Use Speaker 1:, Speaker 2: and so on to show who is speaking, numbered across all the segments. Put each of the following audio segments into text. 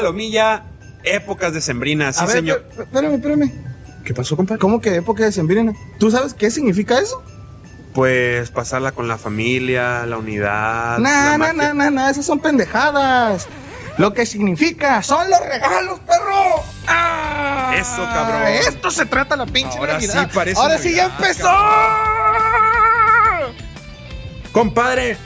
Speaker 1: Palomilla, épocas decembrinas, sí,
Speaker 2: a ver,
Speaker 1: señor.
Speaker 2: espé- espérame, espérame.
Speaker 1: ¿Qué pasó, compadre?
Speaker 2: ¿Cómo que época de sembrina? ¿Tú sabes qué significa eso?
Speaker 1: Pues pasarla con la familia, la unidad.
Speaker 2: Nah,
Speaker 1: Ah, la
Speaker 2: nah,
Speaker 1: magia.
Speaker 2: nah, nah, nah, esas son pendejadas. Lo que significa son los regalos, perro. ¡Ah!
Speaker 1: Eso, cabrón.
Speaker 2: Esto se trata la pinche
Speaker 1: Ahora
Speaker 2: Navidad.
Speaker 1: sí parece
Speaker 2: Ahora sí ya
Speaker 1: Navidad,
Speaker 2: empezó.
Speaker 1: Compadre,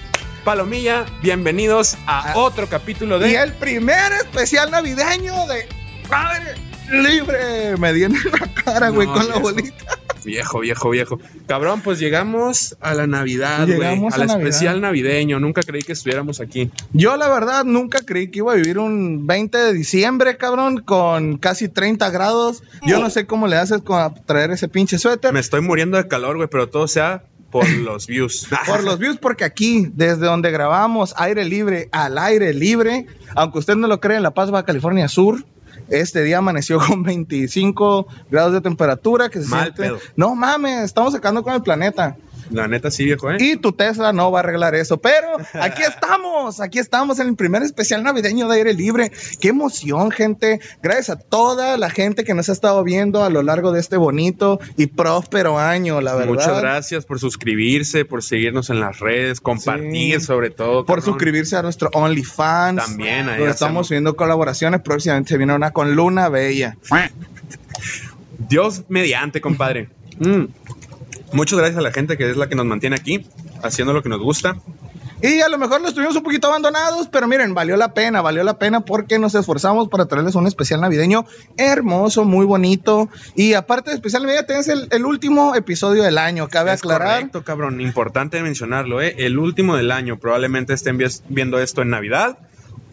Speaker 1: Palomilla, bienvenidos a
Speaker 2: Ah.
Speaker 1: otro capítulo
Speaker 2: Y
Speaker 1: de
Speaker 2: el primer especial navideño de Padre Libre. Me dieron en la cara,
Speaker 1: No,
Speaker 2: güey, con la
Speaker 1: viejo.
Speaker 2: bolita.
Speaker 1: Viejo, viejo, viejo. Cabrón, pues llegamos a la Navidad, güey.
Speaker 2: Llegamos
Speaker 1: Al
Speaker 2: a Navidad.
Speaker 1: especial navideño. Nunca creí que estuviéramos aquí.
Speaker 2: Yo, la verdad, nunca creí que iba a vivir un 20 de diciembre, cabrón, con casi 30 grados. Yo no sé cómo le haces con traer ese pinche suéter.
Speaker 1: Me estoy muriendo de calor, güey, pero todo sea por los views.
Speaker 2: por los views, porque aquí, desde donde grabamos, aire libre, al aire libre, aunque usted no lo crea, en La Paz, Baja California Sur, este día amaneció con 25 grados de temperatura, que se
Speaker 1: Mal
Speaker 2: siente-
Speaker 1: pedo.
Speaker 2: No mames, estamos acabando con el planeta.
Speaker 1: La neta, sí, viejo, ¿eh?
Speaker 2: Y tu Tesla no va a arreglar eso, pero aquí estamos, aquí estamos en el primer especial navideño de aire libre. Qué emoción, gente. Gracias a toda la gente que nos ha estado viendo a lo largo de este bonito y próspero año, la verdad.
Speaker 1: Muchas gracias por suscribirse, por seguirnos en las redes, compartir
Speaker 2: Sí.
Speaker 1: sobre todo.
Speaker 2: por
Speaker 1: cabrón.
Speaker 2: suscribirse a nuestro OnlyFans.
Speaker 1: También, ahí
Speaker 2: donde
Speaker 1: hacemos.
Speaker 2: estamos subiendo colaboraciones. Próximamente se viene una con Luna Bella.
Speaker 1: Dios mediante, compadre. Mm. Muchas gracias a la gente que es la que nos mantiene aquí, haciendo lo que nos gusta.
Speaker 2: Y a lo mejor los tuvimos un poquito abandonados, pero miren, valió la pena, valió la pena porque nos esforzamos para traerles un especial navideño hermoso, muy bonito. Y aparte de especial navideño, tenés el, el último episodio del año, cabe
Speaker 1: Es
Speaker 2: aclarar.
Speaker 1: correcto, cabrón. Importante mencionarlo, ¿eh? El último del año. Probablemente estén vies- viendo esto en Navidad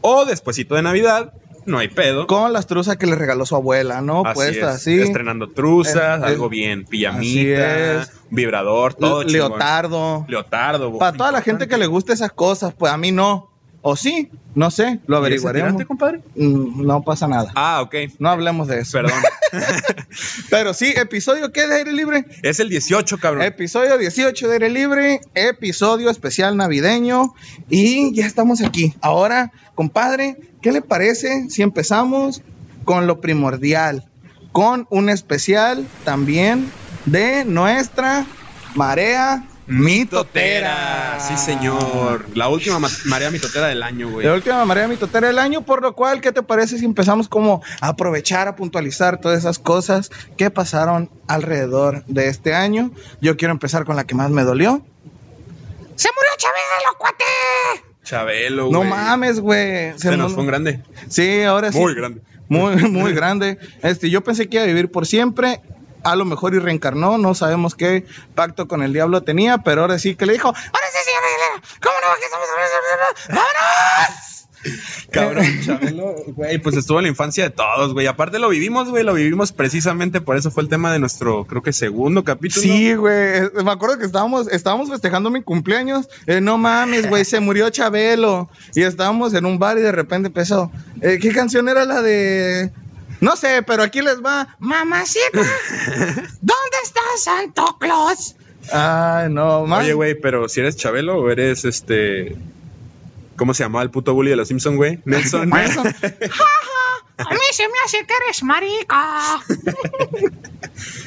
Speaker 1: o despuesito de Navidad. No hay pedo.
Speaker 2: Con las truzas que le regaló su abuela, ¿no?
Speaker 1: Así
Speaker 2: Puestas
Speaker 1: es.
Speaker 2: así.
Speaker 1: Estrenando truzas,
Speaker 2: Eh, eh,
Speaker 1: algo bien, pijamita,
Speaker 2: así es.
Speaker 1: vibrador, todo chingón.
Speaker 2: Leotardo.
Speaker 1: Leotardo. bo-
Speaker 2: Para toda la gente que le gusta esas cosas, pues a mí no. O sí, no sé, lo
Speaker 1: ¿Y ese
Speaker 2: averiguaremos.
Speaker 1: tirante, compadre?
Speaker 2: Mm, No pasa nada.
Speaker 1: Ah, ok.
Speaker 2: No hablemos de eso.
Speaker 1: Perdón.
Speaker 2: Pero sí, episodio ¿qué de aire libre.
Speaker 1: es el 18, cabrón.
Speaker 2: Episodio 18 de aire libre, episodio especial navideño y ya estamos aquí. Ahora, compadre, ¿qué le parece si empezamos con lo primordial? Con un especial también de nuestra marea mitotera.
Speaker 1: Sí, señor. La última ma- marea mitotera del año, güey.
Speaker 2: La última marea mitotera del año, por lo cual, ¿qué te parece si empezamos como a aprovechar, a puntualizar todas esas cosas que pasaron alrededor de este año? Yo quiero empezar con la que más me dolió. ¡Se murió Chávez de los cuates!
Speaker 1: Chabelo,
Speaker 2: No
Speaker 1: güey.
Speaker 2: mames, güey.
Speaker 1: Se nos
Speaker 2: mu-
Speaker 1: fue un grande.
Speaker 2: Sí, ahora sí.
Speaker 1: Muy grande.
Speaker 2: Muy, muy grande. Este, yo pensé que iba a vivir por siempre. A lo mejor y reencarnó, no sabemos qué pacto con el diablo tenía, pero ahora sí que le dijo, ahora sí, señor Aguilera, ¿cómo no? Que somos...
Speaker 1: Cabrón,
Speaker 2: ¡Vámonos!
Speaker 1: Chabelo, güey, pues estuvo en la infancia de todos, güey. Aparte lo vivimos, güey, lo vivimos precisamente por eso fue el tema de nuestro, creo que segundo capítulo.
Speaker 2: Sí, güey. Me acuerdo que estábamos, estábamos festejando mi cumpleaños. Eh, no mames, güey, se murió Chabelo. Y estábamos en un bar y de repente empezó. eh, ¿Qué canción era la de.? No sé, pero aquí les va. Mamacita, ¿dónde está Santo Claus? Ay, no mames.
Speaker 1: Oye, güey, pero si eres Chabelo o eres este ¿Cómo se llamaba el puto bully de los Simpson, güey? Nelson.
Speaker 2: Nelson.
Speaker 3: A mí se me hace que eres marica.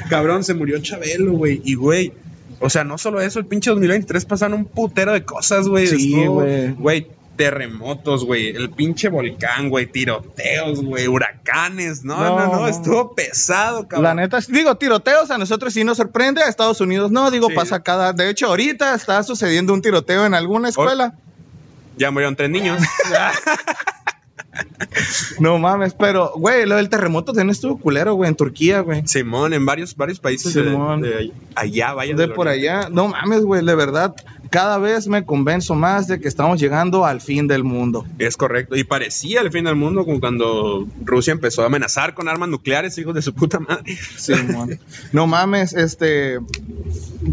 Speaker 1: Cabrón, se murió Chabelo, güey. Y, güey, o sea, no solo eso, el pinche 2023 pasaron un putero de cosas, güey.
Speaker 2: Sí,
Speaker 1: Estuvo,
Speaker 2: güey.
Speaker 1: Güey, terremotos, güey. El pinche volcán, güey. Tiroteos, güey. Huracanes. No, no,
Speaker 2: No,
Speaker 1: no,
Speaker 2: no.
Speaker 1: Estuvo pesado, cabrón.
Speaker 2: La neta, digo, tiroteos a nosotros sí nos sorprende, a Estados Unidos no, digo,
Speaker 1: Sí.
Speaker 2: pasa cada. De hecho, ahorita está sucediendo un tiroteo en alguna escuela.
Speaker 1: Ya murieron tres niños.
Speaker 2: No mames, pero, güey, lo del terremoto también estuvo culero, güey, en Turquía, güey.
Speaker 1: Simón, en varios, varios países de,
Speaker 2: Simón.
Speaker 1: de allá, vaya.
Speaker 2: De
Speaker 1: del
Speaker 2: por
Speaker 1: oriente.
Speaker 2: allá. No mames, güey, de verdad, cada vez me convenzo más de que estamos llegando al fin del mundo.
Speaker 1: Es correcto. Y parecía el fin del mundo como cuando Rusia empezó a amenazar con armas nucleares, hijos de su puta madre.
Speaker 2: Simón. no mames, este.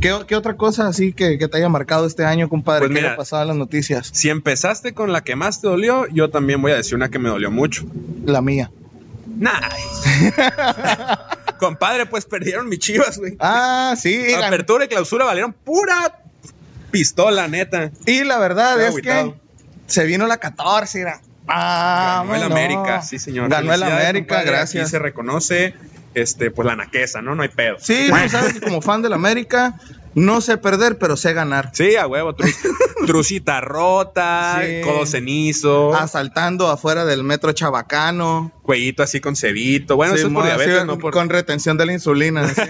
Speaker 2: ¿Qué, qué otra cosa así que, que te haya marcado este año, compadre?
Speaker 1: Pues
Speaker 2: ¿Qué le
Speaker 1: mira.
Speaker 2: ha pasado a las noticias?
Speaker 1: Si empezaste con la que más te dolió, yo también voy a decir una que me dolió mucho.
Speaker 2: La mía.
Speaker 1: Nice. Compadre, pues perdieron mis chivas, güey.
Speaker 2: Ah, sí. gan-
Speaker 1: Apertura y clausura valieron pura pistola, neta.
Speaker 2: Y la verdad
Speaker 1: Qué
Speaker 2: es que
Speaker 1: agüitado.
Speaker 2: se vino la 14, era. Ah,
Speaker 1: Ganó el
Speaker 2: bueno.
Speaker 1: América, sí, señor.
Speaker 2: Ganó el
Speaker 1: Felicidades,
Speaker 2: América,
Speaker 1: compadre.
Speaker 2: gracias.
Speaker 1: Aquí se reconoce, este, pues la naqueza, ¿no? No hay pedo.
Speaker 2: Sí, tú sabes que como fan del América, no sé perder, pero sé ganar.
Speaker 1: Sí, a huevo, tru- trucita rota,
Speaker 2: Sí.
Speaker 1: codo cenizo,
Speaker 2: Asaltando afuera del metro Chabacano.
Speaker 1: cuellito así con cebito. Bueno, eso es por
Speaker 2: Simón,
Speaker 1: diabetes,
Speaker 2: sí,
Speaker 1: no por...
Speaker 2: Con retención de la insulina. sí.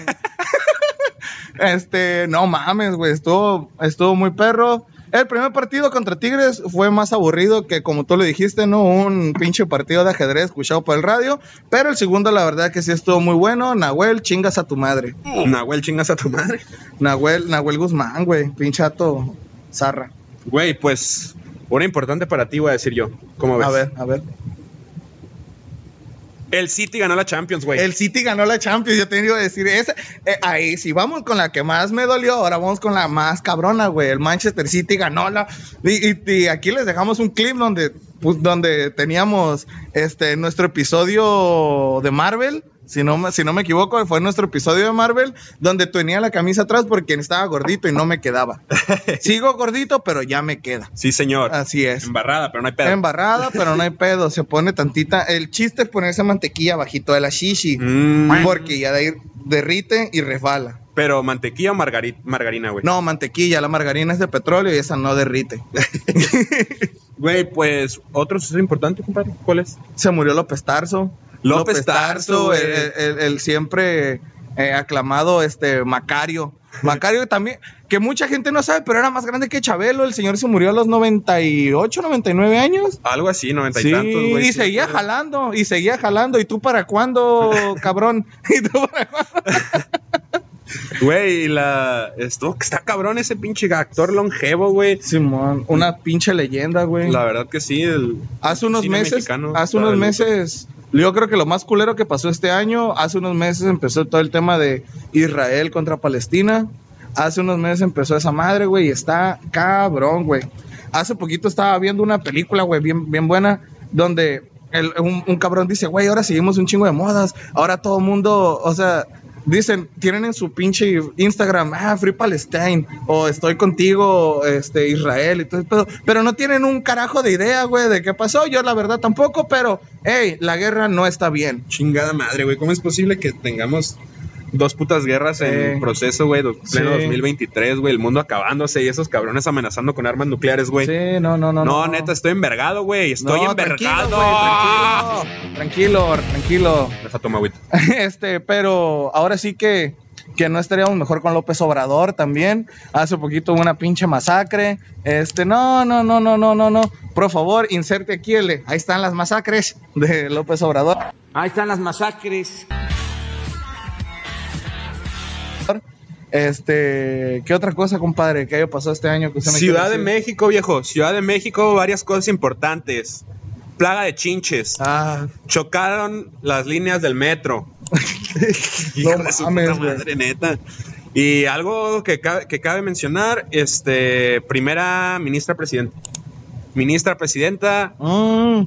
Speaker 2: este, no mames, güey. Estuvo, estuvo muy perro. El primer partido contra Tigres fue más aburrido que, como tú lo dijiste, ¿no? Un pinche partido de ajedrez escuchado por el radio. Pero el segundo, la verdad que sí estuvo muy bueno. Nahuel, chingas a tu madre.
Speaker 1: Nahuel, chingas a tu madre.
Speaker 2: Nahuel, Nahuel Guzmán, güey. Pinchato zarra.
Speaker 1: Güey, pues, una importante para ti voy a decir yo. ¿Cómo ves?
Speaker 2: A ver, a ver.
Speaker 1: El City ganó la Champions, güey.
Speaker 2: El City ganó la Champions, yo te iba a decir esa. eh, ahí, si vamos con la que más me dolió, ahora vamos con la más cabrona, güey. El Manchester City ganó la. Y, y- y aquí les dejamos un clip donde, pues, donde teníamos este, nuestro episodio de Marvel. Si no, me- si no me equivoco, fue nuestro episodio de Marvel donde tenía la camisa atrás porque estaba gordito y no me quedaba. Sigo gordito, pero ya me queda.
Speaker 1: Sí, señor.
Speaker 2: Así es.
Speaker 1: Embarrada, pero no hay pedo.
Speaker 2: Embarrada, pero no hay pedo. Se pone tantita. El chiste es ponerse mantequilla bajito de la shishi.
Speaker 1: Mm,
Speaker 2: Porque ya de ahí derrite y resbala.
Speaker 1: pero mantequilla o margari- margarina, güey.
Speaker 2: No, mantequilla, la margarina es de petróleo y esa no derrite.
Speaker 1: Güey, pues, otro suceso importante, compadre. ¿Cuál es?
Speaker 2: Se murió López Tarso.
Speaker 1: López Tarso, eh. güey.
Speaker 2: el, el- el siempre eh, aclamado este Macario. Macario también, que mucha gente no sabe, pero era más grande que Chabelo. El señor se murió a los 98, 99 años.
Speaker 1: Algo así, noventa
Speaker 2: Sí,
Speaker 1: y tantos, güey.
Speaker 2: y seguía jalando, y seguía jalando. ¿Y tú para cuándo, cabrón? ¿Y tú para
Speaker 1: Güey, y la. Esto, está cabrón ese pinche actor longevo, güey.
Speaker 2: Simón, una pinche leyenda, güey.
Speaker 1: La verdad que sí. El
Speaker 2: Hace unos
Speaker 1: cine
Speaker 2: meses,
Speaker 1: mexicano
Speaker 2: hace
Speaker 1: está
Speaker 2: unos
Speaker 1: de luto.
Speaker 2: meses, yo creo que lo más culero que pasó este año, hace unos meses empezó todo el tema de Israel contra Palestina, hace unos meses empezó esa madre, güey, y está cabrón, güey. Hace poquito estaba viendo una película, güey, bien, bien buena, donde el- un, un cabrón dice, güey, ahora seguimos un chingo de modas, ahora todo el mundo, o sea, dicen, tienen en su pinche Instagram, ah, Free Palestine, o estoy contigo, este, Israel, y todo eso, pero no tienen un carajo de idea, güey, de qué pasó, yo la verdad tampoco, pero, hey, la guerra no está bien.
Speaker 1: Chingada madre, güey. ¿Cómo es posible que tengamos dos putas guerras
Speaker 2: Sí.
Speaker 1: en proceso, güey? do- Pleno
Speaker 2: Sí.
Speaker 1: 2023, güey. El mundo acabándose y esos cabrones amenazando con armas nucleares, güey.
Speaker 2: Sí, no, no, no.
Speaker 1: No, neta, estoy envergado, güey. Estoy
Speaker 2: No,
Speaker 1: envergado.
Speaker 2: güey, tranquilo, tranquilo. tranquilo.
Speaker 1: Deja toma agüita.
Speaker 2: Este, pero ahora sí que, que no estaríamos mejor con López Obrador también. Hace poquito hubo una pinche masacre. Este, no, no, no, no, no, no, no. Por favor, inserte aquí el. Ahí están las masacres de López Obrador.
Speaker 4: Ahí están las masacres.
Speaker 2: Este, ¿qué otra cosa, compadre, que haya pasado este año que usted me
Speaker 1: Ciudad
Speaker 2: quiere
Speaker 1: de
Speaker 2: decir?
Speaker 1: México, viejo. Ciudad de México, varias cosas importantes. Plaga de chinches.
Speaker 2: Ah,
Speaker 1: Chocaron las líneas del metro. Hijo
Speaker 2: No
Speaker 1: de su
Speaker 2: mames,
Speaker 1: puta
Speaker 2: güey.
Speaker 1: madre, neta. Y algo que, ca- que cabe mencionar, este, primera ministra presidenta. Ministra presidenta,
Speaker 2: mm,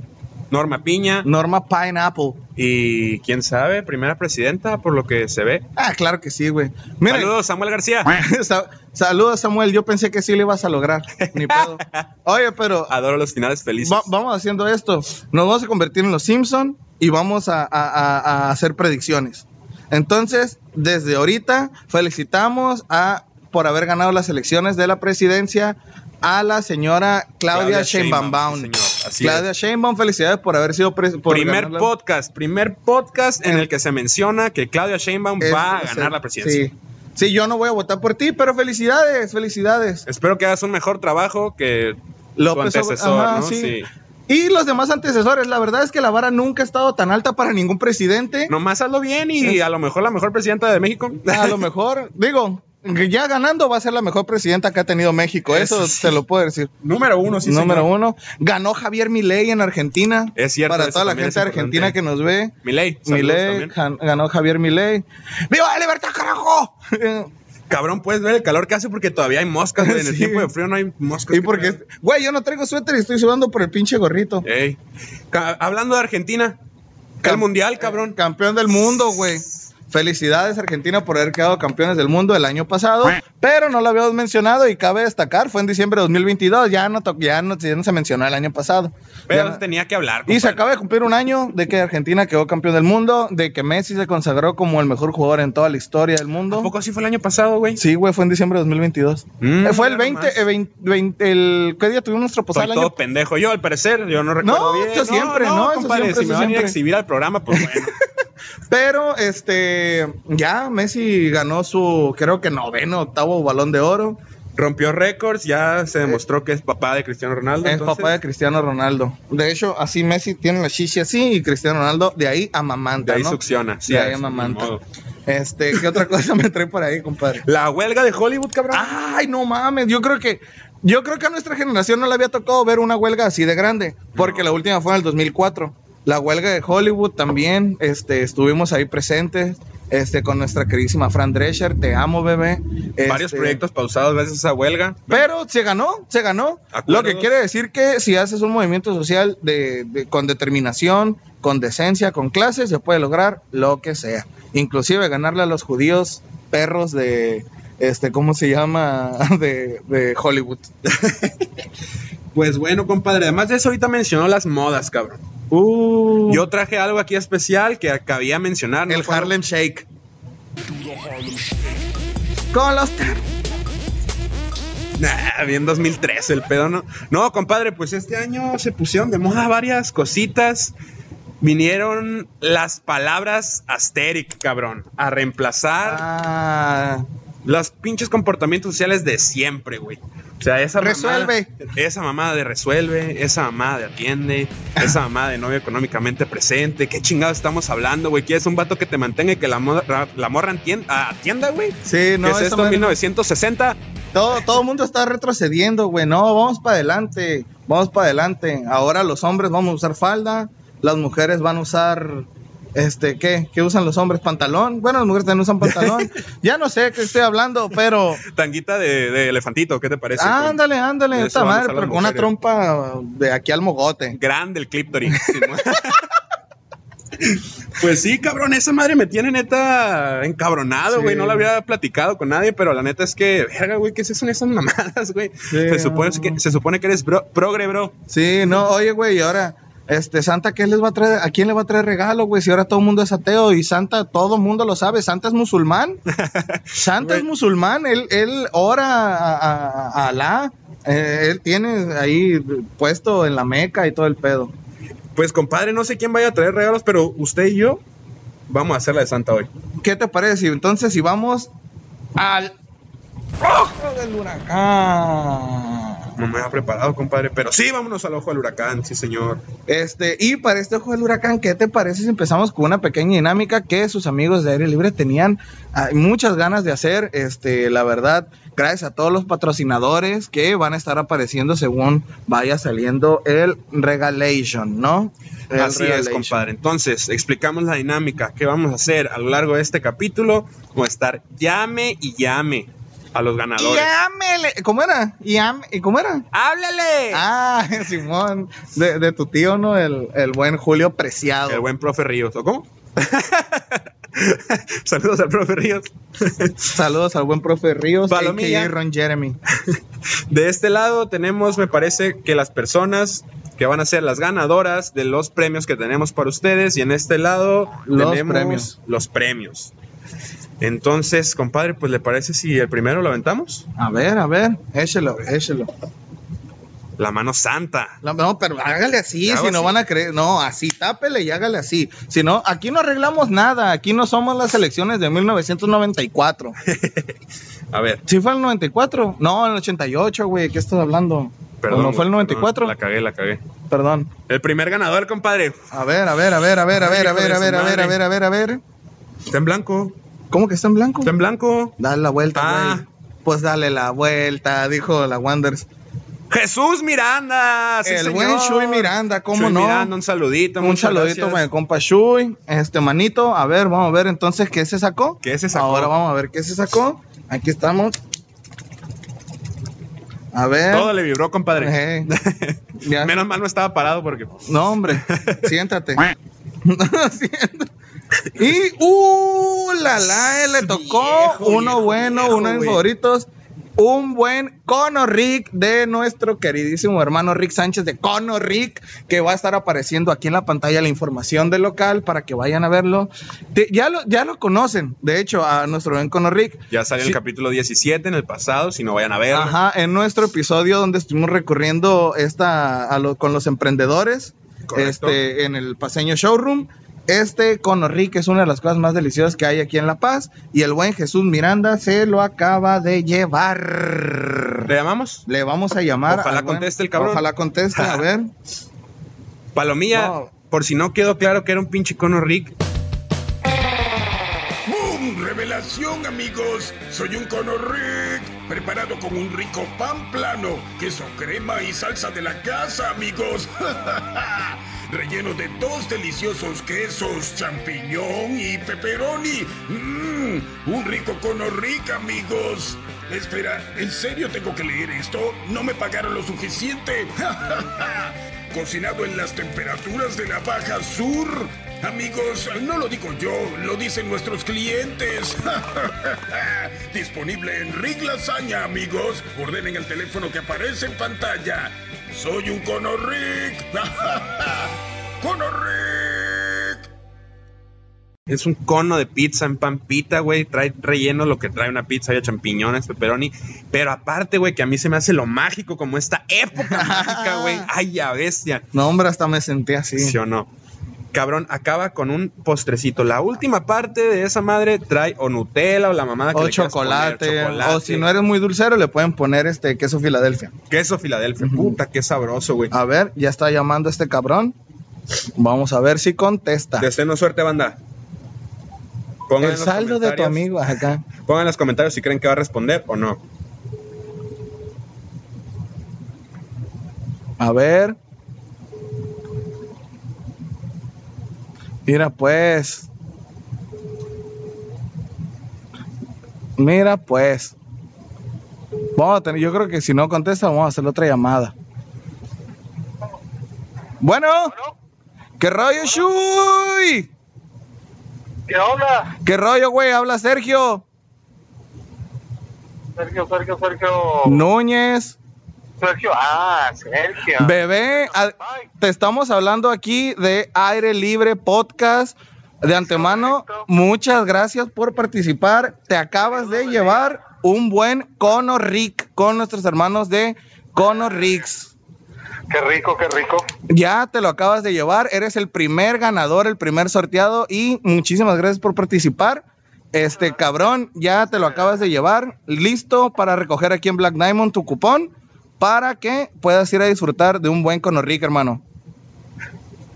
Speaker 1: Norma Piña.
Speaker 2: Norma Pineapple.
Speaker 1: Y quién sabe, primera presidenta, por lo que se ve.
Speaker 2: Ah, claro que sí, güey. Mira,
Speaker 1: Saludos, Samuel García.
Speaker 2: sa- saludos, Samuel. Yo pensé que sí lo ibas a lograr. Ni pedo. Oye, pero
Speaker 1: Adoro los finales felices.
Speaker 2: Va- vamos haciendo esto. Nos vamos a convertir en los Simpson y vamos a, a- a- a hacer predicciones. Entonces, desde ahorita, felicitamos a por haber ganado las elecciones de la presidencia a la señora Claudia,
Speaker 1: Claudia Sheinbaum,
Speaker 2: Sheinbaum.
Speaker 1: sí, señor. Así
Speaker 2: Claudia Sheinbaum, felicidades por haber sido pres- por
Speaker 1: primer
Speaker 2: ganar la-
Speaker 1: podcast, primer podcast en el que se menciona que Claudia Sheinbaum
Speaker 2: es-
Speaker 1: va a
Speaker 2: es-
Speaker 1: ganar la presidencia.
Speaker 2: Sí. Sí, yo no voy a votar por ti, pero felicidades, felicidades.
Speaker 1: Espero que hagas un mejor trabajo que
Speaker 2: López
Speaker 1: tu
Speaker 2: Obrador,
Speaker 1: antecesor,
Speaker 2: ajá,
Speaker 1: ¿no?
Speaker 2: sí. Y los demás antecesores, la verdad es que la vara nunca ha estado tan alta para ningún presidente.
Speaker 1: Nomás hazlo bien y a lo mejor la mejor presidenta de México.
Speaker 2: A lo mejor, digo, que ya ganando va a ser la mejor presidenta que ha tenido México. Eso
Speaker 1: Eso sí.
Speaker 2: te lo puedo decir.
Speaker 1: Número uno, sí.
Speaker 2: Número uno. Ganó Javier Milei en Argentina.
Speaker 1: Es cierto,
Speaker 2: Para
Speaker 1: eso
Speaker 2: toda la
Speaker 1: también es
Speaker 2: gente argentina
Speaker 1: importante.
Speaker 2: que nos ve.
Speaker 1: Miley.
Speaker 2: Milei, gan- ganó Javier Milei. ¡Viva la libertad, carajo!
Speaker 1: Cabrón, puedes ver el calor que hace porque todavía hay moscas. güey. En el
Speaker 2: Sí.
Speaker 1: tiempo de frío no hay moscas.
Speaker 2: y porque, güey, yo no traigo suéter y estoy sudando por el pinche gorrito.
Speaker 1: Ey. Ca- Hablando de Argentina, el
Speaker 2: Cam-
Speaker 1: mundial, cabrón.
Speaker 2: Campeón del mundo, güey. Felicidades Argentina por haber quedado campeones del mundo el año pasado, pero no lo habíamos mencionado y cabe destacar, fue en diciembre de 2022, ya no, to- ya no, ya no se mencionó el año pasado.
Speaker 1: Pero
Speaker 2: Ya-
Speaker 1: tenía que hablar.
Speaker 2: y se
Speaker 1: compadre.
Speaker 2: acaba de cumplir un año de que Argentina quedó campeón del mundo, de que Messi se consagró como el mejor jugador en toda la historia del
Speaker 1: ¿A
Speaker 2: mundo.
Speaker 1: poco así fue el año pasado, güey?
Speaker 2: Sí, güey, fue en diciembre de 2022.
Speaker 1: Mm,
Speaker 2: Eh, fue el
Speaker 1: mira
Speaker 2: 20,
Speaker 1: nomás.
Speaker 2: eh, 20, 20, el ¿qué día tuvimos nuestro
Speaker 1: Pues Soy
Speaker 2: postal el
Speaker 1: todo
Speaker 2: año?
Speaker 1: pendejo. Yo, al parecer, yo no recuerdo
Speaker 2: No,
Speaker 1: bien.
Speaker 2: yo siempre, no, eso
Speaker 1: compadre,
Speaker 2: siempre,
Speaker 1: si
Speaker 2: eso
Speaker 1: me van a ir a
Speaker 2: siempre.
Speaker 1: exhibir al programa, pues bueno.
Speaker 2: Pero este ya Messi ganó su creo que noveno, octavo balón de oro.
Speaker 1: Rompió récords, ya se demostró que es papá de Cristiano Ronaldo.
Speaker 2: Es
Speaker 1: entonces-
Speaker 2: papá de Cristiano Ronaldo. De hecho, así Messi tiene la chichi así y Cristiano Ronaldo de ahí amamanta,
Speaker 1: De ahí
Speaker 2: ¿no?
Speaker 1: succiona. sí,
Speaker 2: de ahí
Speaker 1: es,
Speaker 2: amamanta.
Speaker 1: ni modo.
Speaker 2: Este, ¿qué otra cosa me trae por ahí, compadre?
Speaker 1: La huelga de Hollywood, cabrón.
Speaker 2: Ay, no mames, yo creo que yo creo que a nuestra generación no le había tocado ver una huelga así de grande, porque
Speaker 1: No.
Speaker 2: la última fue en el 2004. La huelga de Hollywood también, este, estuvimos ahí presentes, este, con nuestra queridísima Fran Drescher, te amo, bebé.
Speaker 1: Varios
Speaker 2: Este,
Speaker 1: proyectos pausados gracias a esa huelga.
Speaker 2: Pero se ganó, se ganó. Lo
Speaker 1: Acuerdos.
Speaker 2: que quiere decir que si haces un movimiento social de, de- con determinación, con decencia, con clase, se puede lograr lo que sea. Inclusive ganarle a los judíos perros de, este, ¿cómo se llama? De, de Hollywood.
Speaker 1: Pues bueno, compadre. Además de eso, ahorita mencionó las modas, cabrón.
Speaker 2: Uh.
Speaker 1: Uh, Yo traje algo aquí especial que acabé de mencionar. ¿no?
Speaker 2: el
Speaker 1: Fue-
Speaker 2: Harlem Shake. Con los tar-
Speaker 1: Nah, bien 2013 el pedo, ¿no? No, compadre, pues este año se pusieron de moda varias cositas. Vinieron las palabras asteric, cabrón, a reemplazar
Speaker 2: Ah,
Speaker 1: los pinches comportamientos sociales de siempre, güey. O sea, esa
Speaker 2: Resuelve.
Speaker 1: mamada, esa mamada de resuelve, esa mamada de atiende, esa mamada de novio económicamente presente. ¿Qué chingados estamos hablando, güey? ¿Quieres un vato que te mantenga y que la, mo- ra- la morra entien- ah, atienda, güey?
Speaker 2: sí, no,
Speaker 1: ¿Qué es
Speaker 2: esa
Speaker 1: esto,
Speaker 2: madre-
Speaker 1: 1960?
Speaker 2: Todo, todo el mundo está retrocediendo, güey. No, vamos para adelante. Vamos para adelante. Ahora los hombres vamos a usar falda. Las mujeres van a usar. Este, ¿qué? ¿Qué usan los hombres? ¿Pantalón? Bueno, las mujeres también usan pantalón. ya no sé de qué estoy hablando, pero.
Speaker 1: Tanguita de, de elefantito, ¿qué te parece? Con-
Speaker 2: Ah, ándale, ándale,
Speaker 1: de eso
Speaker 2: esta
Speaker 1: van a
Speaker 2: madre,
Speaker 1: usar las
Speaker 2: pero con una
Speaker 1: mujeres.
Speaker 2: trompa de aquí al mogote.
Speaker 1: Grande el clíptoris. pues sí, cabrón, esa madre me tiene neta encabronado,
Speaker 2: Sí.
Speaker 1: güey. No la había platicado con nadie, pero la neta es que, verga, güey, ¿qué son esas mamadas, güey? se, supone
Speaker 2: no.
Speaker 1: que, se supone que eres bro, progre, bro.
Speaker 2: Sí, no, oye, güey, y ahora, este, Santa, ¿qué les va a traer? ¿A quién le va a traer regalo, güey? Si ahora todo el mundo es ateo y Santa, todo el mundo lo sabe, Santa es musulmán. Santa es
Speaker 1: Güey.
Speaker 2: musulmán, él, él ora a, a- a Alá, eh, él tiene ahí puesto en la Meca y todo el pedo.
Speaker 1: Pues compadre, no sé quién vaya a traer regalos, pero usted y yo vamos a hacer la de Santa hoy.
Speaker 2: ¿Qué te parece? Entonces, si vamos al ojo del huracán.
Speaker 1: No me había preparado, compadre, pero sí, vámonos al ojo del huracán, sí, señor.
Speaker 2: Este, y para este ojo del huracán, ¿qué te parece si empezamos con una pequeña dinámica que sus amigos de aire libre tenían ah, muchas ganas de hacer? Este, la verdad, gracias a todos los patrocinadores que van a estar apareciendo según vaya saliendo el regalation, ¿no? El
Speaker 1: Así es,
Speaker 2: regalation.
Speaker 1: compadre. Entonces, explicamos la dinámica. ¿Qué vamos a hacer a lo largo de este capítulo? Vamos a estar llame y llame a los ganadores.
Speaker 2: Llámele- ¿Cómo era? Llam- ¿Y cómo era?
Speaker 1: ¡Háblale!
Speaker 2: Ah, Simón, de, de tu tío, ¿no? El, el buen Julio Preciado.
Speaker 1: El buen profe Ríos, ¿o cómo? Saludos al profe Ríos.
Speaker 2: Saludos al buen profe Ríos,
Speaker 1: Palomilla.
Speaker 2: a.k.a. Ron Jeremy.
Speaker 1: De este lado tenemos, me parece, que las personas que van a ser las ganadoras de los premios que tenemos para ustedes. Y en este lado
Speaker 2: Los
Speaker 1: tenemos
Speaker 2: premios.
Speaker 1: los premios. Entonces, compadre, pues le parece si el primero lo aventamos?
Speaker 2: A ver, a ver, échelo, échelo.
Speaker 1: La mano santa.
Speaker 2: No, No, pero hágale así,
Speaker 1: ¿Le hago
Speaker 2: si no
Speaker 1: así?
Speaker 2: van a creer. No, así, tápele y hágale así. Si no, aquí no arreglamos nada. Aquí no somos las elecciones de 1994.
Speaker 1: A ver.
Speaker 2: ¿Sí fue el 94? No, el 88, güey. ¿Qué estás hablando?
Speaker 1: Perdón.
Speaker 2: ¿No fue el
Speaker 1: güey,
Speaker 2: 94?
Speaker 1: la cagué, la cagué.
Speaker 2: Perdón.
Speaker 1: El primer ganador, compadre.
Speaker 2: A ver, a ver, a ver, a ver, a
Speaker 1: Ay,
Speaker 2: ver, a
Speaker 1: hijo
Speaker 2: ver,
Speaker 1: de
Speaker 2: a
Speaker 1: su
Speaker 2: ver, a ver, a
Speaker 1: madre.
Speaker 2: ver, a ver, a ver.
Speaker 1: Está en blanco.
Speaker 2: ¿Cómo que está en blanco?
Speaker 1: Está en blanco.
Speaker 2: Dale la vuelta,
Speaker 1: Ah.
Speaker 2: güey. Pues dale la vuelta, dijo la Wanders.
Speaker 1: Jesús Miranda. sí,
Speaker 2: el
Speaker 1: señor.
Speaker 2: buen Shui Miranda, ¿cómo
Speaker 1: Chuy
Speaker 2: no?
Speaker 1: Miranda, un saludito.
Speaker 2: Un
Speaker 1: muchas
Speaker 2: saludito
Speaker 1: gracias.
Speaker 2: para el compa Shui, este manito. A ver, vamos a ver entonces qué se sacó.
Speaker 1: ¿Qué se sacó?
Speaker 2: Ahora vamos a ver qué se sacó. Aquí estamos. A ver.
Speaker 1: Todo le vibró, compadre.
Speaker 2: Ey. Ya.
Speaker 1: Menos mal no estaba parado porque.
Speaker 2: No, hombre. Siéntate. Siéntate. Y, uh, la la, le tocó
Speaker 1: Viejo,
Speaker 2: uno
Speaker 1: viejo,
Speaker 2: bueno,
Speaker 1: viejo,
Speaker 2: uno de mis
Speaker 1: güey.
Speaker 2: favoritos. Un buen Conor Rick de nuestro queridísimo hermano Rick Sánchez de Conor Rick, que va a estar apareciendo aquí en la pantalla la información del local para que vayan a verlo. Te- ya, lo, ya lo conocen, de hecho, a nuestro buen Conor Rick.
Speaker 1: Ya salió
Speaker 2: Sí.
Speaker 1: el capítulo 17 en el pasado, si no vayan a ver.
Speaker 2: Ajá, en nuestro episodio donde estuvimos recorriendo esta a lo- con los emprendedores
Speaker 1: Correcto.
Speaker 2: este, en el paseño showroom. Este con Rick es una de las cosas más deliciosas que hay aquí en La Paz y el buen Jesús Miranda se lo acaba de llevar.
Speaker 1: ¿Le llamamos?
Speaker 2: Le vamos a llamar.
Speaker 1: Ojalá
Speaker 2: al buen-
Speaker 1: conteste el cabrón.
Speaker 2: Ojalá conteste, a ver.
Speaker 1: Palomilla,
Speaker 2: No.
Speaker 1: por si no quedó claro que era un pinche Conor Rick.
Speaker 5: ¡Boom! ¡Revelación, amigos! Soy un cono Rick, preparado con un rico pan plano, queso crema y salsa de la casa, amigos. Relleno de dos deliciosos quesos, champiñón y pepperoni. ¡Mmm! Un rico cono Rick, amigos. Espera, ¿en serio tengo que leer esto? No me pagaron lo suficiente. Cocinado en las temperaturas de la Baja Sur. Amigos, no lo digo yo, lo dicen nuestros clientes. Disponible en Rick Lasaña, amigos. Ordenen el teléfono que aparece en pantalla. Soy un Cono Rick. Cono Rick.
Speaker 1: Es un cono de pizza en pampita, güey. Trae relleno lo que trae una pizza, había champiñones, pepperoni. Pero aparte, güey, que a mí se me hace lo mágico como esta época mágica, güey. Ay, ya bestia.
Speaker 2: No, hombre, hasta me senté así.
Speaker 1: ¿Sí o no? Cabrón, acaba con un postrecito. La última parte de esa madre trae o Nutella o la mamada que
Speaker 2: O
Speaker 1: le quieras poner,
Speaker 2: chocolate, O si no eres muy dulcero, le pueden poner este queso Filadelfia.
Speaker 1: Queso Filadelfia. Puta, qué sabroso, güey.
Speaker 2: A ver, ya está llamando este cabrón. Vamos a ver si contesta.
Speaker 1: Desenos suerte, banda. Pongan en
Speaker 2: El
Speaker 1: los
Speaker 2: saldo de tu
Speaker 1: comentarios-
Speaker 2: amigo acá.
Speaker 1: Pongan en los comentarios si creen que va a responder o no.
Speaker 2: A ver. Mira pues. Mira pues. Vamos a tener, yo creo que si no contesta, vamos a hacer otra llamada. Bueno. ¿Qué rollo, Shui?
Speaker 6: ¿Qué onda?
Speaker 2: ¿Qué rollo, güey? Habla Sergio
Speaker 6: Sergio, Sergio, Sergio.
Speaker 2: Núñez.
Speaker 6: Sergio, ah, Sergio.
Speaker 2: Bebé, a- te estamos hablando aquí de Aire Libre Podcast. De antemano,
Speaker 6: Correcto.
Speaker 2: muchas gracias por participar. Te acabas de llevar un buen Cono Rick con nuestros hermanos de Cono Ricks.
Speaker 6: Qué rico, qué rico.
Speaker 2: Ya te lo acabas de llevar. Eres el primer ganador, el primer sorteado y muchísimas gracias por participar. Este cabrón, ya te lo acabas de llevar. Listo para recoger aquí en Black Diamond tu cupón para que puedas ir a disfrutar de un buen Cono Rick, hermano.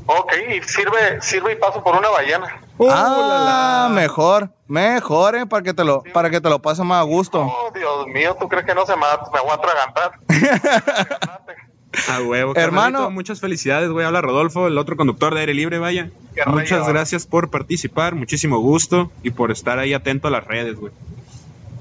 Speaker 6: Ok, y sirve, sirve y paso por una ballena.
Speaker 2: ah, mejor, mejor, eh, para que te lo, para que te lo pases más a gusto.
Speaker 6: Oh, Dios mío, ¿tú crees que no se mata? Me voy a atragantar.
Speaker 1: A huevo,
Speaker 2: Hermano.
Speaker 1: carnalito, Muchas felicidades, güey. Habla Rodolfo, el otro conductor de aire libre, vaya.
Speaker 6: Qué
Speaker 1: Muchas
Speaker 6: rollo.
Speaker 1: gracias por participar, muchísimo gusto y por estar ahí atento a las redes, güey.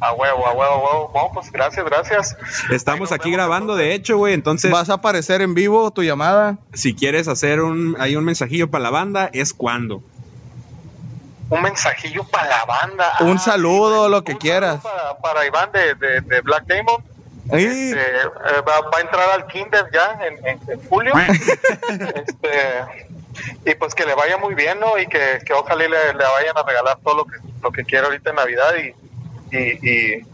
Speaker 6: A huevo, a huevo, a huevo. Bueno, pues gracias, gracias.
Speaker 1: Estamos
Speaker 6: Ahí nos
Speaker 1: aquí
Speaker 6: vemos,
Speaker 1: grabando, de hecho, güey. Entonces,
Speaker 2: Vas a aparecer en vivo tu llamada.
Speaker 1: si quieres hacer un, hay un mensajillo para la banda, es cuando.
Speaker 6: Un mensajillo para la banda.
Speaker 2: Un
Speaker 6: Ah, sí,
Speaker 2: saludo, lo que
Speaker 6: un
Speaker 2: quieras.
Speaker 6: saludo Para, para Iván de, de, de Black Demon.
Speaker 2: Y
Speaker 6: Este, eh, va, va a entrar al kinder ya en, en- en julio. Este, y pues que le vaya muy bien, ¿no? Y que, que ojalá y le, le vayan a regalar todo lo que, lo que quiera ahorita en Navidad y, y, y,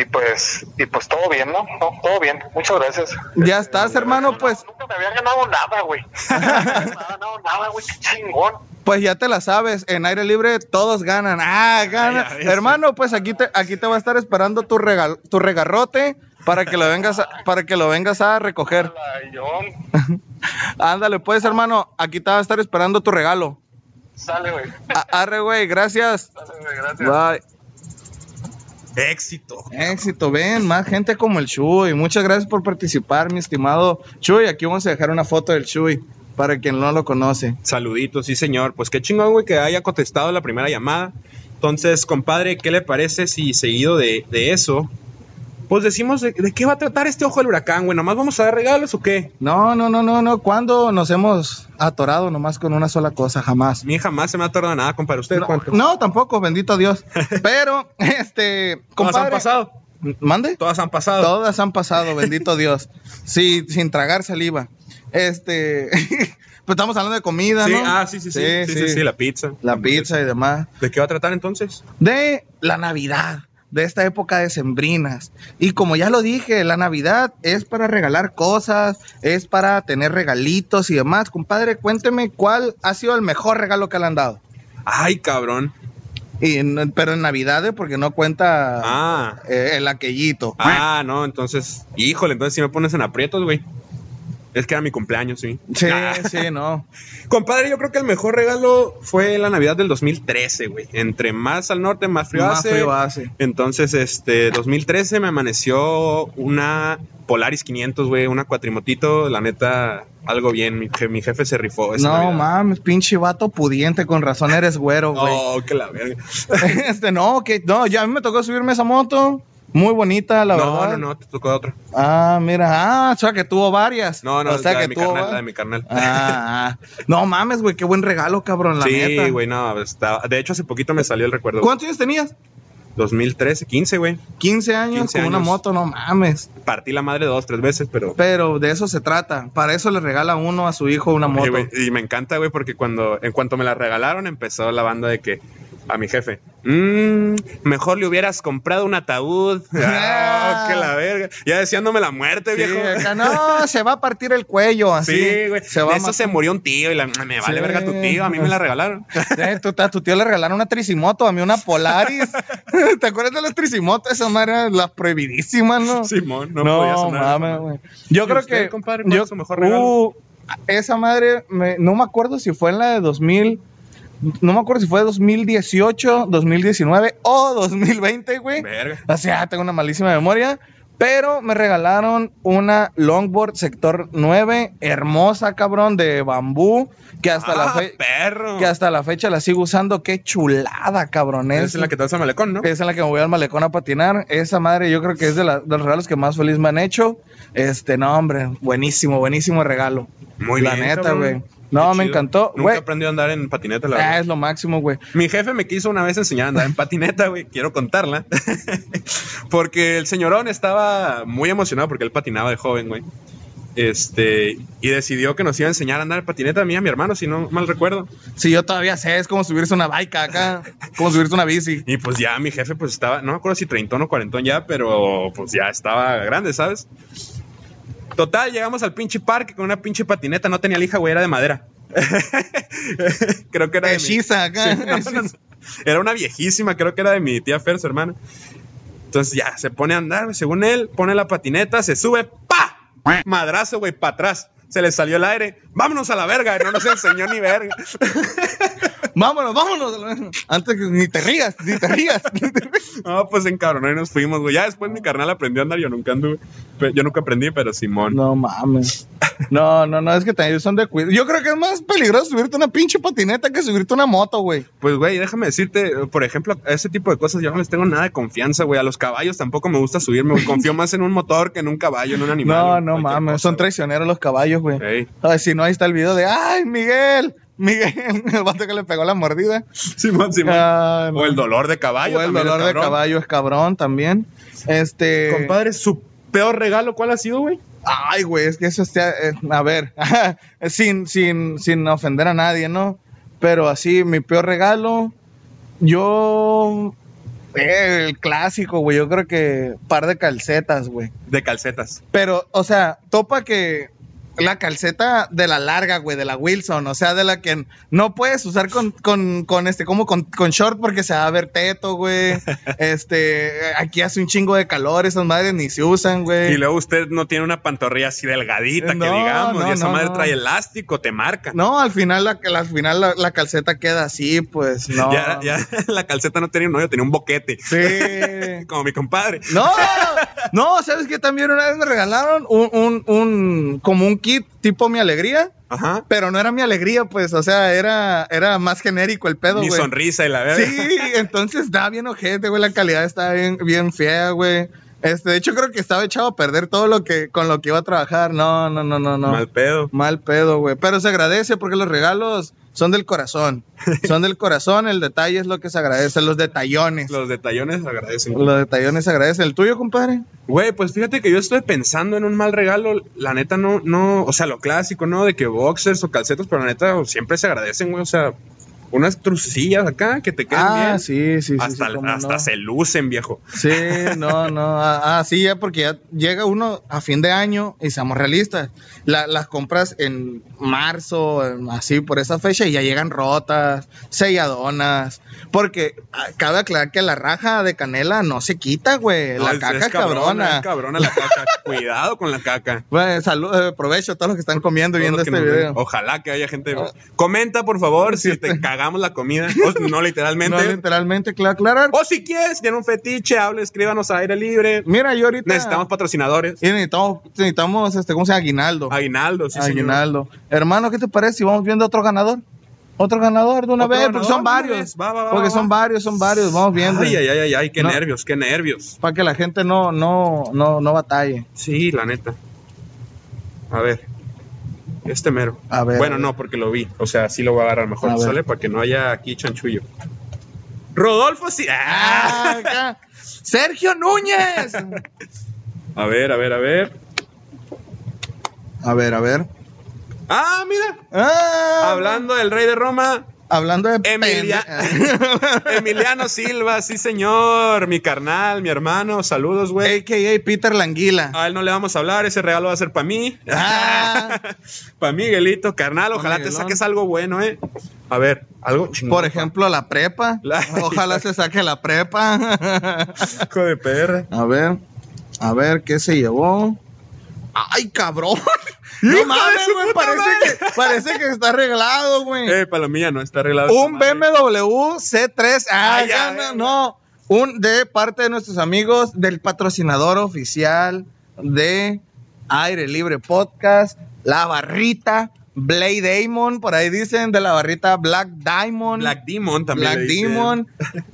Speaker 6: y pues y pues todo bien, ¿no? No, Todo bien. Muchas gracias.
Speaker 2: ya estás, hermano,
Speaker 6: No,
Speaker 2: pues,
Speaker 6: Nunca me había ganado nada, güey. Nunca me había ganado nada, güey. Qué chingón.
Speaker 2: pues ya te la sabes. En aire libre todos ganan. Ah, ganan.
Speaker 1: Ay, ya ves.
Speaker 2: hermano, pues aquí te, aquí te va a estar esperando tu regal, tu regarrote para que lo vengas, a- para que lo vengas a recoger.
Speaker 6: Layón.
Speaker 2: Ándale, pues, hermano, aquí te va a estar esperando tu regalo.
Speaker 6: Sale, güey.
Speaker 2: A- Arre, güey, gracias.
Speaker 6: Sale, güey. Gracias.
Speaker 2: Bye.
Speaker 1: Éxito.
Speaker 2: Éxito, ven, más gente como el Chuy. Muchas gracias por participar, mi estimado Chuy. Aquí vamos a dejar una foto del Chuy para quien no lo conoce.
Speaker 1: Saluditos, sí, señor. Pues qué chingón, güey, que haya contestado la primera llamada. Entonces, compadre, ¿qué le parece si seguido de, de eso Pues decimos, ¿de, de qué va a tratar este ojo del huracán, güey? ¿Nomás vamos a dar regalos o qué?
Speaker 2: No, no, no, no, no. ¿Cuándo nos hemos atorado nomás con una sola cosa? Jamás.
Speaker 1: A mí jamás se me ha tardado nada, compadre. ¿Usted cuánto?
Speaker 2: No, tampoco, bendito Dios. Pero, este,
Speaker 1: Todas han
Speaker 2: compadre,
Speaker 1: pasado.
Speaker 2: mande.
Speaker 1: Todas han pasado.
Speaker 2: Todas han pasado, bendito Dios. Sí, sin tragar saliva. Este, pues estamos hablando de comida,
Speaker 1: Sí,
Speaker 2: ¿no?
Speaker 1: ah, sí, sí, sí. Sí, sí, sí, la pizza.
Speaker 2: La pizza y demás.
Speaker 1: ¿De qué va a tratar entonces?
Speaker 2: de la Navidad, de esta época de sembrinas. Y como ya lo dije, la Navidad es para regalar cosas, es para tener regalitos y demás. Compadre, cuénteme cuál ha sido el mejor regalo que le han dado.
Speaker 1: Ay, cabrón.
Speaker 2: Y en- pero en Navidades, porque no cuenta
Speaker 1: Ah.
Speaker 2: eh, el aquellito.
Speaker 1: Ah, no, entonces, híjole, entonces si me pones en aprietos, güey. Es que era mi cumpleaños, sí.
Speaker 2: Sí,
Speaker 1: Ah.
Speaker 2: sí, no.
Speaker 1: Compadre, yo creo que el mejor regalo fue la Navidad del 2013, güey. Entre más al norte, más frío
Speaker 2: Más
Speaker 1: hace.
Speaker 2: frío hace.
Speaker 1: Entonces, este, 2013 me amaneció una Polaris 500, güey, una cuatrimotito. La neta, algo bien. Mi, je- mi jefe se rifó. esa
Speaker 2: No
Speaker 1: Pues Navidad.
Speaker 2: mames, pinche vato pudiente, con razón eres güero, güey.
Speaker 1: Oh, que la verga.
Speaker 2: Este, no, que no, ya a mí me tocó subirme esa moto. Muy bonita, la
Speaker 1: no,
Speaker 2: verdad.
Speaker 1: no, no, te tocó otra.
Speaker 2: Ah, mira, ah, o sea que tuvo varias.
Speaker 1: No, no,
Speaker 2: o sea
Speaker 1: la,
Speaker 2: que
Speaker 1: de mi
Speaker 2: tuvo
Speaker 1: carnal,
Speaker 2: va-
Speaker 1: la de mi carnal.
Speaker 2: Ah, ah. no mames, güey, qué buen regalo, cabrón, la neta.
Speaker 1: sí, güey, no. estaba- de hecho, hace poquito me salió el recuerdo.
Speaker 2: ¿Cuántos años tenías?
Speaker 1: 2013, 15, güey.
Speaker 2: 15 años
Speaker 1: 15
Speaker 2: con una
Speaker 1: años.
Speaker 2: moto, no mames.
Speaker 1: Partí la madre dos, tres veces, pero.
Speaker 2: Pero de eso se trata. Para eso le regala uno a su hijo una moto.
Speaker 1: Oye, güey, y me encanta, güey, porque cuando, en cuanto me la regalaron, empezó la banda de que a mi jefe, "Mm, mejor le hubieras comprado un ataúd. Ah, que la verga. Ya deseándome la muerte,
Speaker 2: Sí,
Speaker 1: Este viejo.
Speaker 2: acá, no, se va a partir el cuello así.
Speaker 1: Sí, güey.
Speaker 2: Se va
Speaker 1: De
Speaker 2: a
Speaker 1: eso se murió un tío y la, me vale
Speaker 2: Sí.
Speaker 1: verga tu tío. A mí me la regalaron.
Speaker 2: matar. Eh, tu, a tu tío le regalaron una tricimoto, a mí una Polaris. ¿Te acuerdas de las tricimotos? Esas madres, las prohibidísimas, ¿no?
Speaker 1: Simón, no,
Speaker 2: No,
Speaker 1: podía sonar. esa
Speaker 2: mames,
Speaker 1: madre.
Speaker 2: güey. Yo
Speaker 1: ¿Y
Speaker 2: creo
Speaker 1: usted,
Speaker 2: que.
Speaker 1: compadre, cuál
Speaker 2: yo-
Speaker 1: es su mejor regalo?
Speaker 2: Uh, esa madre, me- no me acuerdo si fue en la de 2000. No me acuerdo si fue 2018, 2019 o 2020, güey.
Speaker 1: Verga.
Speaker 2: O sea, tengo una malísima memoria. Pero me regalaron una longboard sector 9, hermosa, cabrón, de bambú. Que hasta, la,
Speaker 1: Ah,
Speaker 2: fe-
Speaker 1: perro.
Speaker 2: que hasta la fecha la sigo usando. Qué chulada, cabrón.
Speaker 1: es la que te vas a malecón, ¿no?
Speaker 2: Esa es la que me voy al malecón a patinar. Esa madre, yo creo que es de, la- de los regalos que más feliz me han hecho. Este, no, hombre, buenísimo, buenísimo regalo.
Speaker 1: Muy
Speaker 2: la
Speaker 1: bien,
Speaker 2: neta,
Speaker 1: cabrón.
Speaker 2: güey.
Speaker 1: Qué
Speaker 2: No, me
Speaker 1: chido.
Speaker 2: encantó,
Speaker 1: Nunca
Speaker 2: güey.
Speaker 1: aprendí a andar en patineta, la
Speaker 2: Ah,
Speaker 1: verdad.
Speaker 2: es lo máximo, güey.
Speaker 1: Mi jefe me quiso una vez enseñar a andar en patineta, güey. Quiero contarla. porque el señorón estaba muy emocionado porque él patinaba de joven, güey. Este, y decidió que nos iba a enseñar a andar en patineta a mí y a mi hermano, si no mal recuerdo.
Speaker 2: Si yo todavía sé, es como subirse una bica acá, como subirse una bici.
Speaker 1: Y pues ya mi jefe pues estaba, no me acuerdo si treintón o cuarentón ya, pero pues ya estaba grande, ¿sabes? Total, llegamos al pinche parque con una pinche patineta, no tenía lija, güey, era de madera. Creo que era de mi-
Speaker 2: Hechiza acá.
Speaker 1: Sí, no, no, no. Era una viejísima, creo que era de mi tía Fer, su hermana. Entonces ya se pone a andar, güey, según él, pone la patineta, se sube, ¡pa! Madrazo, güey, para atrás. Se le salió el aire. Vámonos a la verga, y no nos enseñó ni verga.
Speaker 2: Vámonos, vámonos. Antes que ni te rías, ni te rías.
Speaker 1: No, pues encabronó y nos fuimos, güey. Ya después mi carnal aprendió a andar, yo nunca anduve. Pe- Yo nunca aprendí, pero Simón.
Speaker 2: No mames. No, no, no, es que también son de cuidado. Yo creo que es más peligroso subirte una pinche patineta que subirte una moto, güey.
Speaker 1: Pues, güey, déjame decirte, por ejemplo, a ese tipo de cosas yo no les tengo nada de confianza, güey. A los caballos tampoco me gusta subirme, güey. Confío más en un motor que en un caballo, en un animal.
Speaker 2: No,
Speaker 1: güey,
Speaker 2: no
Speaker 1: cualquier
Speaker 2: mames,
Speaker 1: cosa,
Speaker 2: son
Speaker 1: güey.
Speaker 2: traicioneros los caballos, güey.
Speaker 1: Ey.
Speaker 2: Ay, si no, ahí está el video de, ay, Miguel, Miguel, el vato que le pegó la mordida.
Speaker 1: Simón, Simón.
Speaker 2: Ay, no.
Speaker 1: O el dolor de caballo.
Speaker 2: Ah, O el
Speaker 1: Ah, también,
Speaker 2: dolor de
Speaker 1: cabrón.
Speaker 2: caballo es cabrón también. Este,
Speaker 1: Compadre, su peor regalo, ¿cuál ha sido, güey?
Speaker 2: ay, güey, es que eso está, eh, a ver, sin, sin, sin ofender a nadie, ¿no? Pero así, mi peor regalo, yo, eh, el clásico, güey, yo creo que par de calcetas, güey.
Speaker 1: De calcetas.
Speaker 2: Pero, o sea, topa que la calceta de la larga, güey, de la Wilson, o sea, de la que no puedes usar con, con, con este, como con, con short porque se va a ver teto, güey. Este, aquí hace un chingo de calor, esas madres ni se usan, güey.
Speaker 1: Y luego usted no tiene una pantorrilla así delgadita, que
Speaker 2: Eh. No,
Speaker 1: digamos,
Speaker 2: no,
Speaker 1: y esa
Speaker 2: no,
Speaker 1: madre
Speaker 2: no.
Speaker 1: trae elástico, te marca.
Speaker 2: No, al final, la, la- al final la, la calceta queda así, pues, no.
Speaker 1: Ya, ya la calceta no tenía un hoyo, tenía un boquete.
Speaker 2: Sí.
Speaker 1: Como mi compadre.
Speaker 2: No, no, ¿sabes qué? También una vez me regalaron un, un, un, como un kit tipo mi alegría.
Speaker 1: Ajá.
Speaker 2: Pero no era mi alegría, pues, o sea, era, era más genérico el pedo,
Speaker 1: Mi
Speaker 2: güey.
Speaker 1: sonrisa y la verdad.
Speaker 2: Sí, entonces estaba bien ojete, güey, la calidad estaba bien, bien fea, güey. Este, de hecho, creo que estaba echado a perder todo lo que con lo que iba a trabajar. No, no, no, no, no.
Speaker 1: Mal pedo.
Speaker 2: Mal pedo, güey. Pero se agradece porque los regalos son del corazón. Son del corazón, el detalle es lo que se agradece, los detallones. Los,
Speaker 1: Los detallones agradecen.
Speaker 2: detallones se agradecen. ¿El tuyo, compadre?
Speaker 1: Güey, pues fíjate que yo estuve pensando en un mal regalo. La neta, no, no, o sea, lo clásico, ¿no? De que boxers o calcetos, pero la neta, siempre se agradecen, güey. O sea, unas trucillas acá que te quedan bien.
Speaker 2: Ah, sí, sí,
Speaker 1: hasta
Speaker 2: cómo
Speaker 1: hasta
Speaker 2: no.
Speaker 1: se lucen, viejo.
Speaker 2: Sí, no, no. Ah, ah, sí, ya porque ya llega uno a fin de año y seamos realistas. la- las compras en marzo, en- así por esa fecha, y ya llegan rotas, selladonas. Porque ah, cabe aclarar que la raja de canela no se quita,
Speaker 1: No,
Speaker 2: güey. Eh, La
Speaker 1: es-
Speaker 2: caca
Speaker 1: es cabrona.
Speaker 2: cabrona.
Speaker 1: es cabrona la caca. Cuidado con la caca.
Speaker 2: Bueno, salud, eh, provecho a todos los que están comiendo
Speaker 1: Todo
Speaker 2: y viendo
Speaker 1: lo que
Speaker 2: este
Speaker 1: nos ven.
Speaker 2: video. Ah.
Speaker 1: Ojalá que haya gente. Comenta, por favor, si te cagamos la comida. O- no literalmente.
Speaker 2: No, literalmente, claro, aclarar.
Speaker 1: O si quieres, tiene un fetiche, habla, escríbanos a aire libre.
Speaker 2: Mira, yo ahorita.
Speaker 1: Necesitamos patrocinadores.
Speaker 2: y necesitamos, necesitamos, este, ¿cómo se llama? Aguinaldo.
Speaker 1: Aguinaldo, sí, señor.
Speaker 2: Aguinaldo. Hermano, ¿qué te parece si vamos viendo otro ganador? Otro ganador de una
Speaker 1: Otro
Speaker 2: vez, porque
Speaker 1: ganador
Speaker 2: son
Speaker 1: de una
Speaker 2: varios.
Speaker 1: vez. Va, va, va,
Speaker 2: porque
Speaker 1: va,
Speaker 2: son
Speaker 1: va.
Speaker 2: varios, son varios. Vamos viendo.
Speaker 1: Ay, ay, ay, ay, ay, qué
Speaker 2: No.
Speaker 1: nervios, qué nervios.
Speaker 2: Para que la gente no, no, no, no batalle.
Speaker 1: Sí, la neta. A ver. Este mero.
Speaker 2: A ver,
Speaker 1: bueno,
Speaker 2: a ver.
Speaker 1: no, porque lo vi. O sea, sí lo voy a agarrar
Speaker 2: A
Speaker 1: mejor.
Speaker 2: ver.
Speaker 1: Sale para que no haya aquí chanchullo. Rodolfo sí.
Speaker 2: Ah, acá. Sergio Núñez.
Speaker 1: A ver, a ver, a ver.
Speaker 2: A ver, a ver.
Speaker 1: Ah, mira.
Speaker 2: Ah,
Speaker 1: Hablando del rey de Roma,
Speaker 2: hablando de
Speaker 1: Emilia-
Speaker 2: pende-
Speaker 1: Emiliano Silva, sí señor, mi carnal, mi hermano, saludos, güey.
Speaker 2: AKA Peter Languila.
Speaker 1: A él no le vamos a hablar, ese regalo va a ser para mí.
Speaker 2: Ah.
Speaker 1: para Miguelito, carnal,
Speaker 2: Pa'
Speaker 1: ojalá te
Speaker 2: Miguelón.
Speaker 1: saques algo bueno, eh. A ver, algo chingón.
Speaker 2: Por ejemplo, la prepa.
Speaker 1: La-
Speaker 2: Ojalá se saque la prepa.
Speaker 1: Hijo de perra.
Speaker 2: A ver, a ver qué se llevó. ¡Ay, cabrón!
Speaker 1: ¡Hijo de
Speaker 2: No mames,
Speaker 1: su
Speaker 2: güey,
Speaker 1: puta madre!
Speaker 2: parece que, parece que está arreglado, güey.
Speaker 1: Eh, palomilla, no está arreglado. esta
Speaker 2: un
Speaker 1: madre.
Speaker 2: BMW C3. Ah,
Speaker 1: Ay,
Speaker 2: ya,
Speaker 1: ay,
Speaker 2: no,
Speaker 1: ay.
Speaker 2: no. Un de parte de nuestros amigos del patrocinador oficial de Aire Libre Podcast, La Barrita, Blade Damon, por ahí dicen, de la barrita Black Diamond.
Speaker 1: Black Demon también.
Speaker 2: Black
Speaker 1: le dicen.
Speaker 2: Demon,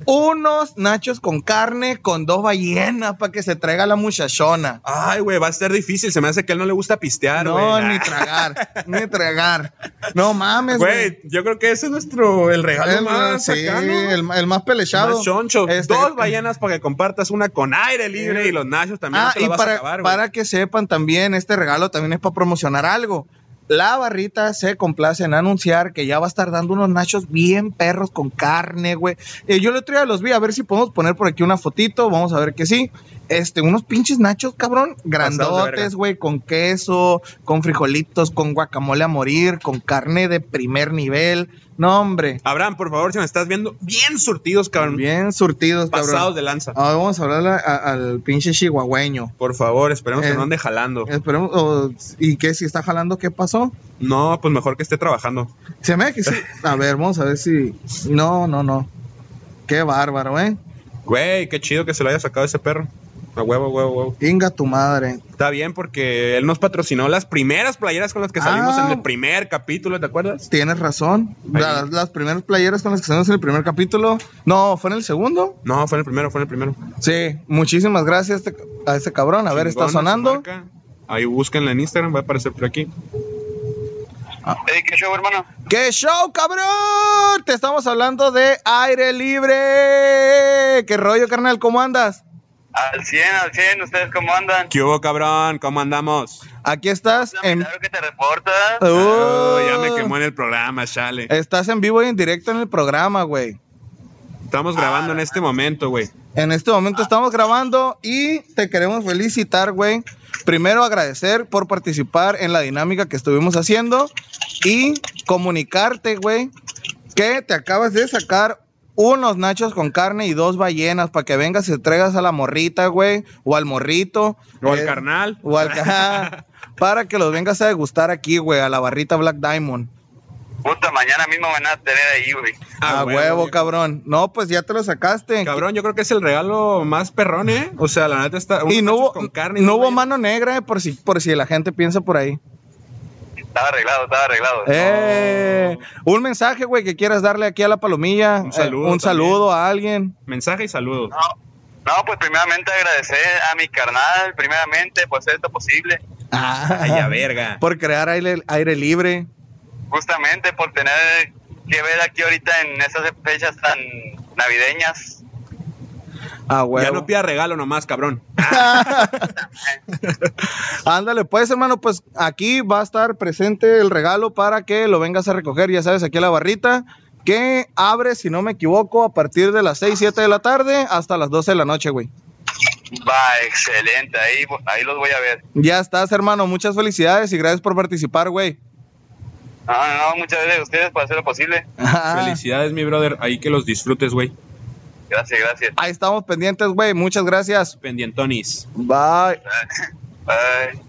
Speaker 2: unos nachos con carne con dos ballenas para que se traiga la muchachona.
Speaker 1: Ay, güey, va a ser difícil. Se me hace que a él no le gusta pistear, güey.
Speaker 2: no,
Speaker 1: Ah.
Speaker 2: ni tragar, ni tragar. No mames,
Speaker 1: Güey, yo creo que ese es nuestro, el regalo
Speaker 2: El,
Speaker 1: más
Speaker 2: sí,
Speaker 1: acá, ¿no?
Speaker 2: el, ma- el más pelechado.
Speaker 1: Más choncho.
Speaker 2: Este-
Speaker 1: Dos ballenas para que compartas una con aire libre y los nachos también no
Speaker 2: Ah,
Speaker 1: te lo
Speaker 2: y
Speaker 1: vas
Speaker 2: para,
Speaker 1: a acabar, güey.
Speaker 2: para que sepan también, este regalo también es para promocionar algo. La barrita se complace en anunciar que ya va a estar dando unos nachos bien perros con carne, güey. Eh, yo el otro día los vi, a ver si podemos poner por aquí una fotito, vamos a ver que sí. Este, unos pinches nachos, cabrón,
Speaker 1: Pasados de verga.
Speaker 2: grandotes, güey, con queso, con frijolitos, con guacamole a morir, con carne de primer nivel. No, hombre,
Speaker 1: Abraham, por favor, si me estás viendo, bien surtidos, cabrón.
Speaker 2: bien surtidos, cabrón.
Speaker 1: pasados de lanza.
Speaker 2: Ahora vamos a hablarle a- al pinche chihuahueño.
Speaker 1: Por favor, esperemos
Speaker 2: Eh.
Speaker 1: que no ande jalando.
Speaker 2: Esperemos, o- ¿y qué? Si está jalando, ¿qué pasó?
Speaker 1: No, pues mejor que esté trabajando.
Speaker 2: Se me hace que sí. A ver, vamos a ver si. No, no, no. Qué bárbaro, ¿eh?
Speaker 1: Güey, qué chido que se lo haya sacado ese perro. A huevo, huevo, huevo.
Speaker 2: Inga tu madre.
Speaker 1: Está bien porque él nos patrocinó las primeras playeras con las que salimos
Speaker 2: Ah.
Speaker 1: en el primer capítulo, ¿te acuerdas?
Speaker 2: Tienes razón. La- Las, primeras playeras con las que salimos en el primer capítulo. No, fue en el segundo.
Speaker 1: No, fue en el primero, fue en el primero.
Speaker 2: Sí, muchísimas gracias a este, a este cabrón. A ver,
Speaker 1: Chingona
Speaker 2: está
Speaker 1: su
Speaker 2: sonando.
Speaker 1: marca. Ahí búsquenla en Instagram, va a aparecer por aquí.
Speaker 6: Ey, ¿Qué show, hermano?
Speaker 2: ¡Qué show, cabrón! Te estamos hablando de aire libre. ¿Qué rollo, carnal? ¿Cómo andas?
Speaker 6: Al 100, al 100, ¿ustedes cómo andan?
Speaker 1: ¿Qué hubo, cabrón? ¿Cómo andamos?
Speaker 2: Aquí estás en.
Speaker 6: Claro que te reportas.
Speaker 2: Uh.
Speaker 1: Oh, ya me
Speaker 2: Oh.
Speaker 1: quemó en el programa, chale.
Speaker 2: Estás en vivo y en directo en el programa, güey.
Speaker 1: Estamos grabando
Speaker 2: Ah.
Speaker 1: en este momento, güey.
Speaker 2: En este momento estamos grabando y te queremos felicitar, güey. Primero agradecer por participar en la dinámica que estuvimos haciendo y comunicarte, güey, que te acabas de sacar unos nachos con carne y dos ballenas para que vengas y entregas a la morrita, güey, o al morrito.
Speaker 1: O al
Speaker 2: eh,
Speaker 1: carnal.
Speaker 2: O al ca- para que los vengas a degustar aquí, güey, a la barrita Black Diamond.
Speaker 6: Puta, mañana mismo van a tener ahí, güey.
Speaker 1: Ah,
Speaker 2: A,
Speaker 1: huevo,
Speaker 2: huevo,
Speaker 1: viejo.
Speaker 2: cabrón. No, pues ya te lo sacaste.
Speaker 1: Cabrón, yo creo que es el regalo más perrón, ¿eh? O sea, la neta está. unos
Speaker 2: Y no
Speaker 1: nachos
Speaker 2: hubo,
Speaker 1: con carne y
Speaker 2: no
Speaker 1: todo,
Speaker 2: hubo
Speaker 1: güey.
Speaker 2: mano negra eh, por si, por si la gente piensa por ahí.
Speaker 6: Estaba arreglado, estaba arreglado.
Speaker 2: Eh, un mensaje, güey, que quieras darle aquí a la palomilla.
Speaker 1: Oh. Un saludo
Speaker 2: Eh, un
Speaker 1: también.
Speaker 2: saludo a alguien.
Speaker 1: Mensaje y saludo.
Speaker 6: No, No, pues primeramente agradecer a mi carnal, primeramente por hacer esto posible,
Speaker 1: Ay, a verga.
Speaker 2: Ah. Por crear aire, aire libre.
Speaker 6: justamente por tener que ver aquí ahorita en esas fechas tan navideñas.
Speaker 2: Ah, huevo.
Speaker 1: Ya no pida regalo nomás, cabrón.
Speaker 2: Ándale, pues hermano, pues aquí va a estar presente el regalo para que lo vengas a recoger, ya sabes, aquí a la barrita, que abre, si no me equivoco, a partir de las 6, 7 de la tarde hasta las 12 de la noche, güey.
Speaker 6: Va, excelente, ahí, ahí los voy a ver.
Speaker 2: Ya estás, hermano, muchas felicidades y gracias por participar, güey.
Speaker 6: Ah, no, muchas gracias a ustedes por hacer lo posible.
Speaker 2: Ah.
Speaker 1: Felicidades, mi brother. Ahí que los disfrutes, güey.
Speaker 6: Gracias, gracias.
Speaker 2: Ahí estamos pendientes, güey, muchas gracias.
Speaker 1: Pendientonis.
Speaker 2: Bye.
Speaker 6: Bye.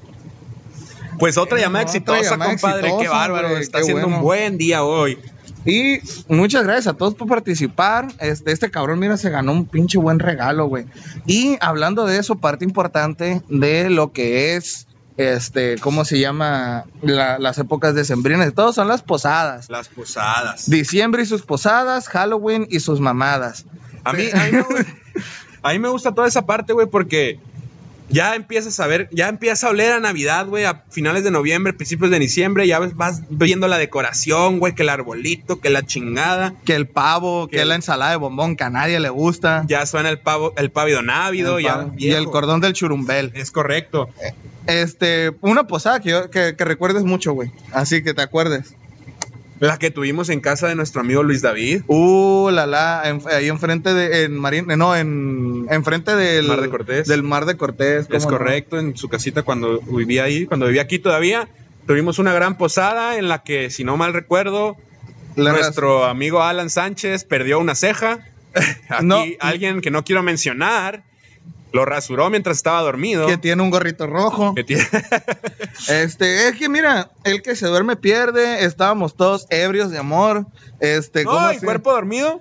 Speaker 1: Pues otra
Speaker 2: Eh,
Speaker 1: llamada
Speaker 2: otra
Speaker 1: exitosa,
Speaker 2: llamada
Speaker 1: compadre. qué
Speaker 2: exitosa,
Speaker 1: bárbaro.
Speaker 2: güey,
Speaker 1: Está
Speaker 2: qué
Speaker 1: haciendo un
Speaker 2: bueno.
Speaker 1: buen día hoy.
Speaker 2: Y muchas gracias a todos por participar. Este, este cabrón, mira, se ganó un pinche buen regalo, güey. Y hablando de eso, parte importante de lo que es, este, ¿cómo se llama? La- las épocas decembrinas. Todos son las posadas.
Speaker 1: Las posadas.
Speaker 2: Diciembre y sus posadas, Halloween y sus mamadas.
Speaker 1: A mí, a mí me gusta, a mí me gusta toda esa parte, güey, porque ya empiezas a ver, ya empieza a oler a Navidad, güey, a finales de noviembre, principios de diciembre, ya ves- vas viendo la decoración, güey, que el arbolito, que la chingada.
Speaker 2: Que el pavo, que
Speaker 1: Que-
Speaker 2: la ensalada de bombón, que a nadie le gusta.
Speaker 1: Ya suena el pavo, el pavido návido,
Speaker 2: El
Speaker 1: ya
Speaker 2: pavo. y
Speaker 1: viejo.
Speaker 2: el cordón del churumbel.
Speaker 1: Es correcto.
Speaker 2: Este, una posada que, yo- que, que recuerdes mucho, güey. Así que te acuerdes.
Speaker 1: La que tuvimos en casa de nuestro amigo Luis David.
Speaker 2: Uh, la la, en- ahí enfrente de, en Marín, eh, no, en, enfrente del
Speaker 1: Mar de Cortés.
Speaker 2: Del Mar de Cortés.
Speaker 1: Es
Speaker 2: ¿cómo no?
Speaker 1: correcto, en su casita cuando vivía ahí, cuando vivía aquí todavía, tuvimos una gran posada en la que, si no mal recuerdo,
Speaker 2: La raz-
Speaker 1: nuestro amigo Alan Sánchez perdió una ceja. Aquí
Speaker 2: No.
Speaker 1: alguien que no quiero mencionar lo rasuró mientras estaba dormido.
Speaker 2: Que tiene un gorrito rojo.
Speaker 1: Que tiene-
Speaker 2: Este, es que mira, el que se duerme pierde, estábamos todos ebrios de amor. Este,
Speaker 1: No,
Speaker 2: ¿cómo
Speaker 1: ¿y
Speaker 2: se-
Speaker 1: cuerpo dormido?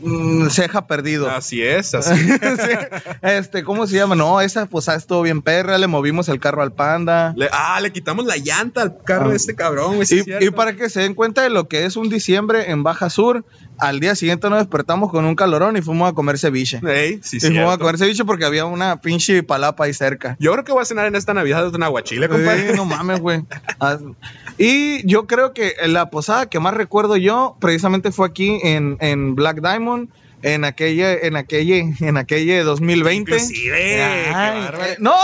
Speaker 2: Mm, ceja perdido.
Speaker 1: Así es, así.
Speaker 2: Sí. Este, ¿cómo se llama? No, esa posada estuvo bien perra, le movimos el carro al panda.
Speaker 1: Le- ah, le quitamos la llanta al carro de este cabrón. güey, sí es
Speaker 2: Ah. Y,
Speaker 1: cierto.
Speaker 2: y para que se den cuenta de lo que es un diciembre en Baja Sur, al día siguiente nos despertamos con un calorón y fuimos a comer ceviche.
Speaker 1: Ey, sí,
Speaker 2: y fuimos a
Speaker 1: cierto.
Speaker 2: comer ceviche porque había una pinche palapa ahí cerca.
Speaker 1: Yo creo que voy a cenar en esta Navidad de un aguachile, compadre.
Speaker 2: Ey, no mames, güey. Ah, Y yo creo que la posada que más recuerdo yo, precisamente fue aquí en, en Black Diamond, en aquella, en aquella, en aquella 2020.
Speaker 1: Inclusive, qué
Speaker 2: Ay,
Speaker 1: bárbaro.
Speaker 2: eh, ¡No!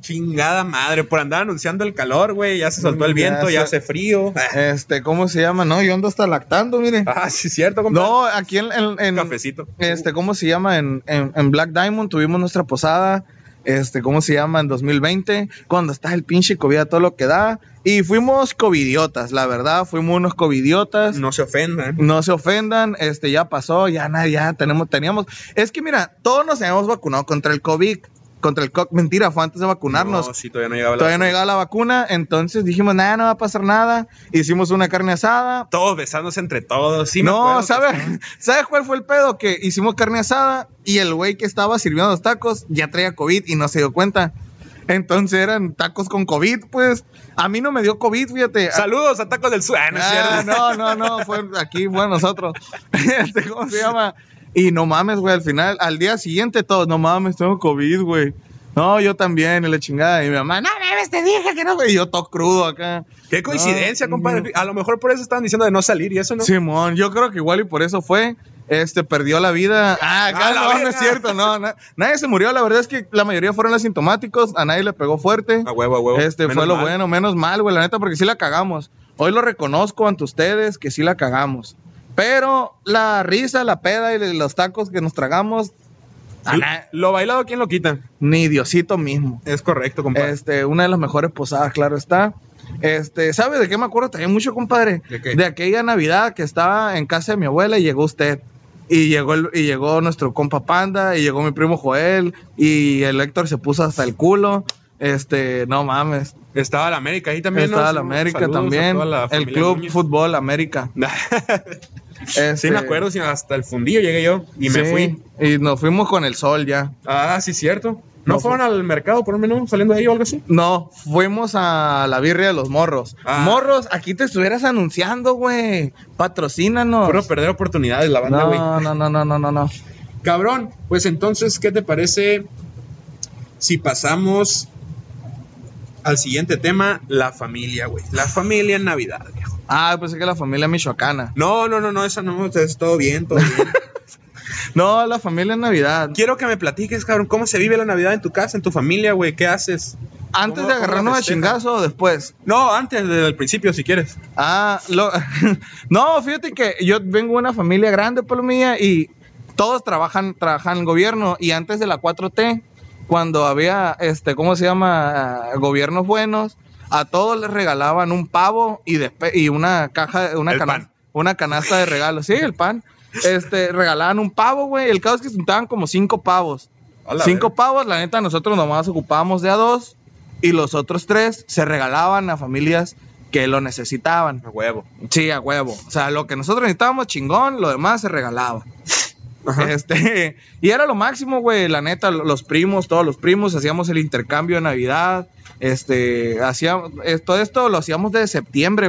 Speaker 1: Chingada madre, por andar anunciando el calor, güey. Ya se soltó el
Speaker 2: Ya
Speaker 1: viento, ya,
Speaker 2: se-
Speaker 1: hace frío.
Speaker 2: Este, ¿cómo se llama? No, yo ando hasta lactando, mire.
Speaker 1: Ah, sí, es cierto, compadre.
Speaker 2: No, aquí en, en- en-
Speaker 1: Un cafecito.
Speaker 2: este, ¿cómo se llama? En, en- en Black Diamond tuvimos nuestra posada, este, ¿cómo se llama? En 2020, cuando está el pinche COVID a todo lo que da. Y fuimos covidiotas, la verdad, fuimos unos covidiotas. No.
Speaker 1: No se ofendan.
Speaker 2: se ofendan, este, ya pasó, ya nada, ya tenemos, teníamos. Es que mira, todos nos habíamos vacunado contra el COVID, contra el COVID, mentira, fue antes de vacunarnos.
Speaker 1: No, sí, todavía no llegaba la
Speaker 2: Todavía no llegaba la vacuna, entonces dijimos, nada, no va a pasar nada. Hicimos una carne asada,
Speaker 1: todos besándose entre todos. Sí, me acuerdo
Speaker 2: no,
Speaker 1: que
Speaker 2: ¿sabes
Speaker 1: estaban-
Speaker 2: ¿sabe cuál fue el pedo? Que hicimos carne asada y el güey que estaba sirviendo los tacos ya traía COVID y no se dio cuenta. Entonces eran tacos con COVID, pues. A mí no me dio COVID, fíjate.
Speaker 1: Saludos a Tacos del Sur. Ah, no es
Speaker 2: Ah,
Speaker 1: cierto.
Speaker 2: no, no, no, fue aquí, fue a nosotros. Este, ¿Cómo se llama? Y no mames, güey, al final, al día siguiente todos, no mames, tengo COVID, güey. No, yo también, y la chingada. Y mi mamá, no mames, te dije que no, güey. Y yo todo crudo acá.
Speaker 1: Qué coincidencia,
Speaker 2: No,
Speaker 1: compadre. A lo mejor por eso estaban diciendo de no salir y eso no.
Speaker 2: Simón, yo creo que igual y por eso fue. Este perdió la vida. Ah,
Speaker 1: ¡A
Speaker 2: claro,
Speaker 1: la
Speaker 2: no, no
Speaker 1: verga!
Speaker 2: es cierto, no, na- nadie se murió. La verdad es que la mayoría fueron asintomáticos, a nadie le pegó fuerte.
Speaker 1: A huevo, a huevo.
Speaker 2: Este
Speaker 1: Menos
Speaker 2: fue lo
Speaker 1: mal.
Speaker 2: bueno, menos mal, güey, la neta, porque sí la cagamos. Hoy lo reconozco ante ustedes que sí la cagamos. Pero la risa, la peda y los tacos que nos tragamos, a na-
Speaker 1: Lo bailado, ¿quién lo quita?
Speaker 2: ni Diosito mismo.
Speaker 1: Es correcto, compadre.
Speaker 2: Este, una de las mejores posadas, claro está. Este, ¿sabe de qué me acuerdo también mucho, compadre?
Speaker 1: ¿De qué?
Speaker 2: aquella Navidad que estaba en casa de mi abuela y llegó usted. Y llegó, el- y llegó nuestro compa Panda, y llegó mi primo Joel, y el Héctor se puso hasta el culo. Este, no mames.
Speaker 1: Estaba la América ahí también. ¿no?
Speaker 2: estaba la
Speaker 1: Un
Speaker 2: América
Speaker 1: saludos a
Speaker 2: también.
Speaker 1: toda la
Speaker 2: El
Speaker 1: familia
Speaker 2: Club
Speaker 1: Núñez.
Speaker 2: Fútbol América.
Speaker 1: sí,
Speaker 2: Este-
Speaker 1: me acuerdo, sí, hasta el fundillo llegué yo y me fui.
Speaker 2: Y nos fuimos con el sol ya.
Speaker 1: Ah, sí, cierto. ¿No,
Speaker 2: No
Speaker 1: fueron al mercado por un menú saliendo de ahí o algo así?
Speaker 2: No, fuimos a la birria de los morros.
Speaker 1: Ah.
Speaker 2: Morros, aquí te estuvieras anunciando, güey. Patrocínanos.
Speaker 1: Puro perder oportunidades la banda, güey.
Speaker 2: no, no, no, no, no, no, no.
Speaker 1: Cabrón, pues entonces, ¿qué te parece si pasamos al siguiente tema? La familia, güey. La familia en Navidad, viejo.
Speaker 2: Ah, pensé que la familia michoacana.
Speaker 1: No, no, no, no, esa no, es todo bien, todo bien.
Speaker 2: No, la familia en Navidad.
Speaker 1: Quiero que me platiques, cabrón, cómo se vive la Navidad en tu casa, en tu familia, güey, ¿qué haces?
Speaker 2: Antes
Speaker 1: ¿Cómo- cómo
Speaker 2: de agarrarnos de
Speaker 1: festejan?
Speaker 2: chingazo o después.
Speaker 1: No, antes, desde el principio, si quieres.
Speaker 2: Ah, lo- no, fíjate que yo vengo de una familia grande, Palomilla, y todos trabajan, trabajan en gobierno. Y antes de la 4T, cuando había, este, ¿cómo se llama? Gobiernos buenos, a todos les regalaban un pavo y, despe- y una caja, una,
Speaker 1: El
Speaker 2: cana-
Speaker 1: pan.
Speaker 2: una canasta de regalos. Sí, el pan. Este, regalaban un pavo, güey. El caso es que se juntaban como cinco pavos.
Speaker 1: Hola,
Speaker 2: Cinco
Speaker 1: güey.
Speaker 2: pavos, la neta, nosotros nomás ocupábamos de a dos y los otros tres se regalaban a familias que lo necesitaban.
Speaker 1: A huevo.
Speaker 2: Sí, a huevo. O sea, lo que nosotros necesitábamos, chingón, lo demás se regalaba. Este, y era lo máximo, güey, la neta, lo- los primos, todos los primos, hacíamos el intercambio de Navidad, este, hacíamos, eh, todo esto lo hacíamos desde septiembre,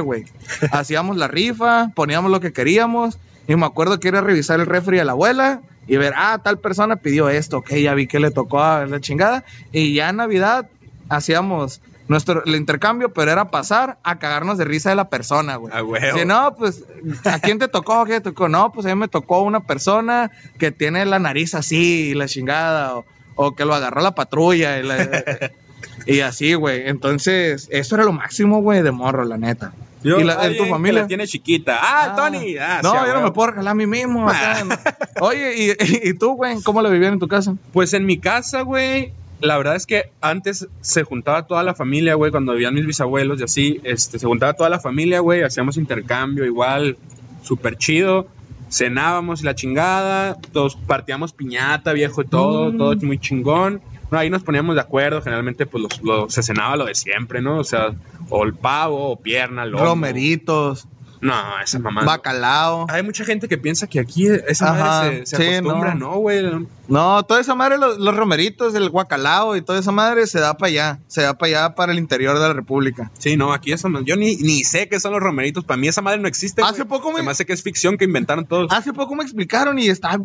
Speaker 2: güey. Hacíamos la rifa, poníamos lo que queríamos, y me acuerdo que era revisar el refri de la abuela y ver, ah, tal persona pidió esto, ok, ya vi que le tocó a la chingada, y ya en Navidad hacíamos nuestro el intercambio, pero era pasar a cagarnos de risa de la persona, güey.
Speaker 1: A huevo.
Speaker 2: Sí, no, pues, ¿a quién te tocó? ¿Qué te tocó? No, pues a mí me tocó una persona que tiene la nariz así, y la chingada, o, o que lo agarró la patrulla, y, la- y así, güey. Entonces, eso era lo máximo, güey, de morro, la neta.
Speaker 1: Yo,
Speaker 2: ¿Y la, en
Speaker 1: alguien
Speaker 2: tu
Speaker 1: que
Speaker 2: familia?
Speaker 1: la tiene chiquita. Ah,
Speaker 2: Ah,
Speaker 1: Tony. Ah,
Speaker 2: no,
Speaker 1: sí, a
Speaker 2: yo no
Speaker 1: huevo. Ah.
Speaker 2: me puedo regalar a mí mismo. acá, no. Oye, y, y tú, güey, cómo la vivían en tu casa?
Speaker 1: Pues en mi casa, güey, la verdad es que antes se juntaba toda la familia, güey, cuando vivían mis bisabuelos y así, este, se juntaba toda la familia, güey, hacíamos intercambio igual, súper chido, cenábamos y la chingada, todos partíamos piñata, viejo, y todo,
Speaker 2: Mm.
Speaker 1: todo muy chingón. Bueno, ahí nos poníamos de acuerdo, generalmente pues los, los- se cenaba lo de siempre, ¿no? O sea, o el pavo, o pierna, lomo.
Speaker 2: Romeritos,
Speaker 1: No, esa mamá. no.
Speaker 2: bacalao.
Speaker 1: Hay mucha gente que piensa que aquí esa
Speaker 2: Ajá,
Speaker 1: madre se, se
Speaker 2: sí,
Speaker 1: acostumbra,
Speaker 2: no.
Speaker 1: ¿no, güey?
Speaker 2: No, toda esa madre, los, los romeritos, el guacalao y toda esa madre se da para allá, se da para allá, para el interior de la República.
Speaker 1: Sí, no, aquí eso no- yo ni, ni sé qué son los romeritos. Para mí esa madre no existe.
Speaker 2: Hace
Speaker 1: güey.
Speaker 2: poco Ah, me-
Speaker 1: Se me hace que es ficción que inventaron todos.
Speaker 2: Hace poco me explicaron y está,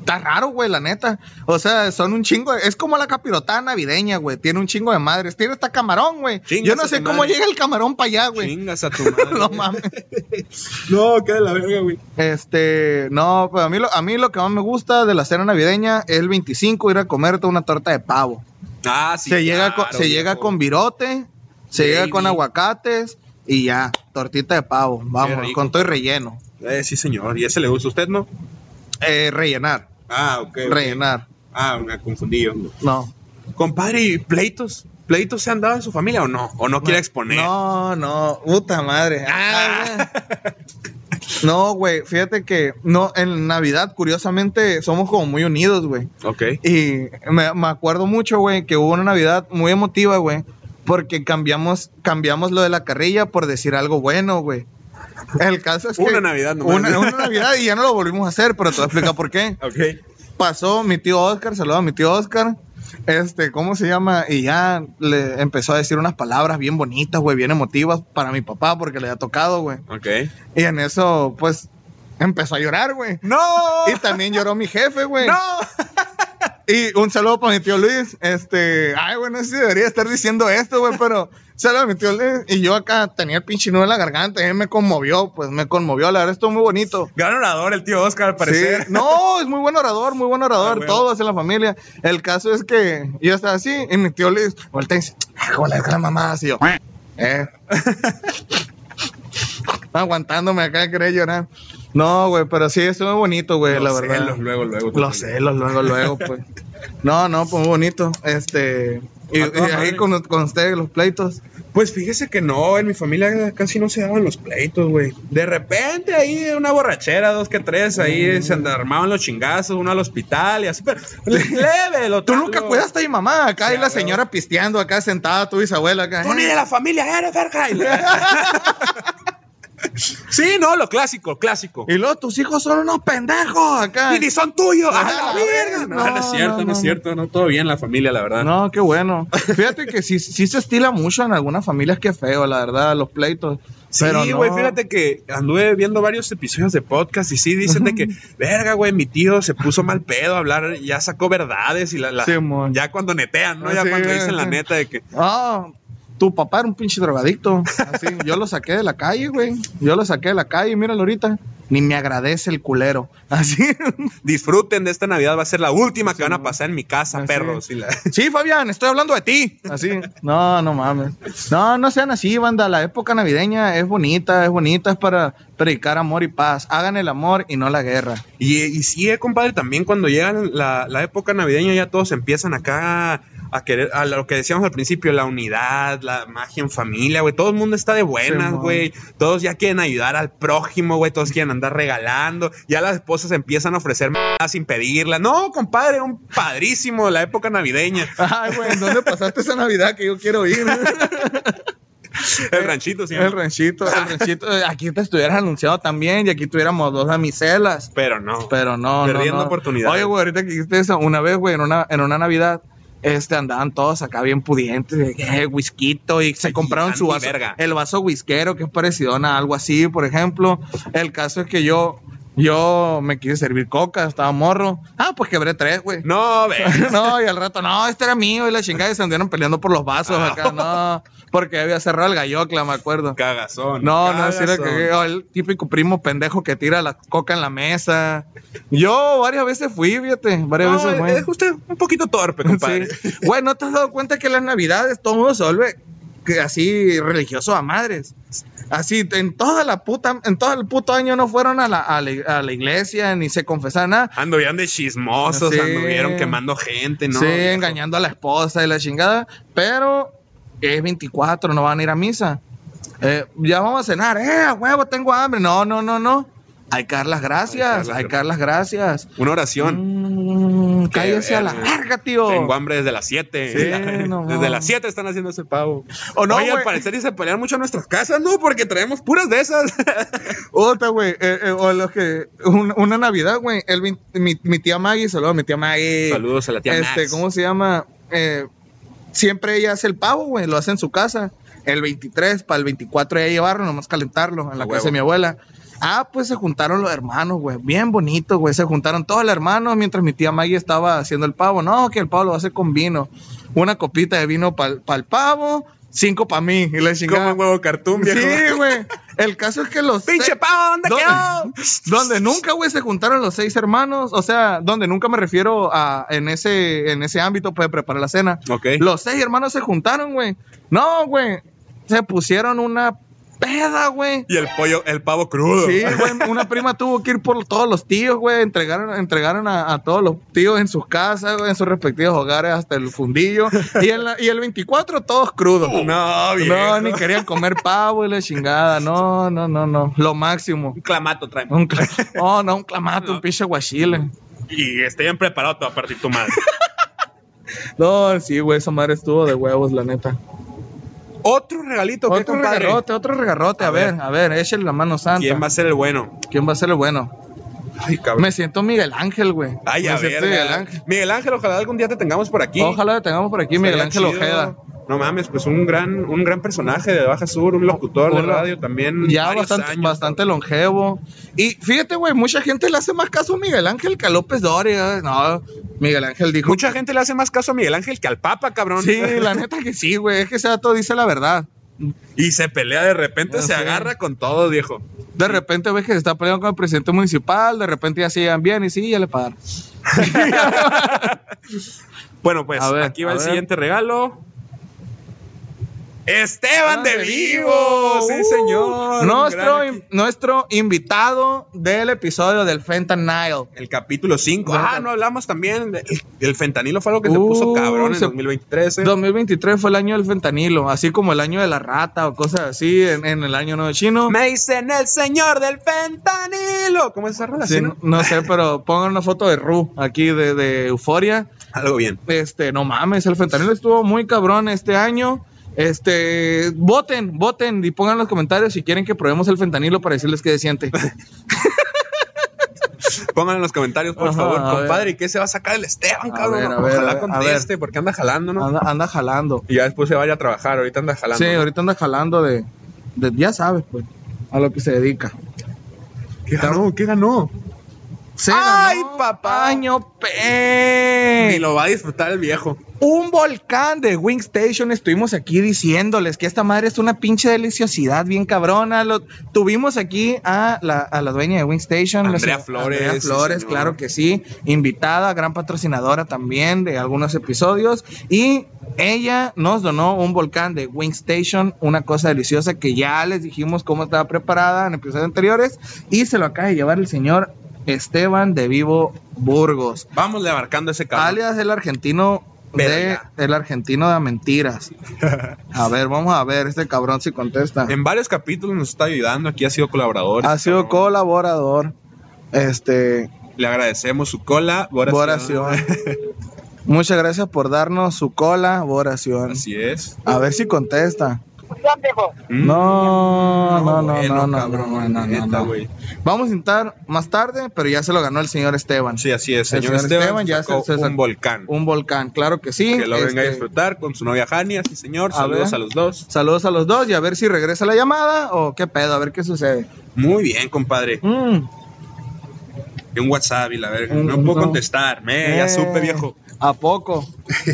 Speaker 2: está raro, güey, la neta. O sea, son un chingo. de- es como la capirotada navideña, güey. Tiene un chingo de madres. Tiene hasta camarón, güey.
Speaker 1: Chingas
Speaker 2: Yo no
Speaker 1: a
Speaker 2: sé
Speaker 1: tu
Speaker 2: cómo
Speaker 1: madre.
Speaker 2: llega el camarón para allá, güey.
Speaker 1: Chingas a tu madre.
Speaker 2: No mames.
Speaker 1: No, qué de la verga, güey.
Speaker 2: Este, no, pero a mí, lo, a mí lo que más me gusta de la cena navideña es el 25 ir a comerte una torta de pavo.
Speaker 1: Ah, sí.
Speaker 2: se llega,
Speaker 1: claro,
Speaker 2: con, se llega
Speaker 1: viejo.
Speaker 2: con virote, se llega con
Speaker 1: Baby.
Speaker 2: aguacates y ya, tortita de pavo. Vamos,
Speaker 1: rico.
Speaker 2: con todo y relleno.
Speaker 1: Eh, sí, señor. ¿Y ese le gusta a usted, no?
Speaker 2: Eh, rellenar,
Speaker 1: Ah, ok. ok.
Speaker 2: rellenar.
Speaker 1: Ah, me confundí yo.
Speaker 2: No.
Speaker 1: Compadre, ¿y pleitos? ¿Pleitos se han dado en su familia o no? ¿O no quiere exponer?
Speaker 2: No, no, puta madre. Ah, güey. no, güey, fíjate que no, en Navidad, curiosamente, somos como muy unidos, güey.
Speaker 1: Ok.
Speaker 2: Y me, me acuerdo mucho, güey, que hubo una Navidad muy emotiva, güey. Porque cambiamos, cambiamos lo de la carrilla por decir algo bueno, güey. El caso es que.
Speaker 1: Una Navidad nomás.
Speaker 2: Una, una Navidad y ya no lo volvimos a hacer, pero te voy a explicar por qué
Speaker 1: Ok.
Speaker 2: pasó mi tío Oscar, saludo a mi tío Oscar. Este, ¿cómo se llama? Y ya le empezó a decir unas palabras bien bonitas, güey, bien emotivas para mi papá porque le había tocado, güey.
Speaker 1: Ok.
Speaker 2: Y en eso, pues, empezó a llorar, güey.
Speaker 1: ¡No!
Speaker 2: Y también lloró mi jefe, güey.
Speaker 1: ¡No!
Speaker 2: Y un saludo para mi tío Luis. Este, ay, bueno, sí debería estar diciendo esto, güey, pero saludo a mi tío Luis. Y yo acá tenía el pinche nudo en la garganta, y él me conmovió, pues me conmovió, la verdad estuvo muy bonito.
Speaker 1: Gran orador el tío Oscar, al parecer.
Speaker 2: Sí. No, es muy buen orador, muy buen
Speaker 1: Ah,
Speaker 2: orador,
Speaker 1: bueno.
Speaker 2: todos en la familia. El caso es que yo estaba así y mi tío le dice, voltea y dice, "Ah, ¿cómo le haces a la mamá? Así yo, eh. Aguantándome acá, quería llorar. No, güey, pero sí, es muy bonito, güey, la
Speaker 1: Los
Speaker 2: verdad.
Speaker 1: celos, luego, luego.
Speaker 2: Los celos, luego, luego, pues. No, no, pues muy bonito. Este, y,
Speaker 1: A toda
Speaker 2: y ahí
Speaker 1: madre.
Speaker 2: con, con ustedes, los pleitos.
Speaker 1: Pues fíjese que no, en mi familia casi no se daban los pleitos, güey. De repente ahí una borrachera, dos que tres, ahí
Speaker 2: Mm.
Speaker 1: se and- armaban los chingazos, uno al hospital y así, pero le- leve, lo
Speaker 2: Tú nunca
Speaker 1: lo-
Speaker 2: cuidaste a mi mamá, acá
Speaker 1: Ah, Sí,
Speaker 2: y
Speaker 1: a
Speaker 2: la
Speaker 1: huevo.
Speaker 2: señora pisteando acá sentada, tu bisabuela acá.
Speaker 1: Tú ni de la familia eres, verga. Y le- Sí, no, lo clásico, clásico.
Speaker 2: Y luego tus hijos son unos pendejos acá.
Speaker 1: Y ni son tuyos. ¡A
Speaker 2: Ah,
Speaker 1: la verga! No,
Speaker 2: no,
Speaker 1: no es cierto,
Speaker 2: no,
Speaker 1: no,
Speaker 2: no.
Speaker 1: es cierto. No, todo bien la familia, la verdad.
Speaker 2: No, qué bueno. Fíjate que sí, sí se estila mucho en algunas familias, qué feo, la verdad, los pleitos.
Speaker 1: Sí,
Speaker 2: pero no.
Speaker 1: güey, fíjate que anduve viendo varios episodios de podcast y sí dicen de que, verga, güey, mi tío se puso mal pedo a hablar, ya sacó verdades y la, la-
Speaker 2: Simón.
Speaker 1: ya cuando netean, ¿no?
Speaker 2: Ah,
Speaker 1: Ya
Speaker 2: sí,
Speaker 1: cuando
Speaker 2: güey,
Speaker 1: dicen la
Speaker 2: sí.
Speaker 1: neta de que,
Speaker 2: Ah, tu papá era un pinche drogadicto. Así, yo lo saqué de la calle, güey. Yo lo saqué de la calle, míralo ahorita. Ni me agradece el culero. Así.
Speaker 1: disfruten de esta Navidad, va a ser la última que van a pasar en mi casa,
Speaker 2: Así.
Speaker 1: perros. Y la-
Speaker 2: Sí, Fabián, estoy hablando de ti. Así. No, no mames. No, no sean así, banda. La época navideña es bonita, es bonita, es para predicar amor y paz. Hagan el amor y no la guerra.
Speaker 1: Y, y sí, eh, compadre, también cuando llega la, la época navideña ya todos empiezan acá a, querer, a lo que decíamos al principio, la unidad, la magia en familia, güey. Todo el mundo está de buenas,
Speaker 2: Simón.
Speaker 1: güey. Todos ya quieren ayudar al prójimo, güey. Todos quieren andar regalando. Ya las esposas empiezan a ofrecer más sin pedirla. No, compadre, era un padrísimo la época navideña.
Speaker 2: Ay, güey, ¿dónde pasaste esa Navidad que yo quiero ir?
Speaker 1: El ranchito, sí.
Speaker 2: El ranchito, el ranchito. Eh, Aquí te estuvieras anunciado también y aquí tuviéramos dos damiselas.
Speaker 1: Pero no.
Speaker 2: Pero no, no,
Speaker 1: Perdiendo
Speaker 2: no.
Speaker 1: oportunidades.
Speaker 2: Oye, güey, ahorita que dijiste eso, una vez, güey, en una, en una Navidad, este, andaban todos acá bien pudientes, de que, eh, whiskito, y se
Speaker 1: Sí,
Speaker 2: compraron su vaso,
Speaker 1: antiverga.
Speaker 2: el vaso whiskero, que es parecido a algo así, por ejemplo. El caso es que yo, yo me quise servir coca, estaba morro. Ah, pues quebré tres, güey.
Speaker 1: No, ve.
Speaker 2: No, y al rato, no, este era mío, y la chingada, y se anduvieron peleando por los vasos acá,
Speaker 1: Ah.
Speaker 2: no, porque había cerrado el gallocla, me acuerdo.
Speaker 1: Cagazón.
Speaker 2: No, no, sí la
Speaker 1: cagazón.
Speaker 2: cagué. O el típico primo pendejo que tira la coca en la mesa. Yo varias veces fui, fíjate, varias
Speaker 1: No,
Speaker 2: veces
Speaker 1: es- es
Speaker 2: fui.
Speaker 1: usted un poquito torpe, compadre.
Speaker 2: Sí. Güey, ¿no te has dado cuenta que en las navidades todo mundo se vuelve que así religioso a madres? Así, en toda la puta, en todo el puto año no fueron a la, a la, a la iglesia ni se confesaron nada.
Speaker 1: Anduvieron de chismosos,
Speaker 2: Sí.
Speaker 1: anduvieron quemando gente, ¿no?
Speaker 2: sí,
Speaker 1: Viejo.
Speaker 2: engañando a la esposa y la chingada, pero es 24, no van a ir a misa. Eh, ya vamos a cenar, eh, a huevo, tengo hambre. No, no, no, no. Hay que dar las gracias, hay que dar las gracias.
Speaker 1: Una oración.
Speaker 2: Mm, cállese a la
Speaker 1: verga.
Speaker 2: verga, tío.
Speaker 1: Tengo hambre desde las 7.
Speaker 2: Sí, no
Speaker 1: desde
Speaker 2: mames.
Speaker 1: las 7 están haciendo ese pavo.
Speaker 2: O no,
Speaker 1: Oye, al
Speaker 2: güey.
Speaker 1: parecer y se pelean mucho en nuestras casas, ¿no? Porque traemos puras de esas.
Speaker 2: Otra, güey, eh, eh, o los que, un- una Navidad, güey, el vein- mi, mi tía Maggie, saludos a mi tía Maggie.
Speaker 1: Saludos a la tía
Speaker 2: este,
Speaker 1: Max.
Speaker 2: ¿cómo se llama? Eh, siempre ella hace el pavo, güey, lo hace en su casa. El 23 para el 24 ella llevarlo, nomás calentarlo en la
Speaker 1: A
Speaker 2: casa
Speaker 1: huevo.
Speaker 2: de mi abuela. Ah, pues se juntaron los hermanos, güey, bien bonito, güey. Se juntaron todos los hermanos mientras mi tía Maggie estaba haciendo el pavo. No, que el pavo lo va a hacer con vino. Una copita de vino para el pavo, cinco para mí. Y la
Speaker 1: Como
Speaker 2: chingada.
Speaker 1: un huevo cartoon, viejo.
Speaker 2: Sí, güey. El caso es que los.
Speaker 1: ¡Pinche
Speaker 2: seis-
Speaker 1: pavo! ¿Dónde
Speaker 2: Do-
Speaker 1: quedó?
Speaker 2: Donde nunca, güey, se juntaron los seis hermanos. O sea, donde nunca me refiero a en ese, en ese ámbito para preparar la cena.
Speaker 1: Ok.
Speaker 2: Los seis hermanos se juntaron, güey. No, güey. Se pusieron una peda, güey.
Speaker 1: Y el pollo, el pavo crudo.
Speaker 2: Sí, güey, una prima tuvo que ir por todos los tíos, güey. Entregaron, entregaron a, a todos los tíos en sus casas, güey, en sus respectivos hogares, hasta el fundillo. Y, en la- y el 24, todos crudos.
Speaker 1: No, Oh, viejo.
Speaker 2: No, ni querían comer pavo y la chingada. No, no, no, no. Lo máximo.
Speaker 1: Un clamato traen.
Speaker 2: Un cla- oh, no, un clamato, un pinche guachile.
Speaker 1: Y estén preparados para partir tu madre.
Speaker 2: No, sí, güey, esa madre estuvo de huevos, la neta.
Speaker 1: Otro regalito, ¿qué,
Speaker 2: Otro
Speaker 1: compadre?
Speaker 2: regarrote, otro regarrote. A,
Speaker 1: A
Speaker 2: ver,
Speaker 1: ver.
Speaker 2: a ver, échale la mano santa.
Speaker 1: ¿Quién va a ser el bueno?
Speaker 2: a ser el bueno?
Speaker 1: Ay, cabrón.
Speaker 2: Me siento Miguel Ángel, güey.
Speaker 1: Ay, a
Speaker 2: Me siento
Speaker 1: ver.
Speaker 2: Miguel Ángel.
Speaker 1: Miguel Ángel, ojalá algún día te tengamos por aquí.
Speaker 2: Ojalá lo tengamos por aquí, Miguel Ángel
Speaker 1: Estaría chido.
Speaker 2: Ojeda.
Speaker 1: No mames, pues un gran, un gran personaje de Baja Sur, un locutor de
Speaker 2: Hola.
Speaker 1: radio también.
Speaker 2: Ya
Speaker 1: varios
Speaker 2: bastante,
Speaker 1: años.
Speaker 2: bastante longevo. Y fíjate, güey, mucha gente le hace más caso a Miguel Ángel que a López Doria. No, Miguel Ángel dijo.
Speaker 1: Mucha gente le hace más caso a Miguel Ángel que al Papa, cabrón.
Speaker 2: Sí, la neta que sí, güey. Es que ese dato dice la verdad.
Speaker 1: Y se pelea de repente,
Speaker 2: Ya
Speaker 1: se
Speaker 2: sé.
Speaker 1: agarra con todo, viejo.
Speaker 2: De repente ves que se está peleando con el presidente municipal, de repente ya se llevan bien y sí, ya le pagaron.
Speaker 1: Bueno, pues
Speaker 2: A ver,
Speaker 1: aquí va
Speaker 2: a
Speaker 1: el
Speaker 2: ver.
Speaker 1: siguiente regalo.
Speaker 2: Ah,
Speaker 1: Esteban de Vivo, sí
Speaker 2: Uh,
Speaker 1: señor.
Speaker 2: Nuestro,
Speaker 1: Un gran-
Speaker 2: in- nuestro invitado del episodio del Fentanyl.
Speaker 1: el capítulo 5.
Speaker 2: Bueno,
Speaker 1: Ah,
Speaker 2: cap-
Speaker 1: no hablamos también. de- El fentanilo fue algo que te
Speaker 2: Uh,
Speaker 1: puso cabrón en
Speaker 2: se-
Speaker 1: 2023. eh.
Speaker 2: 2023 fue el año del fentanilo, así como el año de la rata o cosas así en, en el año nuevo chino.
Speaker 1: Me dicen el señor del fentanilo. ¿Cómo es esa
Speaker 2: Sí,
Speaker 1: relación?
Speaker 2: no, no sé, pero pongan una foto de Ru aquí de, de Euforia.
Speaker 1: Algo bien.
Speaker 2: Este, no mames, el fentanilo estuvo muy cabrón este año. Este, voten, voten y pongan en los comentarios si quieren que probemos el fentanilo para decirles qué se siente.
Speaker 1: Pongan en los comentarios, por
Speaker 2: Ajá,
Speaker 1: favor,
Speaker 2: a
Speaker 1: compadre, ¿qué se va a sacar el Esteban,
Speaker 2: A
Speaker 1: cabrón?
Speaker 2: ver, a ver, a
Speaker 1: Ojalá
Speaker 2: ver,
Speaker 1: conteste, porque anda jalando, ¿no?
Speaker 2: Anda, anda jalando.
Speaker 1: Y ya después se vaya a trabajar, ahorita anda jalando.
Speaker 2: Sí, ahorita anda jalando de, de- ya sabes, pues, a lo que se dedica.
Speaker 1: ¿Qué ganó? ¿Qué ganó?
Speaker 2: Se
Speaker 1: ¡Ay,
Speaker 2: ganó
Speaker 1: papá!
Speaker 2: Paño
Speaker 1: Y
Speaker 2: P.
Speaker 1: lo va a disfrutar el viejo.
Speaker 2: Un volcán de Wing Station. Estuvimos aquí diciéndoles que esta madre es una pinche deliciosidad bien cabrona. Lo, tuvimos aquí a la, a la dueña de Wing Station. la
Speaker 1: Andrea
Speaker 2: señora-
Speaker 1: Flores,
Speaker 2: Andrea
Speaker 1: sí,
Speaker 2: Flores,
Speaker 1: señor.
Speaker 2: claro que sí. Invitada, gran patrocinadora también de algunos episodios. Y ella nos donó un volcán de Wing Station, una cosa deliciosa que ya les dijimos cómo estaba preparada en episodios anteriores. Y se lo acaba de llevar el señor Esteban de Vivo Burgos.
Speaker 1: Vamos le abarcando ese cabrón.
Speaker 2: Alias el argentino
Speaker 1: Pero
Speaker 2: de
Speaker 1: ya.
Speaker 2: el argentino de mentiras. A ver, vamos a ver este cabrón si contesta.
Speaker 1: En varios capítulos nos está ayudando, aquí ha sido colaborador.
Speaker 2: Ha sido
Speaker 1: cabrón.
Speaker 2: colaborador. Este,
Speaker 1: Le agradecemos su colaboración.
Speaker 2: oración. Muchas gracias por darnos su colaboración.
Speaker 1: Así es.
Speaker 2: A ver si contesta.
Speaker 6: viejo.
Speaker 1: Mm.
Speaker 2: No, no, no,
Speaker 1: bueno,
Speaker 2: no, no,
Speaker 1: cabrón,
Speaker 2: no, no, no,
Speaker 1: neta,
Speaker 2: no.
Speaker 1: güey.
Speaker 2: Vamos a intentar más tarde, pero ya se lo ganó el señor Esteban.
Speaker 1: Sí, así es.
Speaker 2: El
Speaker 1: Señor, Esteban, ya sacó
Speaker 2: se
Speaker 1: un
Speaker 2: sacó
Speaker 1: volcán.
Speaker 2: Un volcán, claro que sí.
Speaker 1: que lo venga a
Speaker 2: Este,
Speaker 1: disfrutar con su novia Hani, así señor.
Speaker 2: A
Speaker 1: Saludos
Speaker 2: ver.
Speaker 1: a los dos.
Speaker 2: Saludos a los dos y a ver si regresa la llamada o qué pedo, a ver qué sucede.
Speaker 1: Muy bien, compadre.
Speaker 2: Mm,
Speaker 1: Un WhatsApp y la verga.
Speaker 2: Mm,
Speaker 1: No puedo
Speaker 2: no.
Speaker 1: contestar. Me, ya
Speaker 2: eh,
Speaker 1: supe, viejo.
Speaker 2: ¿A poco?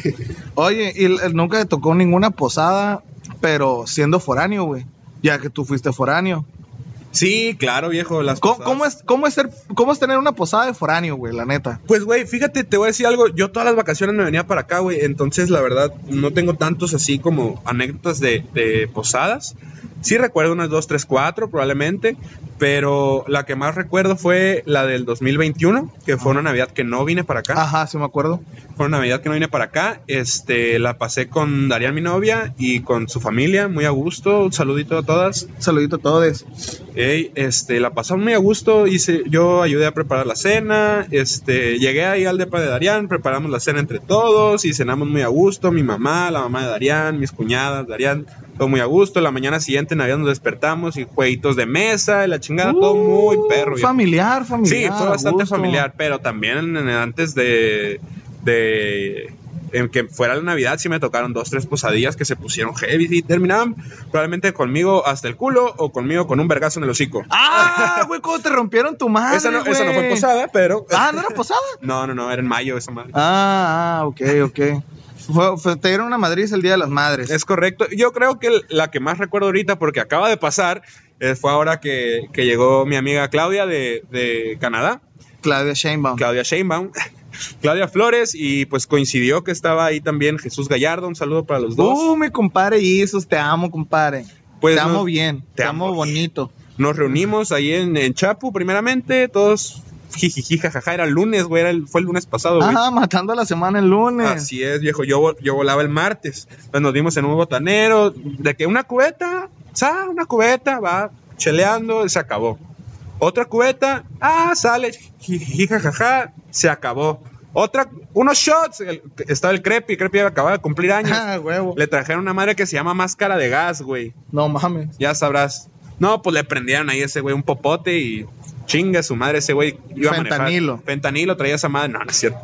Speaker 2: Oye, y l- nunca te tocó ninguna posada, pero siendo foráneo, güey. Ya que tú fuiste foráneo.
Speaker 1: Sí, claro, viejo. Las
Speaker 2: ¿Cómo,
Speaker 1: posadas.
Speaker 2: cómo es, cómo, es ser, ¿Cómo es tener una posada de foráneo, güey? La neta.
Speaker 1: Pues, güey, fíjate, te voy a decir algo. Yo todas las vacaciones me venía para acá, güey. Entonces, la verdad, no tengo tantos así como anécdotas de, de posadas. Sí recuerdo unas dos, tres, cuatro, probablemente. Pero la que más recuerdo fue la del 2021, que fue una Navidad que no vine para acá.
Speaker 2: Ajá, sí me acuerdo.
Speaker 1: Fue una Navidad que no vine para acá. Este, la pasé con Darían, mi novia, y con su familia, muy a gusto. Un saludito a todas.
Speaker 2: Saludito a todos.
Speaker 1: Ey, este, la pasamos muy a gusto. Hice, yo ayudé a preparar la cena. Este, llegué ahí al depa de Darían, preparamos la cena entre todos y cenamos muy a gusto. Mi mamá, la mamá de Darían, mis cuñadas, Darían, todo muy a gusto. La mañana siguiente en Navidad nos despertamos y jueguitos de mesa, y la chingada, todo muy perro. viejo.
Speaker 2: Uh, Familiar,
Speaker 1: Sí,
Speaker 2: familiar.
Speaker 1: fue
Speaker 2: a
Speaker 1: bastante
Speaker 2: gusto.
Speaker 1: familiar, pero también en- en- antes de, de en que fuera la Navidad sí me tocaron dos, tres posadillas que se pusieron heavy y terminaban probablemente conmigo hasta el culo o conmigo con un vergazo en el hocico.
Speaker 2: Ah, güey, ¿cómo te rompieron tu madre?
Speaker 1: esa, no, esa no fue
Speaker 2: güey?
Speaker 1: posada, pero...
Speaker 2: Ah, ¿no era posada?
Speaker 1: No, no, no, era en mayo esa madre.
Speaker 2: Ah, ah, ok, ok. Fue- fue- te dieron una Madrid el Día de las Madres.
Speaker 1: Es correcto. Yo creo que la que más recuerdo ahorita, porque acaba de pasar, eh, fue ahora que, que llegó mi amiga Claudia de, de Canadá.
Speaker 2: Claudia Sheinbaum.
Speaker 1: Claudia Sheinbaum, Claudia Flores y pues coincidió que estaba ahí también Jesús Gallardo, un saludo para los dos.
Speaker 2: Uh, mi compadre Jesús, te amo, compadre.
Speaker 1: Pues
Speaker 2: te
Speaker 1: no-
Speaker 2: amo bien,
Speaker 1: te
Speaker 2: te, amo,
Speaker 1: amo
Speaker 2: bonito.
Speaker 1: Nos reunimos ahí en, en Chapu primeramente, todos jijiji, jajaja, era el lunes, güey, era el- fue el lunes pasado, güey.
Speaker 2: Ajá, matando la semana el lunes.
Speaker 1: Así es, viejo, yo, vo- yo volaba el martes, pues nos dimos en un botanero, de que una cubeta, sa, una cubeta, va cheleando, se acabó. Otra cubeta, ah, sale, jijiji, jajaja, se acabó. Otra, unos shots, el- estaba el crepi, crepi acababa de cumplir años.
Speaker 2: Ah, huevo.
Speaker 1: Le trajeron una madre que se llama máscara de gas, güey.
Speaker 2: No mames.
Speaker 1: Ya sabrás. No, pues le prendieron ahí a ese güey un popote y chinga su madre ese güey. Iba A
Speaker 2: Fentanilo.
Speaker 1: manejar. Fentanilo traía esa madre. No, no es cierto.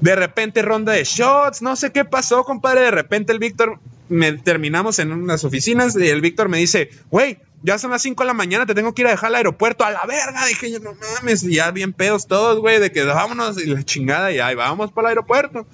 Speaker 1: De repente ronda de shots. No sé qué pasó, compadre. De repente el Víctor. Me, terminamos en unas oficinas y el Víctor me dice, güey, ya son las 5 de la mañana, te tengo que ir a dejar al aeropuerto. A la verga, dije yo, no mames, y ya bien pedos todos, güey, de que vámonos y la chingada, y ahí vamos para el aeropuerto.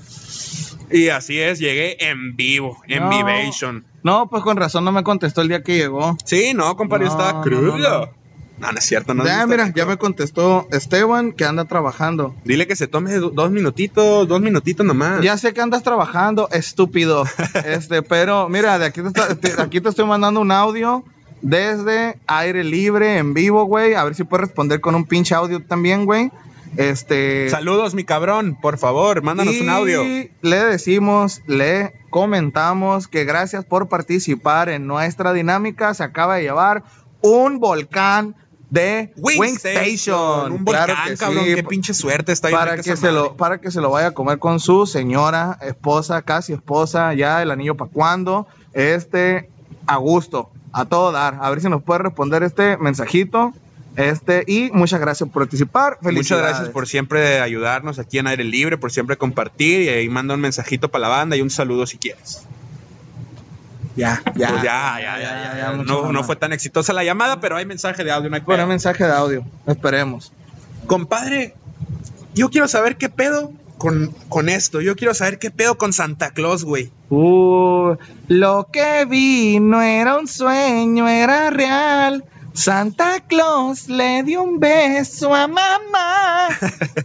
Speaker 1: Y así es, llegué en vivo, en
Speaker 2: No.
Speaker 1: Vivation.
Speaker 2: No, pues con razón no me contestó el día que llegó.
Speaker 1: Sí, no, compadre, yo
Speaker 2: No,
Speaker 1: estaba
Speaker 2: no,
Speaker 1: crudo. No,
Speaker 2: no,
Speaker 1: no, es cierto, no.
Speaker 2: ya,
Speaker 1: no
Speaker 2: mira,
Speaker 1: está-
Speaker 2: ya me contestó Esteban que anda trabajando.
Speaker 1: Dile que se tome do- dos minutitos, dos minutitos nomás.
Speaker 2: Ya sé que andas trabajando, estúpido. Este, pero mira, de aquí te, está- te- aquí te estoy mandando un audio desde aire libre, en vivo, güey. A ver si puedes responder con un pinche audio también, güey. Este.
Speaker 1: Saludos, mi cabrón, por favor, mándanos
Speaker 2: y
Speaker 1: un audio.
Speaker 2: Le decimos, le comentamos que gracias por participar en nuestra dinámica. Se acaba de llevar un volcán de Wing, Station.
Speaker 1: Un
Speaker 2: Claro
Speaker 1: volcán,
Speaker 2: que sí,
Speaker 1: cabrón, qué pinche suerte está ahí.
Speaker 2: para que, se lo, para que se lo vaya a comer con su señora, esposa, casi esposa, ya el anillo para cuando. este, a gusto, a todo dar. A ver si nos puede responder este mensajito. Este, y muchas gracias por participar.
Speaker 1: Muchas
Speaker 2: Felicidades.
Speaker 1: gracias por siempre ayudarnos aquí en Aire Libre, por siempre compartir y ahí manda un mensajito para la banda y un saludo si quieres.
Speaker 2: Ya, ya.
Speaker 1: Pues ya, ya, ya, ya, ya.
Speaker 2: muchas
Speaker 1: No, no
Speaker 2: gracias.
Speaker 1: fue tan exitosa la llamada, pero hay mensaje de audio, no hay
Speaker 2: Bueno,
Speaker 1: pedo.
Speaker 2: mensaje de audio. Esperemos.
Speaker 1: Compadre, yo quiero saber qué pedo con, con esto. Yo quiero saber qué pedo con Santa Claus, güey.
Speaker 2: Uh, lo que vi no era un sueño, era real. Santa Claus le dio un beso a mamá.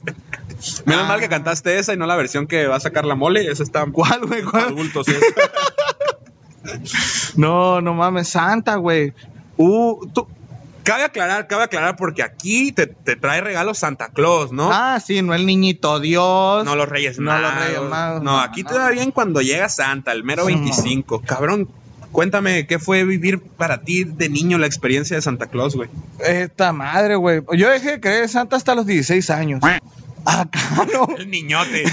Speaker 1: Menos
Speaker 2: Ah.
Speaker 1: mal que cantaste esa y no la versión que va a sacar la mole. Esa está
Speaker 2: ¿Cuál, güey?
Speaker 1: para
Speaker 2: ¿Cuál?
Speaker 1: adultos. ¿eh?
Speaker 2: No, no mames, Santa, güey. Uh, tú.
Speaker 1: Cabe aclarar, cabe aclarar, porque aquí te, te trae regalos Santa Claus, ¿no?
Speaker 2: Ah, sí, no el niñito Dios.
Speaker 1: No los Reyes
Speaker 2: No los
Speaker 1: Magos.
Speaker 2: Reyes Magos,
Speaker 1: No,
Speaker 2: no,
Speaker 1: aquí
Speaker 2: no.
Speaker 1: te da bien cuando llega Santa, el mero
Speaker 2: Sí,
Speaker 1: 25. Cabrón, cuéntame qué fue vivir para ti de niño la experiencia de Santa Claus, güey.
Speaker 2: Esta madre, güey. Yo dejé de creer en Santa hasta los 16 años. Acá no.
Speaker 1: El niñote.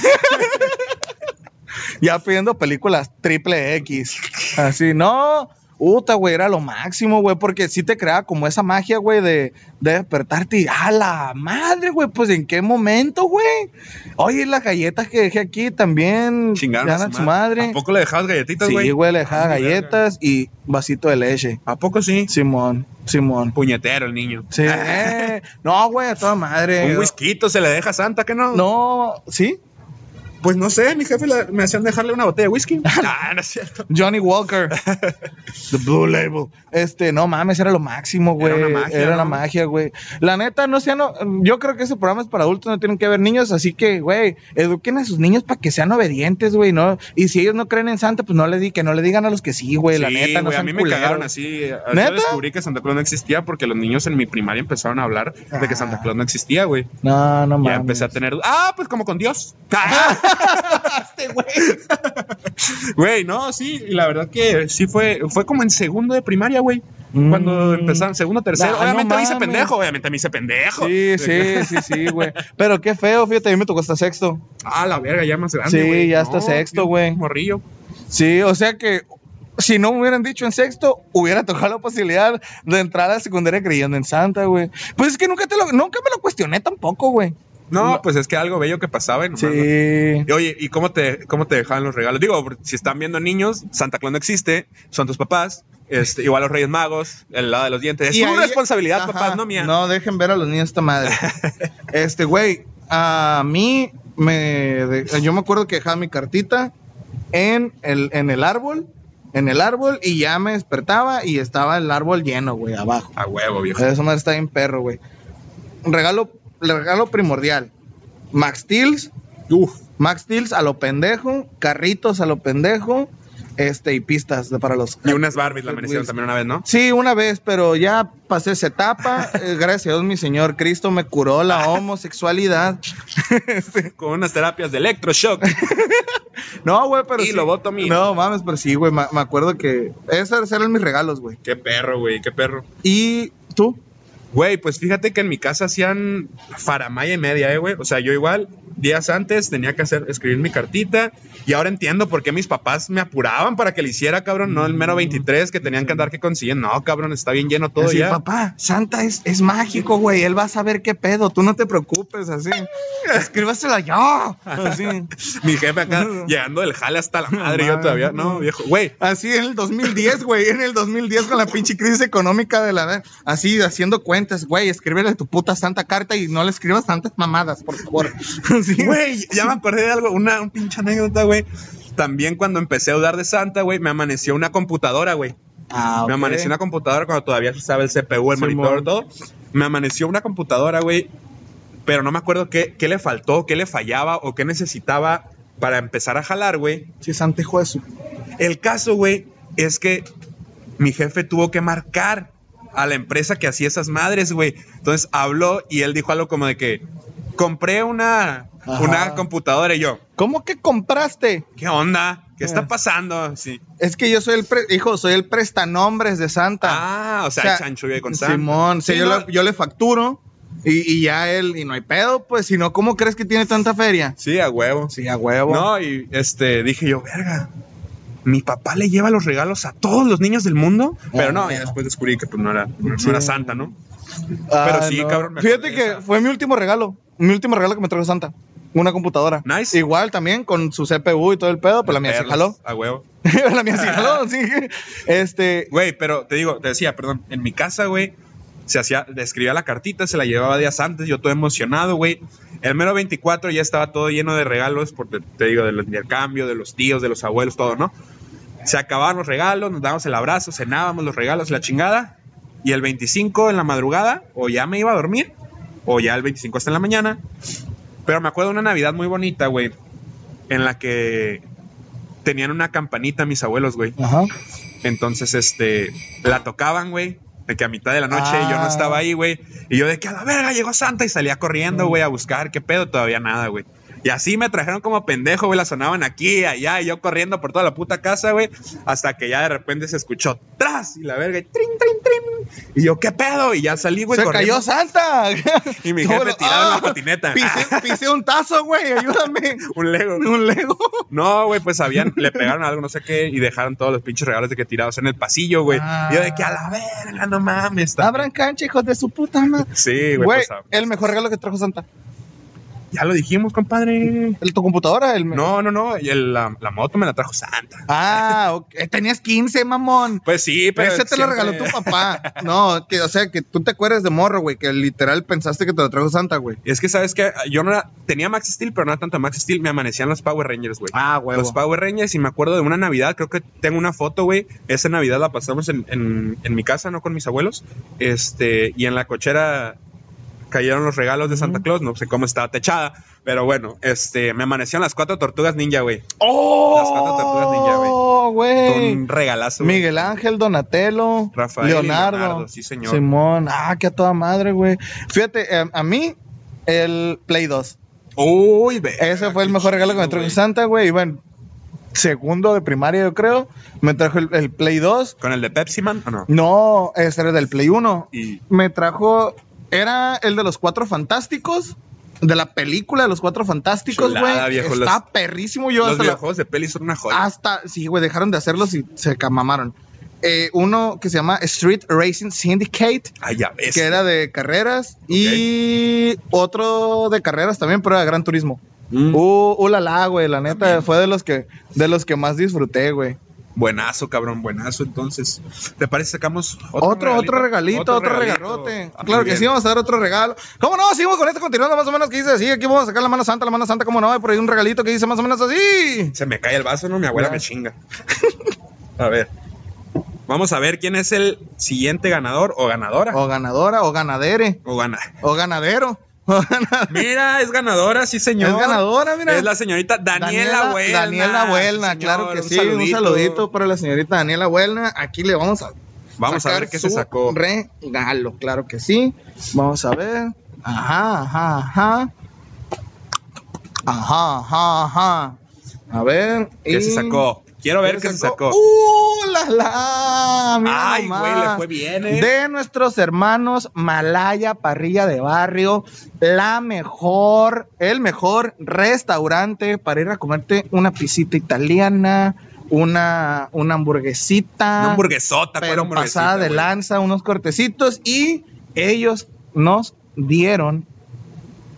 Speaker 2: Ya pidiendo películas triple X. Así, no. Puta, güey, era lo máximo, güey, porque sí te creaba como esa magia, güey, de, de despertarte y a la madre, güey, pues en qué momento, güey. Oye, las galletas que dejé aquí también.
Speaker 1: Chingaron
Speaker 2: ya eran su madre.
Speaker 1: ¿Tampoco le dejabas galletitas, güey?
Speaker 2: Sí, güey, le dejaba
Speaker 1: Ah, verga.
Speaker 2: galletas y vasito de leche.
Speaker 1: ¿A poco sí?
Speaker 2: Simón, Simón.
Speaker 1: Puñetero el niño.
Speaker 2: Sí. eh, no, güey, a toda madre.
Speaker 1: Un whisky se le deja a Santa, ¿qué no?
Speaker 2: No, ¿sí?
Speaker 1: Pues no sé, mi jefe la- me hacían dejarle una botella de whisky. ah, no es cierto.
Speaker 2: Johnny Walker. The Blue Label. Este, no mames, era lo máximo, güey.
Speaker 1: Era una magia,
Speaker 2: Era la
Speaker 1: ¿no?
Speaker 2: magia, güey. La neta, no sean. Yo creo que ese programa es para adultos, no tienen que ver niños. Así que, güey, eduquen a sus niños para que sean obedientes, güey, ¿no? Y si ellos no creen en Santa, pues no le di, que no le digan a los que sí, güey. la
Speaker 1: Sí,
Speaker 2: neta, no
Speaker 1: güey, a
Speaker 2: sean
Speaker 1: mí
Speaker 2: culeros.
Speaker 1: me cagaron así. Yo
Speaker 2: ¿Neta?
Speaker 1: descubrí que Santa Claus no existía porque los niños en mi primaria empezaron a hablar de que
Speaker 2: Ah.
Speaker 1: Santa Claus no existía, güey.
Speaker 2: No, no mames. Ah,
Speaker 1: Ya empecé a tener. Ah, pues como con Dios.
Speaker 2: este
Speaker 1: Güey, no, sí, y la verdad que sí fue, fue como en segundo de primaria, güey. Cuando
Speaker 2: Mm.
Speaker 1: empezaron, segundo, tercero.
Speaker 2: Ah, no
Speaker 1: obviamente me hice
Speaker 2: mames.
Speaker 1: pendejo, obviamente me hice pendejo.
Speaker 2: Sí, sí, sí, sí, güey. Pero qué feo, fíjate, a mí me tocó hasta sexto.
Speaker 1: Ah, la verga, ya más grande.
Speaker 2: Sí,
Speaker 1: güey.
Speaker 2: ya está sexto, güey.
Speaker 1: Morrillo.
Speaker 2: Sí, o sea que si no me hubieran dicho en sexto, hubiera tocado la posibilidad de entrar a la secundaria creyendo en Santa, güey. Pues es que nunca, te lo, nunca me lo cuestioné tampoco, güey.
Speaker 1: No,
Speaker 2: No.
Speaker 1: pues es que algo bello que pasaba y nomás no-
Speaker 2: Sí.
Speaker 1: Y oye, ¿y cómo te, cómo te dejaban los regalos? Digo, por- si están viendo niños, Santa Claus no existe, son tus papás, este, igual los Reyes Magos, el lado de los dientes. Es
Speaker 2: Y
Speaker 1: tu
Speaker 2: ahí-
Speaker 1: responsabilidad,
Speaker 2: ajá,
Speaker 1: papás, no mía.
Speaker 2: No, dejen ver a los niños esta madre. este, güey, a mí me. de- yo me acuerdo que dejaba mi cartita en el, en el árbol. En el árbol y ya me despertaba y estaba el árbol lleno, güey, abajo.
Speaker 1: A huevo, viejo.
Speaker 2: Esa madre está bien perro, güey. Regalo, regalo primordial. Max Steels,
Speaker 1: Uf,
Speaker 2: Max Steels a lo pendejo, carritos a lo pendejo, este y pistas de- para los.
Speaker 1: y unas Barbies la merecieron también una vez, ¿no?
Speaker 2: Sí, una vez, pero ya pasé esa etapa. Eh, Gracias a Dios, mi señor Cristo me curó la homosexualidad.
Speaker 1: Con unas terapias de electroshock.
Speaker 2: No, güey, pero
Speaker 1: Y
Speaker 2: sí.
Speaker 1: lobotomía.
Speaker 2: No, mames, pero sí, güey. ma- Me acuerdo que esos eran mis regalos, güey.
Speaker 1: qué perro, güey, qué perro.
Speaker 2: ¿Y tú?
Speaker 1: Güey, pues fíjate que en mi casa hacían faramaya y media, eh, güey. O sea, yo igual, días antes tenía que hacer, escribir mi cartita. Y ahora entiendo por qué mis papás me apuraban para que le hiciera, cabrón. No el mero 23 que tenían que andar que consiguen. No, cabrón, está bien lleno todo
Speaker 2: Mm. así,
Speaker 1: ya.
Speaker 2: papá, Santa es, es mágico, güey. Él va a saber qué pedo. Tú no te preocupes, así. Escríbasela yo. Así.
Speaker 1: Mi jefe acá llegando del jale hasta la madre. yo todavía, no, viejo. Güey,
Speaker 2: Así en el 2010, güey. En el 2010 con la pinche crisis económica de la... Así haciendo cuentas, güey. Escríbele tu puta santa carta y no le escribas tantas mamadas, por favor. Así.
Speaker 1: Güey, ya me acordé de algo, una un pinche anécdota, güey. También cuando empecé a dudar de Santa, güey, me amaneció una computadora, güey.
Speaker 2: Ah,
Speaker 1: Me
Speaker 2: ok.
Speaker 1: amaneció una computadora cuando todavía se usaba el CPU, el
Speaker 2: Simón.
Speaker 1: monitor, todo. Me amaneció una computadora, güey. Pero no me acuerdo qué, qué le faltó, qué le fallaba o qué necesitaba para empezar a jalar, güey.
Speaker 2: Sí, Santa hijo de su...
Speaker 1: El caso, güey, es que mi jefe tuvo que marcar a la empresa que hacía esas madres, güey. Entonces habló y él dijo algo como de que compré una,
Speaker 2: Ajá.
Speaker 1: una computadora y yo,
Speaker 2: ¿Cómo que compraste?
Speaker 1: ¿qué onda? ¿Qué
Speaker 2: Eh.
Speaker 1: está pasando? Sí.
Speaker 2: Es que yo soy el... pre- Hijo, soy el prestanombres de Santa.
Speaker 1: Ah, o sea,
Speaker 2: O sea,
Speaker 1: el chancho vive con Sam.
Speaker 2: Simón, sí,
Speaker 1: Sí,
Speaker 2: yo,
Speaker 1: no.
Speaker 2: le, yo le facturo y, y ya él, y no hay pedo, pues, si no, ¿cómo crees que tiene tanta feria?
Speaker 1: Sí, a huevo.
Speaker 2: Sí, a huevo.
Speaker 1: No, y este, dije yo, verga. mi papá le lleva los regalos a todos los niños del mundo. Pero no,
Speaker 2: Ah.
Speaker 1: ya después descubrí que pues, no era, no era santa, ¿no?
Speaker 2: Ah,
Speaker 1: sí, cabrón, me
Speaker 2: Fíjate
Speaker 1: acordé
Speaker 2: que
Speaker 1: de esa.
Speaker 2: fue mi último regalo. Mi último regalo que me trajo Santa. Una computadora.
Speaker 1: Nice.
Speaker 2: Igual también con su CPU y todo el
Speaker 1: Pues
Speaker 2: pedo, pero la mía se
Speaker 1: Perlas,
Speaker 2: jaló.
Speaker 1: A huevo.
Speaker 2: la mía se
Speaker 1: Ah.
Speaker 2: jaló, sí. Este.
Speaker 1: Güey, pero te digo, te decía, perdón, en mi casa, güey, se hacía, le escribía la cartita, se la llevaba días antes, yo todo emocionado, güey. El mero 24 ya estaba todo lleno de regalos, porque te digo, del intercambio, de los tíos, de los abuelos, todo, ¿no? Se acababan los regalos, nos dábamos el abrazo, cenábamos los regalos, la chingada. Y el 25 en la madrugada, o ya me iba a dormir, o ya el 25 hasta en la mañana. Pero me acuerdo de una Navidad muy bonita, güey, en la que tenían una campanita mis abuelos, güey.
Speaker 2: Ajá.
Speaker 1: Entonces, este, la tocaban, güey. De que a mitad de la noche
Speaker 2: Ah.
Speaker 1: yo no estaba ahí, güey. Y yo de que a la verga llegó Santa y salía corriendo, güey, a buscar qué pedo, todavía nada, güey. Y así me trajeron como pendejo, güey, la sonaban aquí, allá, y yo corriendo por toda la puta casa, güey, hasta que ya de repente se escuchó tras y la verga, y trin, trin, trin. Y yo, ¿qué pedo? Y ya salí, güey,
Speaker 2: Se
Speaker 1: corriendo.
Speaker 2: cayó Santa.
Speaker 1: Y mi
Speaker 2: Todo
Speaker 1: jefe
Speaker 2: lo-
Speaker 1: tirado en
Speaker 2: ¡Ah!
Speaker 1: la patineta.
Speaker 2: Pisé, pisé un tazo, güey. Ayúdame.
Speaker 1: Un Lego.
Speaker 2: Un Lego.
Speaker 1: No, güey, pues habían, le pegaron algo, no sé qué, y dejaron todos los pinches regalos de que tirados en el pasillo, güey.
Speaker 2: Ah.
Speaker 1: Y Yo de que a la verga, no mames. está-
Speaker 2: Abran cancha, hijos de su puta madre.
Speaker 1: Sí, güey.
Speaker 2: Güey,
Speaker 1: pues, ah,
Speaker 2: el mejor regalo que trajo Santa.
Speaker 1: ya lo dijimos, compadre.
Speaker 2: El, tu computadora, el
Speaker 1: No, no, no. y el- la, la moto me la trajo Santa.
Speaker 2: Ah, ok. tenías 15, mamón.
Speaker 1: Pues sí, pero.
Speaker 2: Ese te lo
Speaker 1: siempre-
Speaker 2: regaló tu papá. No, que, o sea, que tú te acuerdes de morro, güey, que literal pensaste que te lo trajo Santa, güey.
Speaker 1: Es que sabes que yo no era- tenía Max Steel, pero no era tanto Max Steel. Me amanecían los Power Rangers, güey.
Speaker 2: Ah,
Speaker 1: Los Power Rangers, y me acuerdo de una Navidad, creo que tengo una foto, güey. Esa Navidad la pasamos en, en- en mi casa, no con mis abuelos. Este, y en la cochera cayeron los regalos de Santa Claus. No sé cómo estaba techada, pero bueno, este, me amanecían las cuatro tortugas ninja, güey.
Speaker 2: ¡Oh!
Speaker 1: Las cuatro tortugas ninja, güey.
Speaker 2: güey.
Speaker 1: Un regalazo. güey.
Speaker 2: Miguel Ángel, Donatello,
Speaker 1: Rafael y
Speaker 2: Leonardo,
Speaker 1: Leonardo, sí, señor.
Speaker 2: Simón, ah, que a toda madre, güey. Fíjate, eh, a mí, el Play 2.
Speaker 1: Uy, ve.
Speaker 2: Ese fue el mejor regalo que me trajo Santa, güey. Iba en segundo de primaria, yo creo. Me trajo el, el Play 2.
Speaker 1: ¿Con el de Pepsi Man o no?
Speaker 2: No, ese era del Play 1.
Speaker 1: Y
Speaker 2: me trajo. Era el de los cuatro fantásticos. De la película de los cuatro fantásticos,
Speaker 1: Chulada,
Speaker 2: güey.
Speaker 1: viejo,
Speaker 2: Está
Speaker 1: los-
Speaker 2: perrísimo. Yo
Speaker 1: los
Speaker 2: hasta, la- Ah,
Speaker 1: videojuegos de peli son una joya.
Speaker 2: hasta. Sí, güey, dejaron de hacerlos y se camamaron. Eh, uno que se llama Street Racing Syndicate,
Speaker 1: Ay, ya ves.
Speaker 2: que era de carreras. Y otro de carreras también, pero era de Gran Turismo.
Speaker 1: Mm.
Speaker 2: Uh, uh, la, la, güey. La neta, fue de los, que, de los que más disfruté, güey.
Speaker 1: Buenazo, cabrón, buenazo. Entonces, ¿te parece que sacamos
Speaker 2: Otro, otro regalito, Ah, otro, regarrote.
Speaker 1: Ah,
Speaker 2: Claro que sí, vamos a dar otro regalo. ¿Cómo no? Seguimos con esto, continuando más o menos que dice así. Aquí vamos a sacar la mano santa, la mano santa, ¿cómo no? Hay por ahí un regalito que dice más o menos así.
Speaker 1: Se me cae el vaso, ¿no? Mi abuela
Speaker 2: Ya.
Speaker 1: me chinga. a ver. Vamos a ver quién es el siguiente ganador o ganadora.
Speaker 2: O ganadora, o ganadere,
Speaker 1: O gana.
Speaker 2: o ganadero. o gana-
Speaker 1: Mira, es ganadora, sí, señor.
Speaker 2: Es ganadora, mira.
Speaker 1: Es la señorita Daniela Huelna.
Speaker 2: Daniela Huelna,
Speaker 1: Sí,
Speaker 2: claro
Speaker 1: señor,
Speaker 2: que sí. Un saludito para la señorita Daniela Huelna. Aquí le vamos a.
Speaker 1: Vamos a
Speaker 2: sacar
Speaker 1: ver qué se
Speaker 2: su
Speaker 1: sacó.
Speaker 2: Regalo, claro que sí. Vamos a ver. Ajá, ajá, ajá. Ajá, ajá, ajá. A ver.
Speaker 1: ¿Qué se
Speaker 2: y-
Speaker 1: sacó? Quiero ver
Speaker 2: Eh, ¿Qué
Speaker 1: qué se sacó.
Speaker 2: ¡Uh, la, la! Mira
Speaker 1: Ay,
Speaker 2: nomás.
Speaker 1: güey, le fue bien, ¿eh?
Speaker 2: De nuestros hermanos Malaya Parrilla de Barrio, la mejor, el mejor restaurante para ir a comerte una pisita italiana, una, una hamburguesita.
Speaker 1: Una hamburguesota,
Speaker 2: pero
Speaker 1: ¿cuál hamburguesita,
Speaker 2: pasada de
Speaker 1: güey?
Speaker 2: lanza, unos cortecitos y ellos nos dieron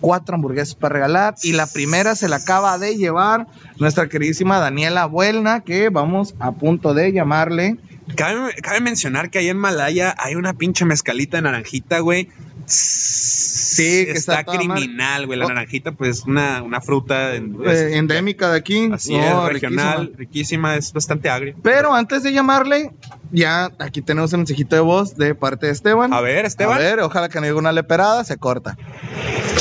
Speaker 2: cuatro hamburguesas para regalar y la primera se la acaba de llevar nuestra queridísima Daniela Buelna que vamos a punto de llamarle
Speaker 1: Cabe, cabe mencionar que ahí en Malaya hay una pinche mezcalita de naranjita, güey. Sí,
Speaker 2: que está
Speaker 1: está,
Speaker 2: toda madre.
Speaker 1: criminal, güey.
Speaker 2: Oh.
Speaker 1: La naranjita, pues, es una, una fruta. en-
Speaker 2: eh, endémica de aquí
Speaker 1: así
Speaker 2: No,
Speaker 1: es, regional,
Speaker 2: riquísima.
Speaker 1: riquísima. es bastante agria.
Speaker 2: pero antes de llamarle ya aquí tenemos el mensajito de voz de parte de Esteban
Speaker 1: A ver, Esteban.
Speaker 2: A ver, ojalá que no llegue una leperada se corta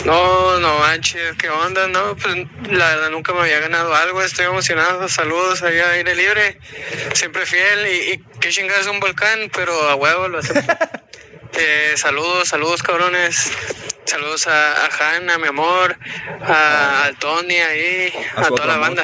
Speaker 7: No, no manches, ¿qué onda? No, pues la verdad nunca me había ganado algo, estoy emocionado. Saludos allá a aire libre, siempre fiel y, y qué chingada es un volcán, pero a huevo lo acepto. Eh, saludos, saludos cabrones. Saludos a, a Hanna, mi amor, a, al Tony ahí,
Speaker 1: Ah. A
Speaker 7: a,
Speaker 1: su
Speaker 7: toda la
Speaker 1: otro
Speaker 7: banda.
Speaker 1: amor.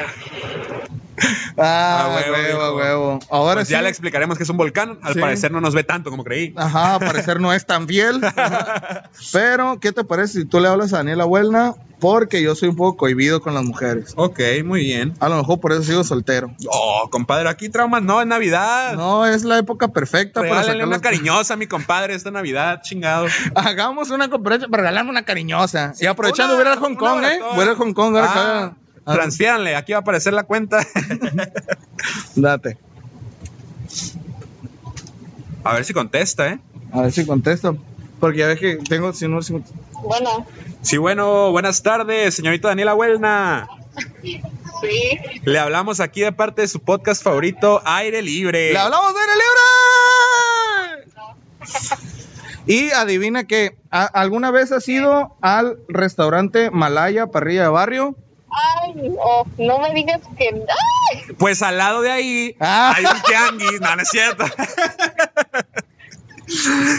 Speaker 2: ah,
Speaker 1: A huevo,
Speaker 2: huevo, a
Speaker 1: dijo.
Speaker 2: huevo ahora
Speaker 1: Pues ya
Speaker 2: sí.
Speaker 1: le explicaremos que es un volcán. Al
Speaker 2: Sí.
Speaker 1: parecer no nos ve tanto como creí.
Speaker 2: Ajá, al parecer no es tan fiel. Ajá. Pero, ¿qué te parece si tú le hablas a Daniela Huelna porque yo soy un poco cohibido con las mujeres.
Speaker 1: Ok, muy bien.
Speaker 2: A lo mejor por eso sigo soltero.
Speaker 1: Oh, compadre, aquí traumas no, es Navidad.
Speaker 2: No, es la época perfecta para
Speaker 1: Regálenle
Speaker 2: sacar
Speaker 1: una
Speaker 2: las-
Speaker 1: cariñosa a mi compadre esta Navidad, chingado.
Speaker 2: Hagamos una cooperacha para regalarme una cariñosa. y aprovechando,
Speaker 1: Una-
Speaker 2: voy a ir al Hong
Speaker 1: una
Speaker 2: Kong, ¿eh?
Speaker 1: abrazón.
Speaker 2: Voy a ir al Hong Kong ahora
Speaker 1: Ah,
Speaker 2: acá.
Speaker 1: Transfiéranle, aquí va a aparecer la cuenta.
Speaker 2: Date.
Speaker 1: a ver si contesta, ¿eh?
Speaker 2: A ver si contesto. Porque ya ves que tengo. Si no, si-
Speaker 8: Bueno,
Speaker 1: Sí, bueno, buenas tardes, señorita Daniela Huelna.
Speaker 8: sí.
Speaker 1: Le hablamos aquí de parte de su podcast favorito, Aire Libre.
Speaker 2: ¡Le hablamos de aire libre! Y adivina que alguna vez has ido al restaurante Malaya Parrilla de Barrio.
Speaker 8: Ay, no, no me digas que. ¡Ay!
Speaker 1: Pues al lado de ahí
Speaker 2: Ah.
Speaker 1: hay un tianguis, no, no es cierto.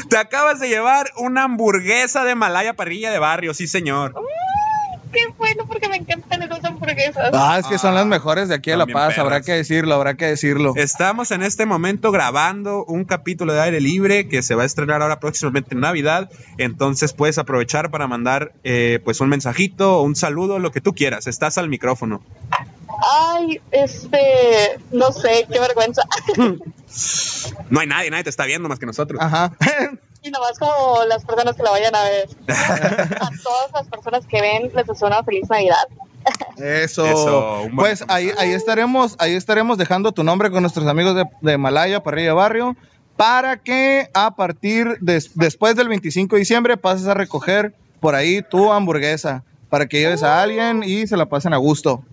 Speaker 1: Te acabas de llevar una hamburguesa de Malaya parrilla de barrio, sí señor.
Speaker 8: ¡Qué bueno! Porque me encantan esas hamburguesas.
Speaker 2: Ah, es que son
Speaker 1: Ah,
Speaker 2: las mejores de aquí de La
Speaker 1: también
Speaker 2: Paz. Habrá
Speaker 1: perras.
Speaker 2: que decirlo, habrá que decirlo.
Speaker 1: Estamos en este momento grabando un capítulo de aire libre que se va a estrenar ahora próximamente en Navidad. Entonces puedes aprovechar para mandar eh, pues un mensajito o un saludo, lo que tú quieras. Estás al micrófono.
Speaker 8: Ay, este. No sé, qué vergüenza.
Speaker 1: No hay nadie, nadie te está viendo más que nosotros.
Speaker 2: Ajá.
Speaker 8: Y nomás como las personas que la vayan a ver. A todas las personas que ven, les deseo una feliz Navidad.
Speaker 2: Eso.
Speaker 1: Eso, un buen
Speaker 2: pues ahí, ahí estaremos, ahí estaremos dejando tu nombre con nuestros amigos de, de Malaya, Parrilla Barrio, para que a partir de- después del 25 de diciembre pases a recoger por ahí tu hamburguesa para que lleves a alguien y se la pasen a gusto.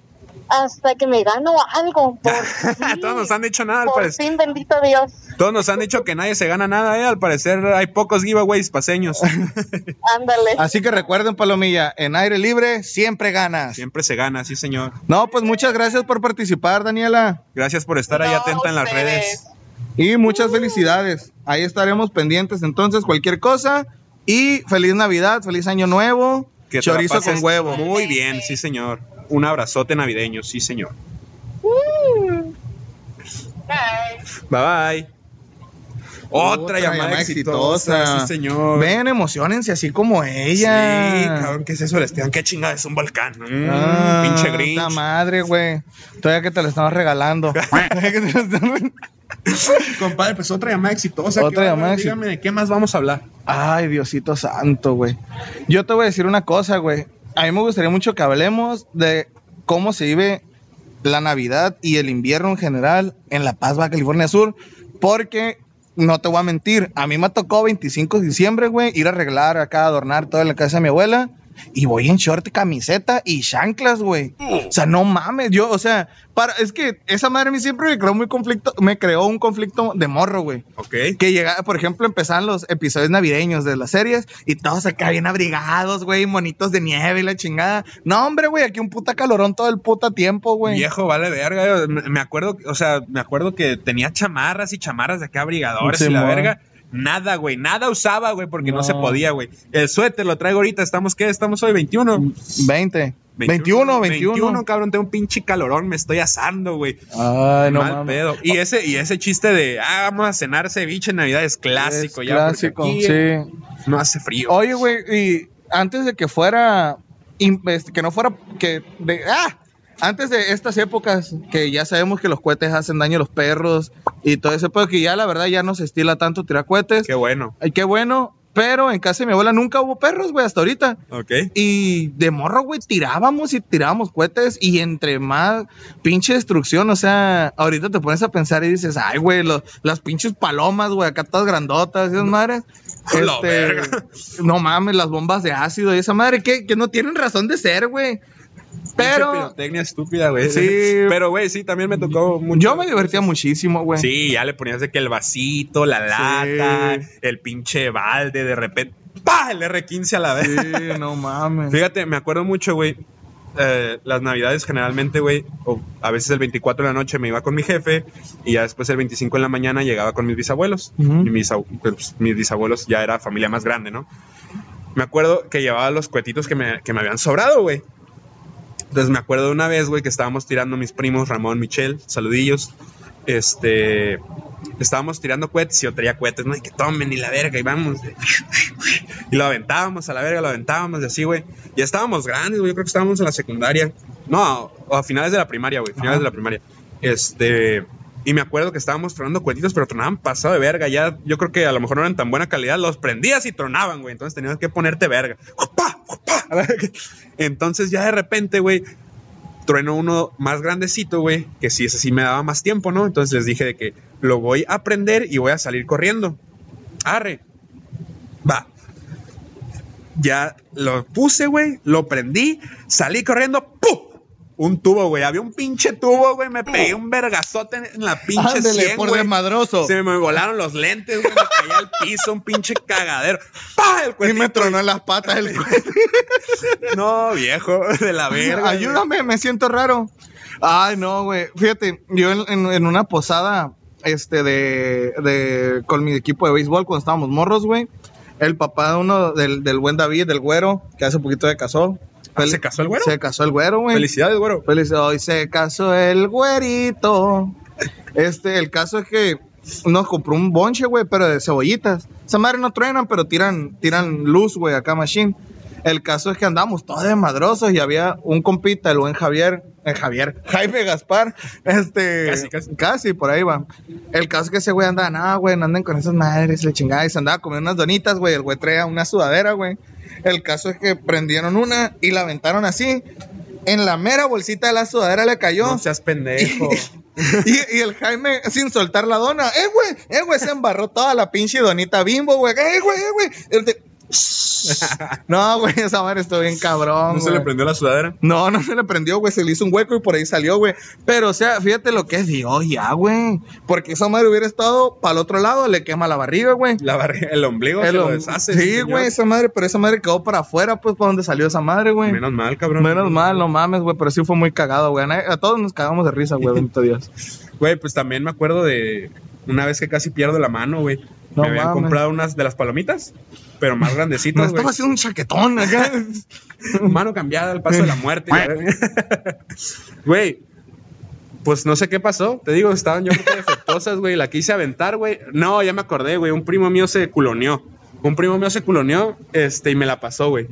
Speaker 8: Hasta que me gano algo. Por fin.
Speaker 1: Todos nos han dicho nada, al
Speaker 8: Por
Speaker 1: parecer.
Speaker 8: fin, bendito Dios.
Speaker 1: Todos nos han dicho que nadie se gana nada, ¿eh? Al parecer hay pocos giveaways paseños.
Speaker 8: Ándale.
Speaker 2: Así que recuerden, Palomilla, en aire libre siempre ganas.
Speaker 1: Siempre se gana, sí, señor.
Speaker 2: No, pues muchas gracias por participar, Daniela.
Speaker 1: Gracias por estar ahí
Speaker 8: No,
Speaker 1: atenta en las
Speaker 8: ustedes.
Speaker 1: redes.
Speaker 2: Y muchas felicidades. Ahí estaremos pendientes entonces cualquier cosa. Y feliz Navidad, feliz Año Nuevo.
Speaker 1: Que te la
Speaker 2: chorizo
Speaker 1: pases
Speaker 2: con huevo.
Speaker 1: Muy bien, sí, señor. Un abrazote navideño, sí, señor.
Speaker 8: Mm. Bye.
Speaker 1: Bye bye. Otra, llamada, exitosa. Sí, señor.
Speaker 2: Ven, emocionense así como
Speaker 1: Sí,
Speaker 2: ella.
Speaker 1: cabrón, ¿qué es eso, Esteban? ¿Qué chingada es un volcán? Mm,
Speaker 2: Ah,
Speaker 1: pinche
Speaker 2: puta
Speaker 1: Grinch.
Speaker 2: madre, güey. Todavía que te lo estamos regalando. Todavía que te lo estamos-
Speaker 1: Compadre, pues otra llamada exitosa.
Speaker 2: Otra
Speaker 1: qué
Speaker 2: llamada
Speaker 1: bárbaro. Dígame, ¿de qué más vamos a hablar?
Speaker 2: Ay, Diosito santo, güey. Yo te voy a decir una cosa, güey. A mí me gustaría mucho que hablemos de cómo se vive la Navidad y el invierno en general en La Paz, Baja California Sur, porque no te voy a mentir, a mí me tocó 25 de diciembre, güey, ir a arreglar acá, adornar toda la casa de mi abuela. Y voy en short, camiseta y chanclas, güey. O sea, no mames. Yo, o sea, para, es que esa madre a mí siempre me creó muy conflicto, me creó un conflicto de morro, güey
Speaker 1: Ok.
Speaker 2: que llegaba, por ejemplo, empezaban los episodios navideños de las series y todos acá bien abrigados, güey, monitos de nieve y la chingada. No, hombre, güey, aquí un puta calorón todo el puta tiempo, güey.
Speaker 1: Viejo, vale verga. yo Me me acuerdo, o sea, me acuerdo que tenía chamarras y chamarras de acá, abrigadores
Speaker 2: Sí,
Speaker 1: y la
Speaker 2: mon.
Speaker 1: verga. Nada, güey, nada usaba, güey, porque no.
Speaker 2: No.
Speaker 1: se podía, güey. El suéter lo traigo ahorita, ¿estamos qué? Estamos hoy
Speaker 2: Mm.
Speaker 1: 21.
Speaker 2: 20. 21, 21.
Speaker 1: 21, cabrón, tengo un pinche calorón, me estoy asando, güey.
Speaker 2: Ay, no
Speaker 1: Mal
Speaker 2: mames.
Speaker 1: pedo. Y ese, y ese chiste de, ah, vamos a cenar ceviche en Navidad es clásico,
Speaker 2: Es
Speaker 1: ya. porque
Speaker 2: Clásico,
Speaker 1: aquí
Speaker 2: sí. Oh.
Speaker 1: No hace frío.
Speaker 2: Oye, güey, y antes de que fuera, in- este, que no fuera, que, de- ah, antes de estas épocas que ya sabemos que los cohetes hacen daño a los perros y todo ese pedo que ya la verdad ya no se estila tanto tirar cohetes.
Speaker 1: Qué bueno.
Speaker 2: Ay, qué bueno. Pero en casa de mi abuela nunca hubo perros, güey, hasta ahorita.
Speaker 1: Ok.
Speaker 2: Y de morro, güey, tirábamos y tirábamos cohetes y entre más pinche destrucción, o sea, ahorita te pones a pensar y dices, ay, güey, lo- las pinches palomas, güey, acá todas grandotas, esas madres. Este,
Speaker 1: A la verga.
Speaker 2: no mames, las bombas de ácido y esa madre, que, que no tienen razón de ser, güey.
Speaker 1: Pinche
Speaker 2: Pero
Speaker 1: pirotecnia estúpida, güey.
Speaker 2: Sí.
Speaker 1: Pero, güey, sí, también me tocó mucho.
Speaker 2: yo me divertía muchísimo, güey.
Speaker 1: Sí, ya le ponías de que el vasito, la lata,
Speaker 2: Sí.
Speaker 1: el pinche balde, de repente, ¡pah! El R15 a la vez.
Speaker 2: Sí, no mames.
Speaker 1: Fíjate, me acuerdo mucho, güey. eh, las navidades generalmente, güey, o a veces el 24 de la noche me iba con mi jefe y ya después el 25 en la mañana llegaba con mis bisabuelos.
Speaker 2: Ujú.
Speaker 1: y mis, au- pues, mis bisabuelos ya era familia más grande, ¿no? Me acuerdo que llevaba los cuetitos que me, que me habían sobrado, güey. Entonces me acuerdo de una vez, güey, que estábamos tirando mis primos, Ramón, Michelle, saludillos. este, estábamos tirando cohetes y yo traía cohetes, no, y que tomen y la verga, y vamos. Y lo aventábamos a la verga, lo aventábamos y así, güey. Y estábamos grandes, güey, yo creo que estábamos en la secundaria. No, a, a finales de la primaria, güey, finales de la primaria. Este, y me acuerdo que estábamos tronando cohetitos, pero tronaban pasado de verga. Ya, yo creo que a lo mejor no eran tan buena calidad, los prendías y tronaban, güey. Entonces tenías que ponerte verga. ¡Opa! ¡Opa! Entonces ya de repente, güey, trueno uno más grandecito, güey, que sí, ese sí me daba más tiempo, ¿no? Entonces les dije de que lo voy a aprender y voy a salir corriendo. Arre. Va. Ya lo puse, güey, lo prendí, salí corriendo, ¡pum! Un tubo, güey. Había un pinche tubo, güey. Me pegué un vergazote en la pinche
Speaker 2: Ándele,
Speaker 1: 100,
Speaker 2: por
Speaker 1: güey.
Speaker 2: desmadroso.
Speaker 1: Se me volaron los lentes, güey. Me caí al piso, un pinche cagadero. ¡Pah! El
Speaker 2: Y me
Speaker 1: cuetito.
Speaker 2: tronó en las patas el cohete.
Speaker 1: No, viejo, de la verga. güey.
Speaker 2: Ayúdame, me siento raro. Ay, no, güey. Fíjate, yo en, en- en una posada este, de, de- con mi equipo de béisbol cuando estábamos morros, güey. El papá de uno del, del buen David, del güero, que hace poquito se casó.
Speaker 1: Ah, ¿se casó el güero?
Speaker 2: Se casó el güero, güey.
Speaker 1: Felicidades, güero.
Speaker 2: Feliz, hoy se casó el güerito. Este, el caso es que nos compró un bonche, güey, pero de cebollitas. Esa madre no truenan, pero tiran, tiran luz, güey, acá machine. El caso es que andamos todos desmadrosos y había un compita, el buen Javier, eh, Javier, Jaime Gaspar, este,
Speaker 1: Casi, casi.
Speaker 2: por ahí va. El caso es que ese güey andaba, no, güey, no anden con esas madres, le chingada, y se andaba comiendo unas donitas, güey, el güey traía una sudadera, güey. El caso es que prendieron una y la aventaron así, en la mera bolsita de la sudadera le cayó.
Speaker 1: No seas pendejo.
Speaker 2: Y, y el Jaime, sin soltar la dona, eh, güey, eh, güey, se embarró toda la pinche donita bimbo, güey, eh, güey, eh, güey. El de- No, güey, esa madre estuvo bien cabrón.
Speaker 1: ¿No se le
Speaker 2: güey.
Speaker 1: prendió la sudadera?
Speaker 2: No, no se le prendió, güey. Se le hizo un hueco y por ahí salió, güey. Pero, o sea, fíjate lo que es Dios ya, güey. Porque esa madre hubiera estado para el otro lado, le quema la barriga, güey.
Speaker 1: La barriga, el ombligo se
Speaker 2: El
Speaker 1: lo
Speaker 2: hom-
Speaker 1: deshace.
Speaker 2: sí,
Speaker 1: señor.
Speaker 2: güey, esa madre, pero esa madre quedó para afuera, pues, para donde salió esa madre, güey.
Speaker 1: Menos mal, cabrón.
Speaker 2: Menos mal, no mames, güey, pero sí fue muy cagado, güey. A nadie- A todos nos cagamos de risa, güey, bendito Dios.
Speaker 1: Güey, pues también me acuerdo de una vez que casi pierdo la mano, güey.
Speaker 2: No
Speaker 1: me habían
Speaker 2: mames.
Speaker 1: comprado unas de las palomitas, pero más
Speaker 2: Me
Speaker 1: grandecitas, güey.
Speaker 2: estaba haciendo un chaquetón acá.
Speaker 1: Mano cambiada al paso de la muerte. la verga. Güey, pues no sé qué pasó. Te digo, estaban yo creo que defectuosas, güey. La quise aventar, güey. No, ya me acordé, güey. Un primo mío se culoneó. Un primo mío se culoneó este, y me la pasó, güey.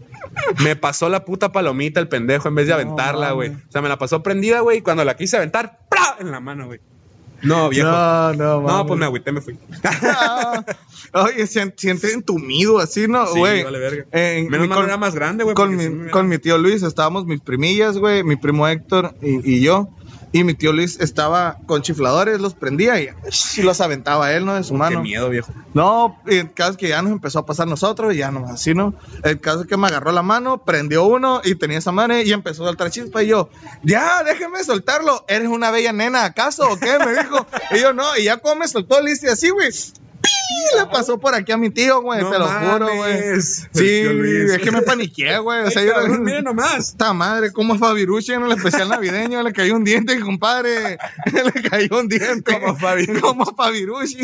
Speaker 1: Me pasó la puta palomita el pendejo en vez de aventarla, güey.
Speaker 2: mames.
Speaker 1: O sea, me la pasó prendida, güey. Y cuando la quise aventar, ¡pra! En la mano, güey. No, viejo.
Speaker 2: No, no,
Speaker 1: No,
Speaker 2: mames.
Speaker 1: pues me agüité, me fui.
Speaker 2: Ah, Oye, se siente entumido así, ¿no,
Speaker 1: Sí,
Speaker 2: güey? eh,
Speaker 1: vale verga.
Speaker 2: En-
Speaker 1: Menos mal
Speaker 2: con-
Speaker 1: era más grande, güey.
Speaker 2: con,
Speaker 1: porque
Speaker 2: mi,
Speaker 1: sí me hubiera-
Speaker 2: con mi tío Luis estábamos mis primillas, güey, mi primo Héctor y, y yo. Y mi tío Luis estaba con chifladores, los prendía y, y los aventaba él, ¿no? De su
Speaker 1: Qué
Speaker 2: mano.
Speaker 1: miedo, viejo.
Speaker 2: No, y el caso es que ya nos empezó a pasar nosotros, y ya nomás así, ¿no? El caso es que me agarró la mano, prendió uno y tenía esa madre y empezó a soltar chispa y yo, ya, déjeme soltarlo, ¿eres una bella nena acaso o qué? Me dijo, y yo no, y ya como me soltó el hice así, güey. ¡pi! Le pasó por aquí a mi tío, güey,
Speaker 1: No
Speaker 2: te lo juro, güey.
Speaker 1: mames.
Speaker 2: Sí,
Speaker 1: Tío Luis.
Speaker 2: es que me paniqué, güey. O sea,
Speaker 1: Ay,
Speaker 2: yo
Speaker 1: cabrón, mira nomás.
Speaker 2: Esta madre, como Fabiruche en el especial navideño le cayó un diente, compadre. le cayó un diente.
Speaker 1: Como Fabiruche.
Speaker 2: Como Fabiruche.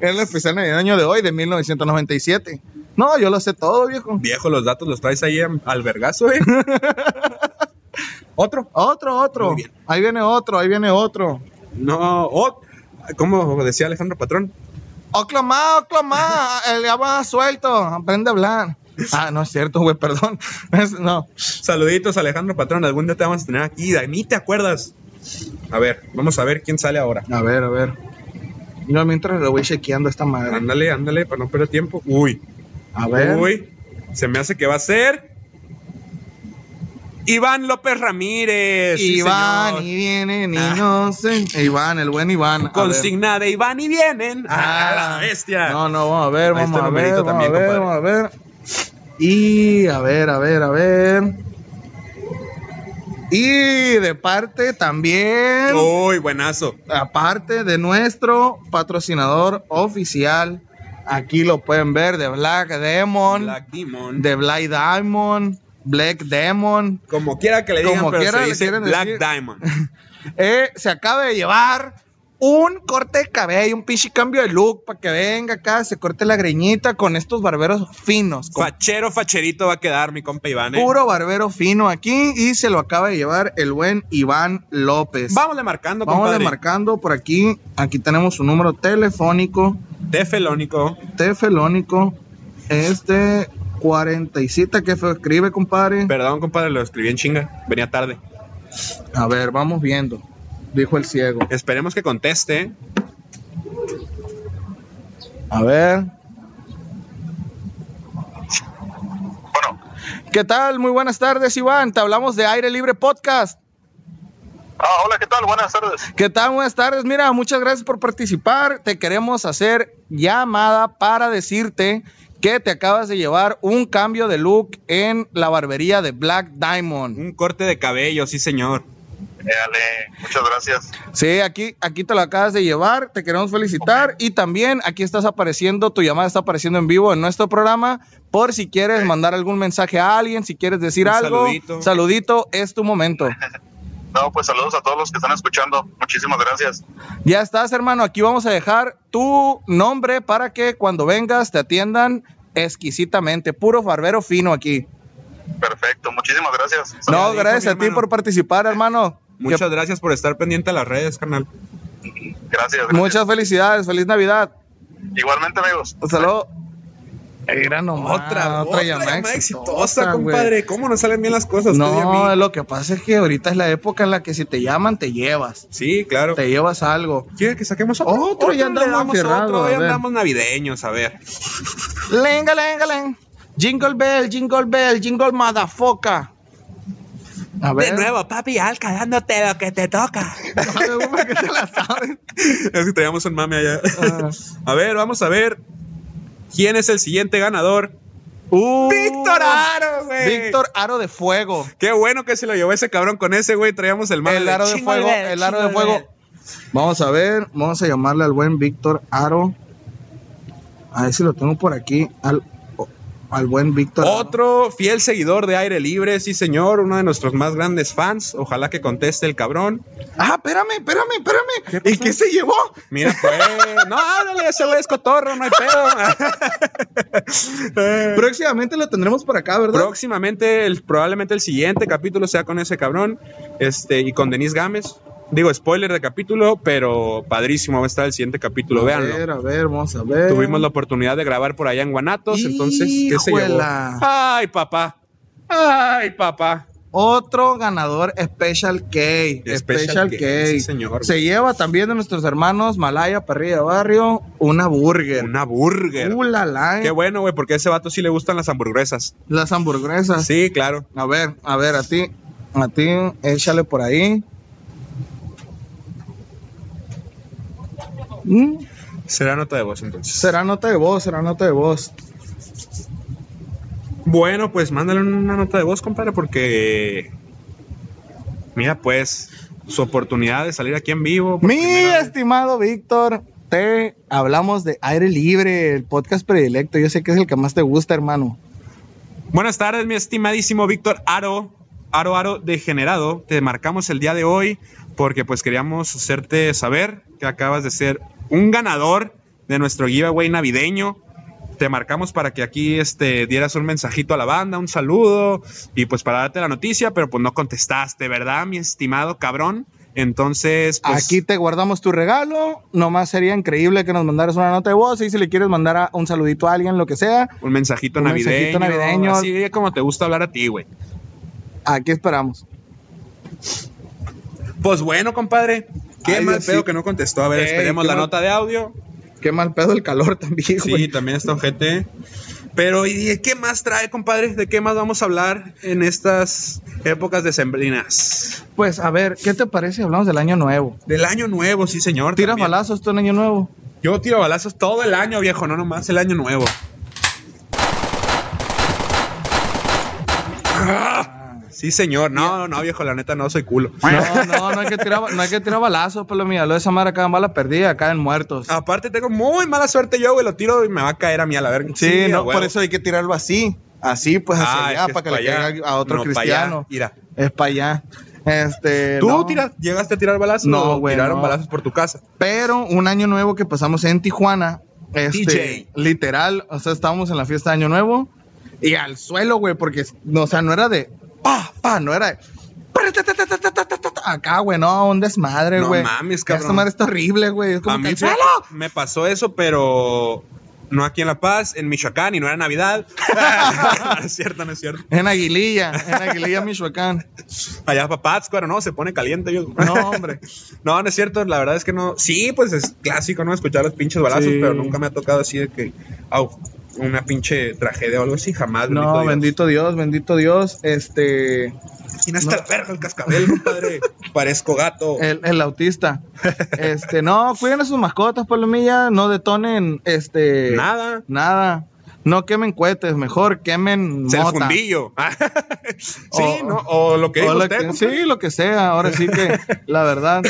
Speaker 2: En el especial navideño de hoy, de 1997. No, yo lo sé todo, viejo.
Speaker 1: Viejo, los datos los traes ahí en- al vergazo, eh. Otro.
Speaker 2: Otro, otro.
Speaker 1: Muy bien.
Speaker 2: Ahí viene otro, ahí viene otro.
Speaker 1: No, oh, como decía Alejandro Patrón.
Speaker 2: Oclamá, oclamá, el agua suelto, aprende a hablar. Ah, no es cierto, güey, perdón. Es- No.
Speaker 1: Saluditos, Alejandro Patrón. Algún día te vamos a tener aquí. De mí te acuerdas. A ver, vamos a ver quién sale ahora.
Speaker 2: A ver, a ver. Yo mientras lo voy chequeando esta madre.
Speaker 1: Ándale, ándale, para no perder tiempo. Uy,
Speaker 2: A ver.
Speaker 1: uy. Se me hace que va a ser. Iván López Ramírez. sí,
Speaker 2: Iván
Speaker 1: señor. Ah.
Speaker 2: y viene inocente. Iván, el buen Iván. A ver.
Speaker 1: Consigna de Iván y vienen. ¡Ah, la bestia!
Speaker 2: No, no, vamos a ver,
Speaker 1: Ahí
Speaker 2: vamos
Speaker 1: está
Speaker 2: a
Speaker 1: el
Speaker 2: ver,
Speaker 1: numerito
Speaker 2: vamos
Speaker 1: también,
Speaker 2: a
Speaker 1: compadre.
Speaker 2: ver, vamos a ver. Y a ver, a ver, a ver. Y de parte también,
Speaker 1: Uy, buenazo.
Speaker 2: aparte de nuestro patrocinador oficial, aquí lo pueden ver, de Black Demon,
Speaker 1: Black Demon.
Speaker 2: de Black Diamond, Black Demon,
Speaker 1: Como quiera que le digan,
Speaker 2: Como
Speaker 1: pero
Speaker 2: quiera
Speaker 1: se
Speaker 2: le
Speaker 1: dice
Speaker 2: quieren
Speaker 1: Black
Speaker 2: decir.
Speaker 1: Diamond.
Speaker 2: Eh, se acaba de llevar un corte de cabello, un pinche cambio de look para que venga acá, se corte la greñita con estos barberos finos. Con
Speaker 1: Fachero, facherito va a quedar mi compa Iván. ¿eh?
Speaker 2: puro barbero fino aquí y se lo acaba de llevar el buen Iván López.
Speaker 1: Vámonle marcando,
Speaker 2: Vamos
Speaker 1: compadre.
Speaker 2: marcando por aquí. Aquí tenemos su número telefónico,
Speaker 1: Tefelónico.
Speaker 2: tefelónico, este 47 que feo escribe, compadre.
Speaker 1: Perdón, compadre, lo escribí en chinga. Venía tarde.
Speaker 2: A ver, vamos viendo. Dijo el ciego.
Speaker 1: Esperemos que conteste. ¿eh?
Speaker 2: A ver.
Speaker 6: Bueno,
Speaker 2: ¿Qué tal? Muy buenas tardes, Iván. Te hablamos de Aire Libre Podcast.
Speaker 6: ah, hola, ¿qué tal? Buenas tardes.
Speaker 2: ¿Qué tal? Buenas tardes. Mira, muchas gracias por participar. Te queremos hacer llamada para decirte que te acabas de llevar un cambio de look en la barbería de Black Diamond.
Speaker 1: Un corte de cabello, sí, señor.
Speaker 6: Dale, Eh, muchas gracias.
Speaker 2: Sí, aquí, aquí te lo acabas de llevar. Te queremos felicitar. Y también aquí estás apareciendo, tu llamada está apareciendo en vivo en nuestro programa. Por si quieres mandar algún mensaje a alguien, si quieres decir
Speaker 1: Un
Speaker 2: algo,
Speaker 1: saludito.
Speaker 2: saludito, es tu momento.
Speaker 6: No, pues saludos a todos los que están escuchando. Muchísimas gracias.
Speaker 2: Ya estás, hermano. Aquí vamos a dejar tu nombre para que cuando vengas te atiendan exquisitamente. Puro barbero fino aquí.
Speaker 6: Perfecto, muchísimas gracias.
Speaker 2: No,
Speaker 1: dijo
Speaker 2: gracias
Speaker 1: mi
Speaker 2: a ti
Speaker 1: hermano.
Speaker 2: por participar, hermano.
Speaker 1: Muchas
Speaker 2: Que-
Speaker 1: gracias por estar pendiente a las redes, canal.
Speaker 6: Gracias. gracias.
Speaker 2: muchas felicidades. Feliz Navidad.
Speaker 6: Igualmente, amigos.
Speaker 2: Un saludo. Era nomás,
Speaker 1: Ah,
Speaker 2: güey.
Speaker 1: ¿Cómo no salen bien las cosas? usted y a
Speaker 2: No,
Speaker 1: mí?
Speaker 2: lo que pasa es que ahorita es la época en la que si te llaman, te llevas.
Speaker 1: Sí, claro.
Speaker 2: Te llevas algo.
Speaker 1: ¿Quiere que saquemos otro?
Speaker 2: Otro,
Speaker 1: le
Speaker 2: ya andamos
Speaker 1: damos
Speaker 2: aferrados,
Speaker 1: otro,
Speaker 2: a
Speaker 1: ya
Speaker 2: ver.
Speaker 1: andamos navideños, a ver.
Speaker 2: Lenga, lenga, lenga. Jingle bell, jingle bell, jingle madafoca. A ver.
Speaker 4: papi Alca, dándote lo que te toca.
Speaker 2: ¿Por qué te la sabes?
Speaker 1: Es que teníamos un mame allá.
Speaker 2: Ah.
Speaker 1: A ver, vamos a ver. ¿Quién es el siguiente ganador?
Speaker 2: Uh,
Speaker 1: ¡Víctor Aro, güey!
Speaker 2: Víctor Aro de Fuego.
Speaker 1: Qué bueno que se lo llevó ese cabrón con ese, güey. Traíamos el mame.
Speaker 2: El aro de
Speaker 1: chingo al
Speaker 2: fuego,
Speaker 1: ver,
Speaker 2: el aro de
Speaker 1: chingo al
Speaker 2: fuego.
Speaker 1: ver.
Speaker 2: Vamos a ver, vamos a llamarle al buen Víctor Aro. A ver si lo tengo por aquí. Al, o- al buen Víctor. Aro.
Speaker 1: Otro fiel seguidor de aire libre, sí, señor. Uno de nuestros más grandes fans. Ojalá que conteste el cabrón.
Speaker 2: Ah, espérame, espérame, espérame. ¿Y qué se llevó?
Speaker 1: Mira, pues. no, háblale, ese güey es cotorro, no hay pedo.
Speaker 2: Próximamente lo tendremos por acá, ¿verdad?
Speaker 1: Próximamente, el- probablemente el siguiente capítulo sea con ese cabrón este, y con Denise Gámez. Digo, spoiler de capítulo, pero padrísimo va a estar el siguiente capítulo,
Speaker 2: a
Speaker 1: véanlo.
Speaker 2: ver, a ver, vamos a ver.
Speaker 1: Tuvimos la oportunidad de grabar por allá en Guanatos, entonces, ¿qué se llevó?
Speaker 2: Híjola.
Speaker 1: Ay, papá. Ay, papá.
Speaker 2: Otro ganador Special K. Special K.
Speaker 1: sí, señor.
Speaker 2: Se lleva también de nuestros hermanos Malaya, Parrilla de Barrio, una burger.
Speaker 1: Una burger.
Speaker 2: Uh, la, la, eh.
Speaker 1: Qué bueno, güey, porque a ese vato sí le gustan las hamburguesas.
Speaker 2: Las hamburguesas.
Speaker 1: Sí, claro.
Speaker 2: A ver, a ver, a ti. A ti, échale por ahí. Mm,
Speaker 1: Será nota de voz entonces.
Speaker 2: Será nota de voz, será nota de voz.
Speaker 1: Bueno, pues mándale una nota de voz, compadre, porque. Mira, pues, su oportunidad de salir aquí en vivo. por
Speaker 2: Mi
Speaker 1: primera vez.
Speaker 2: estimado Víctor, te hablamos de Aire Libre, el podcast predilecto. Yo sé que es el que más te gusta, hermano.
Speaker 1: Buenas tardes, mi estimadísimo Víctor Aro. Aro Aro degenerado, te marcamos el día de hoy porque pues queríamos hacerte saber que acabas de ser un ganador de nuestro giveaway navideño. Te marcamos para que aquí este, dieras un mensajito a la banda, un saludo y pues para darte la noticia, pero pues no contestaste, ¿verdad, mi estimado cabrón? Entonces, pues,
Speaker 2: Aquí te guardamos tu regalo. Nomás sería increíble que nos mandaras una nota de voz. Y si le quieres mandar a- un saludito a alguien, lo que sea,
Speaker 1: un mensajito
Speaker 2: un
Speaker 1: navideño,
Speaker 2: mensajito navideño.
Speaker 1: así como te gusta hablar a ti, güey.
Speaker 2: aquí esperamos.
Speaker 1: Pues bueno, compadre, qué Eh,
Speaker 2: Ay,
Speaker 1: mal
Speaker 2: Diosito.
Speaker 1: pedo que no contestó. A ver,
Speaker 2: Ey,
Speaker 1: esperemos
Speaker 2: qué
Speaker 1: la
Speaker 2: mal-
Speaker 1: nota de audio.
Speaker 2: Qué mal pedo el calor también,
Speaker 1: Sí,
Speaker 2: güey.
Speaker 1: también está ojete. Pero, ¿y de qué más trae, compadre? ¿De qué más vamos a hablar en estas épocas decembrinas?
Speaker 2: Pues a ver, ¿qué te parece si hablamos del año nuevo?
Speaker 1: Del año nuevo, sí, señor.
Speaker 2: ¿Tiras
Speaker 1: también.
Speaker 2: balazos tú en año nuevo?
Speaker 1: Yo tiro balazos todo el año, viejo, no nomás el año nuevo. Ah, Sí, señor. No, no, viejo, la neta no soy culo.
Speaker 2: No, no, no hay que tirar, no hay que tirar balazos, pero mira, lo de esa madre acá en bala perdida, caen muertos.
Speaker 1: Aparte, tengo muy mala suerte yo, güey. Lo tiro y me va a caer a mí a la verga.
Speaker 2: sí,
Speaker 1: a
Speaker 2: no,
Speaker 1: huevo.
Speaker 2: por eso hay que tirarlo así. Así, pues hacia
Speaker 1: Ah, es
Speaker 2: allá,
Speaker 1: que es
Speaker 2: para que
Speaker 1: pa'
Speaker 2: le
Speaker 1: allá.
Speaker 2: caiga a otro
Speaker 1: No, pa' allá,
Speaker 2: cristiano.
Speaker 1: Mira.
Speaker 2: Es para allá. Este,
Speaker 1: ¿Tú
Speaker 2: no.
Speaker 1: tira- llegaste a tirar balazos?
Speaker 2: No,
Speaker 1: ¿O
Speaker 2: güey,
Speaker 1: Tiraron
Speaker 2: no.
Speaker 1: balazos por tu casa.
Speaker 2: Pero un año nuevo que pasamos en Tijuana, este,
Speaker 1: DJ.
Speaker 2: literal, o sea, estábamos en la fiesta de año nuevo y al suelo, güey, porque, no, o sea, no era de pa, pa, no era de. pra, ta, ta, ta, ta, ta, ta, ta, ta, ta, Acá, güey, no, un desmadre,
Speaker 1: No
Speaker 2: güey.
Speaker 1: mames,
Speaker 2: Ya
Speaker 1: cabrón.
Speaker 2: Esta madre está horrible, güey. Es como
Speaker 1: A
Speaker 2: que
Speaker 1: mí
Speaker 2: al suelo.
Speaker 1: me pasó eso, pero no aquí en La Paz, en Michoacán y no era Navidad. no es cierto, no es cierto.
Speaker 2: En Aguililla, en Aguililla, Michoacán.
Speaker 1: Allá para Pátzcuaro, no, se pone caliente. yo-
Speaker 2: No, hombre.
Speaker 1: No, no es cierto, la verdad es que no. Sí, pues es clásico, ¿no? Escuchar los pinches balazos,
Speaker 2: Sí.
Speaker 1: pero nunca me ha tocado así de que, au, una pinche tragedia o algo así, jamás.
Speaker 2: No,
Speaker 1: Dios.
Speaker 2: bendito Dios, bendito Dios. Este,
Speaker 1: Y hasta la verga el cascabel, compadre. Parezco gato.
Speaker 2: el, el autista. Este, no, cuiden a sus mascotas, palomilla. No detonen, este.
Speaker 1: Nada.
Speaker 2: Nada. No quemen cohetes, mejor quemen
Speaker 1: Es el
Speaker 2: mota.
Speaker 1: fundillo. Ah, sí,
Speaker 2: O-
Speaker 1: ¿no? O lo que
Speaker 2: O
Speaker 1: dijo
Speaker 2: lo
Speaker 1: usted,
Speaker 2: que-
Speaker 1: compadre.
Speaker 2: sí, lo que sea. Ahora sí que, la verdad.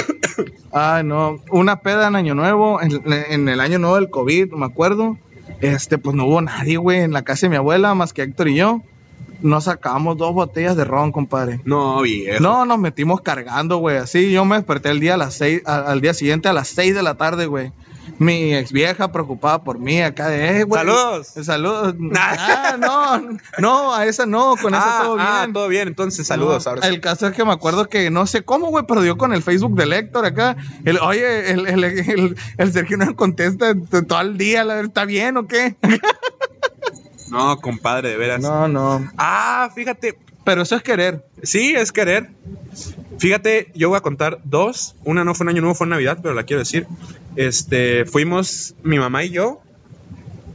Speaker 2: Ay, no. Una peda en Año Nuevo, en, en el Año Nuevo del COVID, me acuerdo. Este, pues no hubo nadie, güey, en la casa de mi abuela, más que Héctor y yo. Nos sacamos dos botellas de ron, compadre.
Speaker 1: No, viejo.
Speaker 2: No, nos metimos cargando, güey. Así yo me desperté el día a las seis, a- al día siguiente a las 6 de la tarde, güey. Mi ex vieja preocupada por mí acá de, eh, güey.
Speaker 1: Saludos.
Speaker 2: Saludos.
Speaker 1: Nah.
Speaker 2: Ah, no, no, a esa no, con
Speaker 1: ah,
Speaker 2: esa todo
Speaker 1: ah,
Speaker 2: bien.
Speaker 1: todo bien, entonces saludos.
Speaker 2: No,
Speaker 1: ahora sí.
Speaker 2: El caso es que me acuerdo que no sé cómo, güey, pero dio con el Facebook de Héctor acá. El, oye, el, el, el- el Sergio no contesta t- todo el día, la- ¿está bien o qué?
Speaker 1: No, compadre, de veras.
Speaker 2: No, no.
Speaker 1: Ah, fíjate.
Speaker 2: Pero eso es querer.
Speaker 1: Sí, es querer. Fíjate, yo voy a contar dos. Una no fue un año nuevo, fue en Navidad, pero la quiero decir. Este, fuimos mi mamá y yo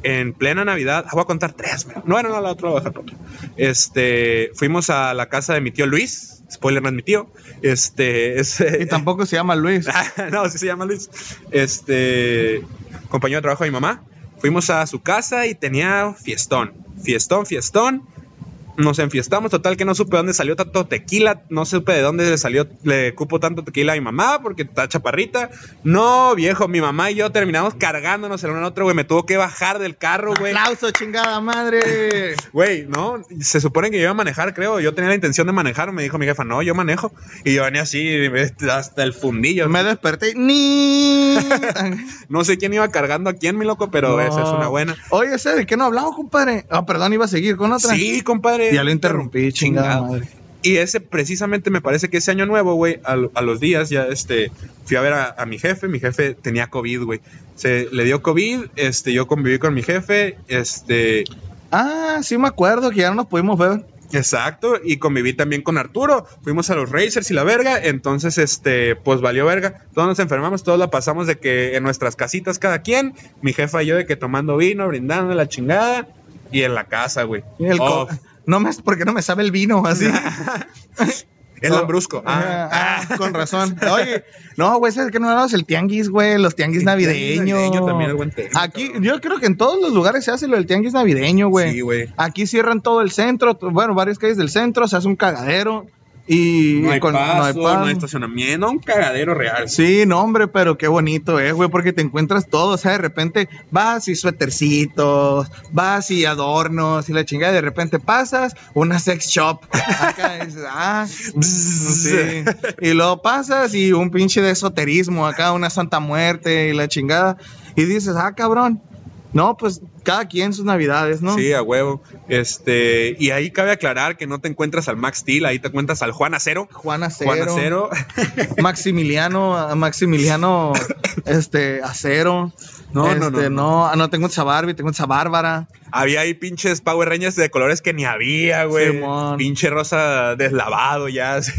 Speaker 1: en plena Navidad. Ah, voy a contar tres. mira. No, no, no, la otra la voy a dejar para otra. Este, fuimos a la casa de mi tío Luis. Spoiler, no es mi tío. Este, es,
Speaker 2: Y tampoco se llama Luis.
Speaker 1: Ah, no, sí se llama Luis. Este, compañero de trabajo de mi mamá. Fuimos a su casa y tenía fiestón. Fiestón, fiestón. Nos enfiestamos, total que no supe dónde salió tanto tequila, no supe de dónde le salió, le cupo tanto tequila a mi mamá porque está chaparrita. No, viejo, mi mamá y yo terminamos cargándonos el uno al otro, güey, me tuvo que bajar del carro, güey.
Speaker 2: Aplauso, chingada madre.
Speaker 1: Güey, no, se supone que yo iba a manejar, creo. Yo tenía la intención de manejar. Me dijo mi jefa, no, yo manejo. Y yo venía así este, hasta el fundillo.
Speaker 2: Me desperté. y Ni.
Speaker 1: No sé quién iba cargando a quién, mi loco, pero
Speaker 2: No.
Speaker 1: esa es una buena.
Speaker 2: Oye, ese de qué no hablamos, compadre. Ah, perdón, iba a seguir con otra.
Speaker 1: Sí, compadre.
Speaker 2: Ya lo interrumpí, chingada madre.
Speaker 1: Y ese, precisamente, me parece que ese año nuevo, güey, a, lo- a los días ya, este, fui a ver a, a mi jefe. Mi jefe tenía COVID, güey. Se le dio COVID, este, yo conviví con mi jefe, este,
Speaker 2: Ah, sí me acuerdo que ya no nos pudimos ver.
Speaker 1: Exacto, y conviví también con Arturo. Fuimos a los Racers y la verga. Entonces, este, pues valió verga. Todos nos enfermamos, todos la pasamos de que en nuestras casitas cada quien. Mi jefa y yo de que tomando vino, brindando la chingada. Y en la casa, güey.
Speaker 2: Y el
Speaker 1: Oh,
Speaker 2: co- No me, porque no me sabe el vino así.
Speaker 1: el
Speaker 2: Oh.
Speaker 1: lambrusco. Ah.
Speaker 2: Ah, ah, con razón. Oye, no, güey, es que no hablamos el tianguis, güey, los tianguis
Speaker 1: El tianguis
Speaker 2: navideños.
Speaker 1: navideño también es buen tema,
Speaker 2: Aquí,
Speaker 1: cabrón.
Speaker 2: yo creo que en todos los lugares se hace lo del tianguis navideño, güey.
Speaker 1: Sí, güey.
Speaker 2: Aquí cierran todo el centro, t- bueno, varias calles del centro, se hace un cagadero y
Speaker 1: No hay
Speaker 2: con-
Speaker 1: paso, no hay,
Speaker 2: paso.
Speaker 1: estacionamiento, un cagadero real.
Speaker 2: Sí, no, hombre, pero qué bonito es, güey, porque te encuentras todo, o sea, de repente vas y suétercitos, vas y adornos y la chingada, de repente pasas una sex shop. Acá dices, ah, sí. Y luego pasas y un pinche de esoterismo acá, una santa muerte y la chingada, y dices, ah, cabrón. No, pues cada quien sus navidades, ¿no?
Speaker 1: Sí, a huevo. Este, y ahí cabe aclarar que no te encuentras al Max Steel, ahí te encuentras al Juan Acero.
Speaker 2: Juan Acero,
Speaker 1: Juan Acero.
Speaker 2: Maximiliano, a Maximiliano, este, Acero.
Speaker 1: No, no, no,
Speaker 2: Este, no, ah, no tengo esa Barbie, tengo esa Bárbara.
Speaker 1: Había ahí pinches Power Rangers de colores que ni había, güey.
Speaker 2: Simón.
Speaker 1: Pinche rosa deslavado ya. sí.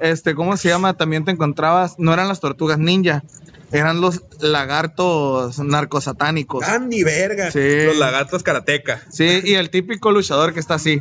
Speaker 2: Este, ¿cómo se llama? También te encontrabas, no eran las tortugas ninja, eran los lagartos narcosatánicos.
Speaker 1: Andy, verga.
Speaker 2: Sí.
Speaker 1: Los lagartos karateca.
Speaker 2: Sí, y el típico luchador que está así.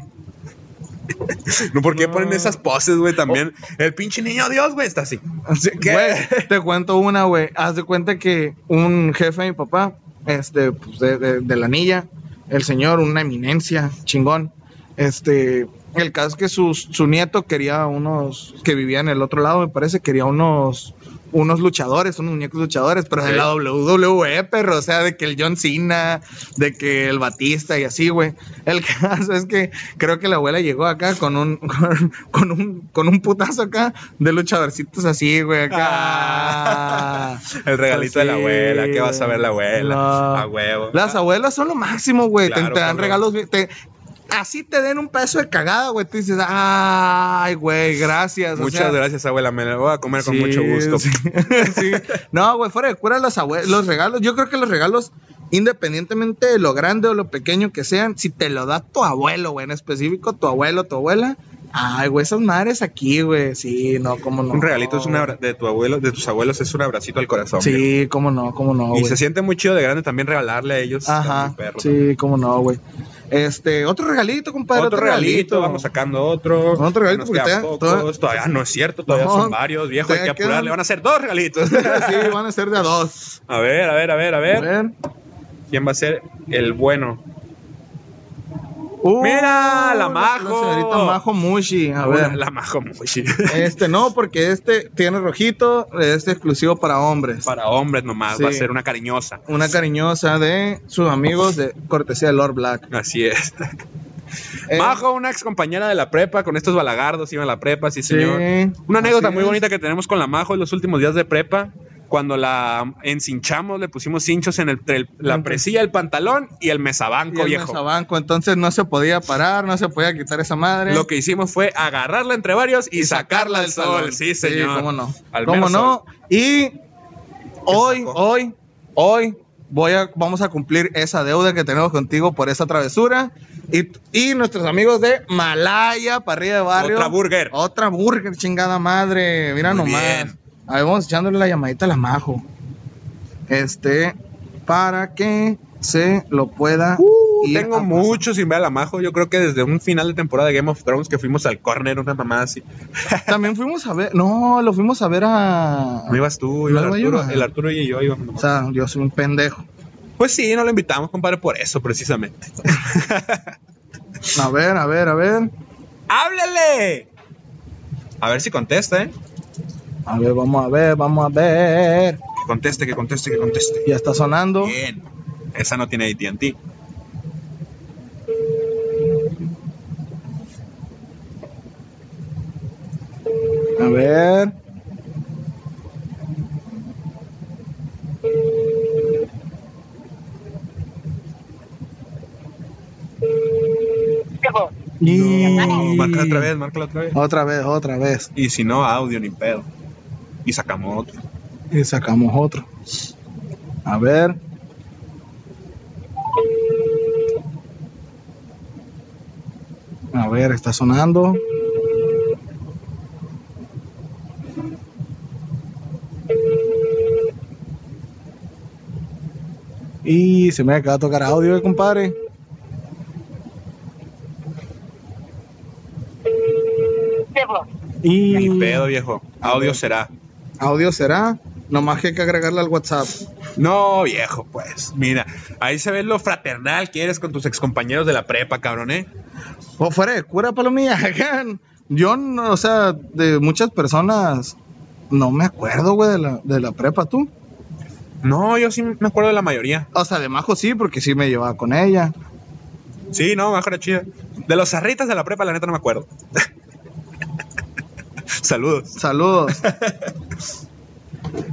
Speaker 1: No, ¿por qué
Speaker 2: No.
Speaker 1: ponen esas poses, güey? También el pinche niño Dios, güey, está así.
Speaker 2: Así
Speaker 1: ¿Qué?
Speaker 2: güey, te cuento una, güey. Haz de cuenta que un jefe de mi papá, este, pues, de, de- de la anilla, el señor, una eminencia, chingón. Este, el caso es que su, su nieto quería unos que vivían en el otro lado, me parece, quería unos unos luchadores, unos muñecos luchadores, pero de
Speaker 1: Ok.
Speaker 2: la WWE, perro, o sea, de que el John Cena, de que el Batista y así, güey. El caso es que creo que la abuela llegó acá con un con, con un con un putazo acá de luchadorcitos así, güey, acá.
Speaker 1: Ah. El regalito de la
Speaker 2: Así,
Speaker 1: abuela, ¿qué vas a ver la abuela?
Speaker 2: No.
Speaker 1: A huevo.
Speaker 2: Las abuelas son lo máximo, güey. te-
Speaker 1: Claro,
Speaker 2: te, dan
Speaker 1: cabrón.
Speaker 2: regalos. bien- te- así te den un pedazo de cagada, güey. Tú dices, ay, güey, gracias. o
Speaker 1: Muchas
Speaker 2: sea,
Speaker 1: gracias, abuela. Me la voy a comer con
Speaker 2: sí,
Speaker 1: mucho gusto.
Speaker 2: sí, sí. No, güey, fuera de cura, los, abue- los regalos. Yo creo que los regalos, independientemente de lo grande o lo pequeño que sean, si te lo da tu abuelo, güey, en específico, tu abuelo, tu abuela. Ay, güey, esas madres aquí, güey. Sí, no, cómo no.
Speaker 1: Un regalito es un abra- de tu abuelo, de tus abuelos, es un abracito al corazón. viejo.
Speaker 2: Sí, cómo no, cómo no.
Speaker 1: y
Speaker 2: güey.
Speaker 1: se siente muy chido de grande también regalarle a ellos. a
Speaker 2: Ajá.
Speaker 1: mi perro.
Speaker 2: Sí, cómo no, güey. Este, otro regalito, compadre.
Speaker 1: Otro, regalito, vamos sacando otro.
Speaker 2: Otro regalito,
Speaker 1: Nos
Speaker 2: porque
Speaker 1: quedan
Speaker 2: te-
Speaker 1: pocos,
Speaker 2: toda-
Speaker 1: todavía, no es cierto, todavía
Speaker 2: No,
Speaker 1: son varios, viejo. Hay
Speaker 2: te
Speaker 1: que
Speaker 2: quedan-
Speaker 1: apurarle, van a ser dos regalitos.
Speaker 2: sí, van a ser de a dos.
Speaker 1: a ver, a ver, a ver, a
Speaker 2: A
Speaker 1: ver.
Speaker 2: ver.
Speaker 1: ¿Quién va a ser el bueno?
Speaker 2: Uh,
Speaker 1: Mira, la
Speaker 2: La
Speaker 1: Majo.
Speaker 2: señorita Majo Mushi. A ver.
Speaker 1: La majo mushi.
Speaker 2: Este no, porque este tiene rojito, este exclusivo para hombres.
Speaker 1: Para hombres nomás, va a
Speaker 2: Sí.
Speaker 1: ser una cariñosa.
Speaker 2: Una cariñosa de sus amigos de cortesía de Lord Black.
Speaker 1: Así es.
Speaker 2: Eh,
Speaker 1: Majo, una ex compañera de la prepa, con estos balagardos iba a la prepa, sí,
Speaker 2: Sí,
Speaker 1: señor. Una anécdota
Speaker 2: así
Speaker 1: muy
Speaker 2: es.
Speaker 1: bonita que tenemos con la Majo en los últimos días de prepa, cuando la encinchamos, le pusimos cinchos en el, entre el- la presilla, el pantalón y el
Speaker 2: Y
Speaker 1: mesabanco,
Speaker 2: el
Speaker 1: viejo.
Speaker 2: mesabanco, entonces no se podía parar, no se podía quitar esa madre.
Speaker 1: Lo que hicimos fue agarrarla entre varios y, sacarla al sol.
Speaker 2: salón.
Speaker 1: Sí, señor.
Speaker 2: cómo no.
Speaker 1: Al
Speaker 2: Cómo
Speaker 1: mero
Speaker 2: no. Y hoy,
Speaker 1: sacó?
Speaker 2: hoy, hoy voy a, vamos a cumplir esa deuda que tenemos contigo por esa travesura. Y, y nuestros amigos de Malaya, Parrilla de Barrio.
Speaker 1: Otra burger.
Speaker 2: Otra burger, chingada madre. Mira
Speaker 1: Muy
Speaker 2: nomás.
Speaker 1: bien.
Speaker 2: A ver, vamos echándole la llamadita a la majo. Este, para que se lo pueda. ir
Speaker 1: Uh, Tengo
Speaker 2: a-
Speaker 1: mucho sin ver a la Majo. Yo creo que desde un final de temporada de Game of Thrones que fuimos al corner, una mamada así.
Speaker 2: También fuimos a ver. No, lo fuimos a ver a.
Speaker 1: No ibas tú, iba
Speaker 2: No,
Speaker 1: el
Speaker 2: no
Speaker 1: Arturo,
Speaker 2: iba.
Speaker 1: el Arturo y yo íbamos.
Speaker 2: O
Speaker 1: nomás.
Speaker 2: sea, yo soy un pendejo.
Speaker 1: Pues sí, no lo invitamos, compadre, por eso, precisamente.
Speaker 2: A ver, a ver, a ver.
Speaker 1: ¡Háblele! A ver si contesta, ¿eh?
Speaker 2: A ver, vamos a ver, vamos a ver.
Speaker 1: Que conteste, que conteste, que conteste.
Speaker 2: Ya está sonando.
Speaker 1: Bien. Esa no tiene ATT.
Speaker 2: A ver. Y-
Speaker 1: Marca otra vez, marca otra vez.
Speaker 2: Otra vez, otra vez.
Speaker 1: Y si no, audio ni pedo. Y sacamos otro.
Speaker 2: Y sacamos otro. A ver. A ver, está sonando. Y se me acaba de tocar audio, eh, compadre. Y
Speaker 1: Ni pedo, viejo. Audio será.
Speaker 2: audio será. Nomás que hay que agregarle al WhatsApp.
Speaker 1: No, viejo, pues. Mira, ahí se ve lo fraternal que eres con tus excompañeros de la prepa, cabrón, ¿eh?
Speaker 2: O fuera de cura, palomilla. Yo, no, o sea, de muchas personas, no me acuerdo, güey, de la, de la prepa, tú.
Speaker 1: No, yo sí me acuerdo de la mayoría.
Speaker 2: O sea, de Majo sí, porque sí me llevaba con ella.
Speaker 1: Sí, no, mejor chida. De los zarritas de la prepa, la neta no me acuerdo. Saludos.
Speaker 2: Saludos.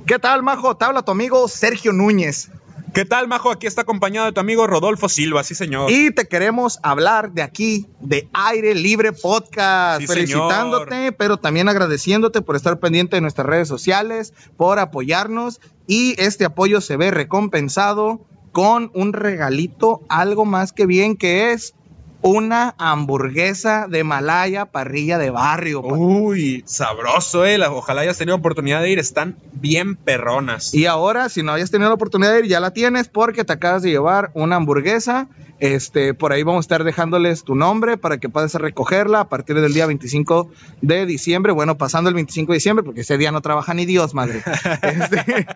Speaker 2: ¿Qué tal, Majo? Te habla tu amigo Sergio Núñez.
Speaker 1: ¿Qué tal, Majo? Aquí está acompañado de tu amigo Rodolfo Silva, sí, señor.
Speaker 2: Y te queremos hablar de aquí, de Aire Libre Podcast.
Speaker 1: Sí,
Speaker 2: felicitándote, pero también agradeciéndote por estar pendiente de nuestras redes sociales, por apoyarnos. Y este apoyo se ve recompensado con un regalito, algo más que bien, que es una hamburguesa de Malaya, parrilla de barrio. pa-
Speaker 1: Uy, sabroso, eh. Las- Ojalá hayas tenido oportunidad de ir. Están bien perronas.
Speaker 2: Y ahora, si no hayas tenido la oportunidad de ir, ya la tienes porque te acabas de llevar una hamburguesa. Este, por ahí vamos a estar dejándoles tu nombre para que puedas recogerla a partir del día 25 de diciembre. Bueno, pasando el 25 de diciembre, porque ese día no trabaja ni Dios, madre. Este,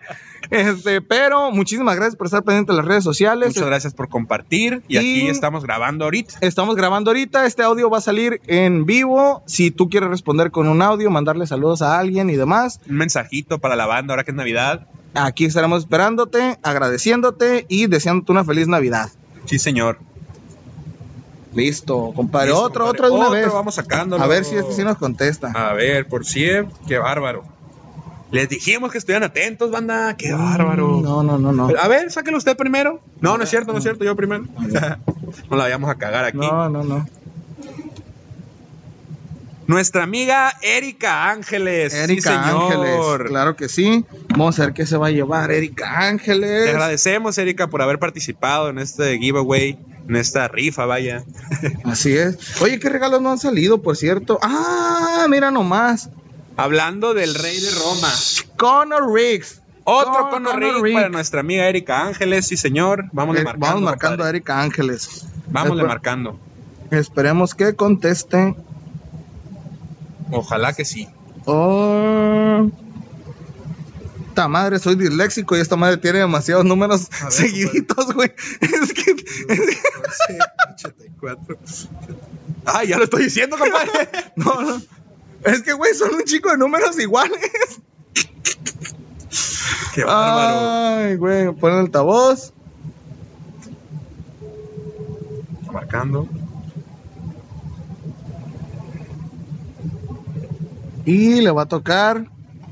Speaker 2: este, pero muchísimas gracias por estar pendiente de las redes sociales.
Speaker 1: Muchas gracias por compartir. Y,
Speaker 2: Y-
Speaker 1: aquí estamos grabando ahorita.
Speaker 2: estamos grabando ahorita. Este audio va a salir en vivo. Si tú quieres responder con un audio, mandarle saludos a alguien y demás,
Speaker 1: Un mensajito para la banda ahora que es Navidad.
Speaker 2: aquí estaremos esperándote, agradeciéndote y deseándote una feliz Navidad.
Speaker 1: Sí, señor.
Speaker 2: Listo, compadre.
Speaker 1: Listo,
Speaker 2: otro,
Speaker 1: compadre.
Speaker 2: otro de una
Speaker 1: Otro,
Speaker 2: vez.
Speaker 1: vamos sacándolo. Ah,
Speaker 2: A ver si es que sí nos contesta.
Speaker 1: A ver, por cierto, qué bárbaro. Les dijimos que estuvieran atentos, banda. Qué bárbaro.
Speaker 2: Mm,
Speaker 1: ah,
Speaker 2: No, no, no, no.
Speaker 1: A ver, sáquenlo usted primero. No, no es cierto, no es cierto, yo primero. no la vayamos a cagar aquí.
Speaker 2: No, no, no.
Speaker 1: Nuestra amiga Erika Ángeles. sí,
Speaker 2: Erika Ángeles.
Speaker 1: señor.
Speaker 2: Claro que sí. Vamos a ver qué se va a llevar Erika
Speaker 1: Te
Speaker 2: Ángeles.
Speaker 1: agradecemos, Erika, por haber participado en este giveaway, en esta rifa, vaya.
Speaker 2: Así es. Oye, qué regalos no han salido, por cierto. Ah, mira nomás.
Speaker 1: Hablando del rey de Roma.
Speaker 2: Conor Riggs.
Speaker 1: Otro
Speaker 2: Con-
Speaker 1: cono
Speaker 2: Conor
Speaker 1: Rick
Speaker 2: Rigg.
Speaker 1: para nuestra amiga Erika Ángeles, sí, señor. Vamos
Speaker 2: Eh,
Speaker 1: marcando.
Speaker 2: Vamos marcando a
Speaker 1: compadre.
Speaker 2: Erika Ángeles.
Speaker 1: Vámonle
Speaker 2: Espe-
Speaker 1: marcando.
Speaker 2: Esperemos que conteste.
Speaker 1: Ojalá que sí.
Speaker 2: Oh. Esta madre, soy disléxico y esta madre tiene demasiados números seguiditos, güey. Es que.
Speaker 1: Ay, ya lo estoy diciendo, compadre.
Speaker 2: No, no. Es que, güey, son un chico de números iguales.
Speaker 1: Qué bárbaro.
Speaker 2: Ay, güey, pon el altavoz.
Speaker 1: Marcando.
Speaker 2: Y le va a tocar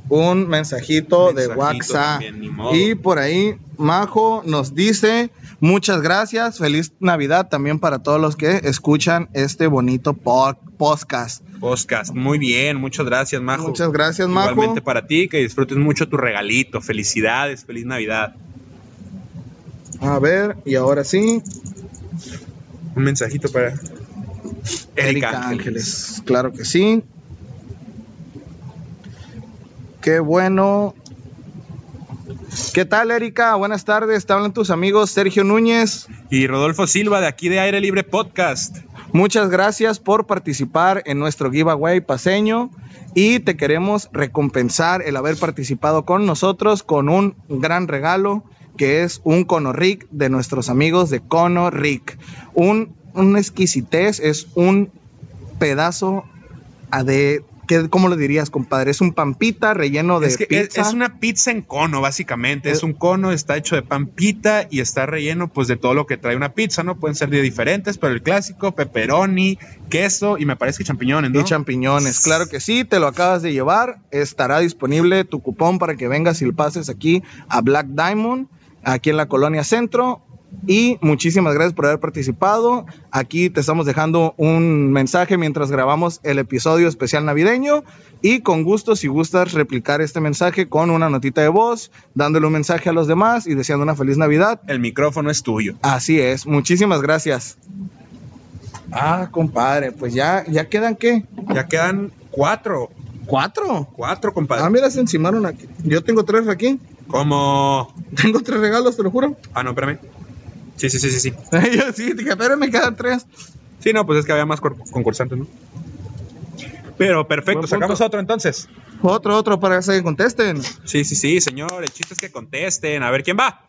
Speaker 2: un mensajito, de
Speaker 1: Mensajito
Speaker 2: WhatsApp.
Speaker 1: también, ni modo.
Speaker 2: y por ahí, Majo nos dice, muchas gracias, feliz Navidad también para todos los que escuchan este bonito po- podcast.
Speaker 1: Podcast. Muy bien, muchas gracias, Majo.
Speaker 2: Muchas gracias, Majo.
Speaker 1: Igualmente para ti, que disfrutes mucho tu regalito. Felicidades, feliz Navidad.
Speaker 2: A ver, y ahora sí,
Speaker 1: Un mensajito para
Speaker 2: Erika Ángeles. Claro que sí. Qué bueno. ¿Qué tal, Erika? Buenas tardes. Te hablan tus amigos Sergio Núñez,
Speaker 1: Y Rodolfo Silva de aquí de Aire Libre Podcast.
Speaker 2: Muchas gracias por participar en nuestro giveaway paseño y te queremos recompensar el haber participado con nosotros con un gran regalo que es un Conoric de nuestros amigos de Conoric. Un, una exquisitez, es un pedazo a de... ¿qué- ¿Cómo lo dirías, compadre? Es un pampita relleno de
Speaker 1: Es, que es-
Speaker 2: pizza. Eh.
Speaker 1: es una pizza en cono, básicamente. Es
Speaker 2: Es-
Speaker 1: un cono, está hecho de pampita y está relleno pues de todo lo que trae una pizza, ¿no? Pueden ser de diferentes, pero el clásico, pepperoni, queso y me parece que champiñones, ¿no?
Speaker 2: Y champiñones, claro que sí, te lo acabas de llevar. Estará disponible tu cupón para que vengas y lo pases aquí a Black Diamond, aquí en la colonia centro. Y muchísimas gracias por haber participado. Aquí te estamos dejando un mensaje mientras grabamos el episodio especial navideño. Y con gusto, si gustas, replicar este mensaje con una notita de voz, dándole un mensaje a los demás y deseando una feliz Navidad.
Speaker 1: El micrófono es tuyo.
Speaker 2: Así es, muchísimas gracias. Ah, compadre, pues ya, ya quedan qué?
Speaker 1: Ya quedan cuatro,
Speaker 2: Cuatro.
Speaker 1: cuatro,
Speaker 2: Ah,
Speaker 1: compadre.
Speaker 2: mira, se encimaron aquí. Yo tengo tres aquí.
Speaker 1: Como...
Speaker 2: Tengo tres regalos, te lo juro.
Speaker 1: Ah, no, espérame. Sí, sí, sí, sí, sí.
Speaker 2: Yo sí, dije, pero me quedan tres.
Speaker 1: Sí, no, pues es que había más cor- concursantes, ¿no? Pero perfecto,
Speaker 2: Buen punto.
Speaker 1: sacamos otro entonces.
Speaker 2: Otro, otro para que contesten.
Speaker 1: Sí, sí, sí, señor. El chiste es que contesten. A ver quién va.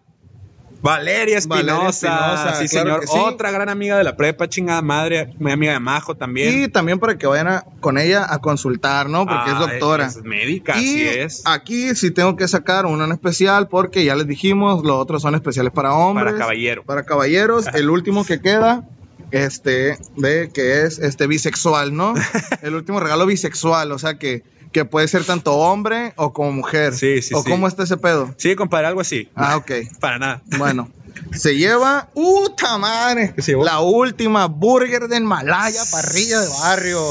Speaker 1: Valeria
Speaker 2: Valeria
Speaker 1: Espinosa.
Speaker 2: Espinosa,
Speaker 1: Sí,
Speaker 2: claro
Speaker 1: señor.
Speaker 2: que sí.
Speaker 1: Otra gran amiga de la prepa, chingada madre. Muy amiga de Majo
Speaker 2: Y
Speaker 1: también.
Speaker 2: también para que vayan a- con ella a consultar, ¿no? Porque
Speaker 1: Ah,
Speaker 2: es doctora.
Speaker 1: Es médica, así
Speaker 2: y
Speaker 1: es.
Speaker 2: aquí sí tengo que sacar uno en especial porque ya les dijimos, los otros son especiales para hombres.
Speaker 1: Para caballero.
Speaker 2: Para caballeros. El último que queda, este, de que es este bisexual, ¿no? El último regalo bisexual, o sea que, que puede ser tanto hombre o como mujer.
Speaker 1: Sí, sí,
Speaker 2: ¿O
Speaker 1: sí.
Speaker 2: cómo está ese pedo?
Speaker 1: Sí, compadre, algo así.
Speaker 2: Ah, ok.
Speaker 1: Para nada.
Speaker 2: Bueno, se lleva. ¡Uta madre!
Speaker 1: ¿Qué se llevó?
Speaker 2: La última burger de Himalaya, parrilla de barrio.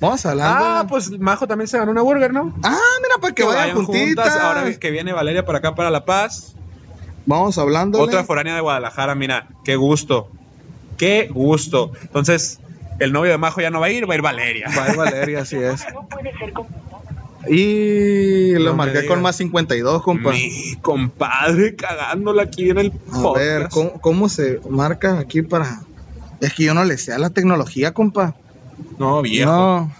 Speaker 2: Vamos hablando.
Speaker 1: Ah, pues Majo también se ganó una burger, ¿no?
Speaker 2: Ah, mira, para que, vayan, juntitas.
Speaker 1: Ahora que viene Valeria para acá, para La Paz.
Speaker 2: Vamos hablando.
Speaker 1: Otra foránea de Guadalajara, mira. Qué gusto. Qué gusto. Entonces, el novio de Majo ya no va a ir, va a ir Valeria.
Speaker 2: Va a Valeria, así es. Y lo
Speaker 1: No me
Speaker 2: marqué
Speaker 1: digas.
Speaker 2: con más 52, compa.
Speaker 1: Mi compadre cagándola aquí en el
Speaker 2: A
Speaker 1: podcast.
Speaker 2: ver, ¿cómo, cómo se marca aquí para.? Es que yo no le sé a la tecnología, compa.
Speaker 1: No, viejo.
Speaker 2: No.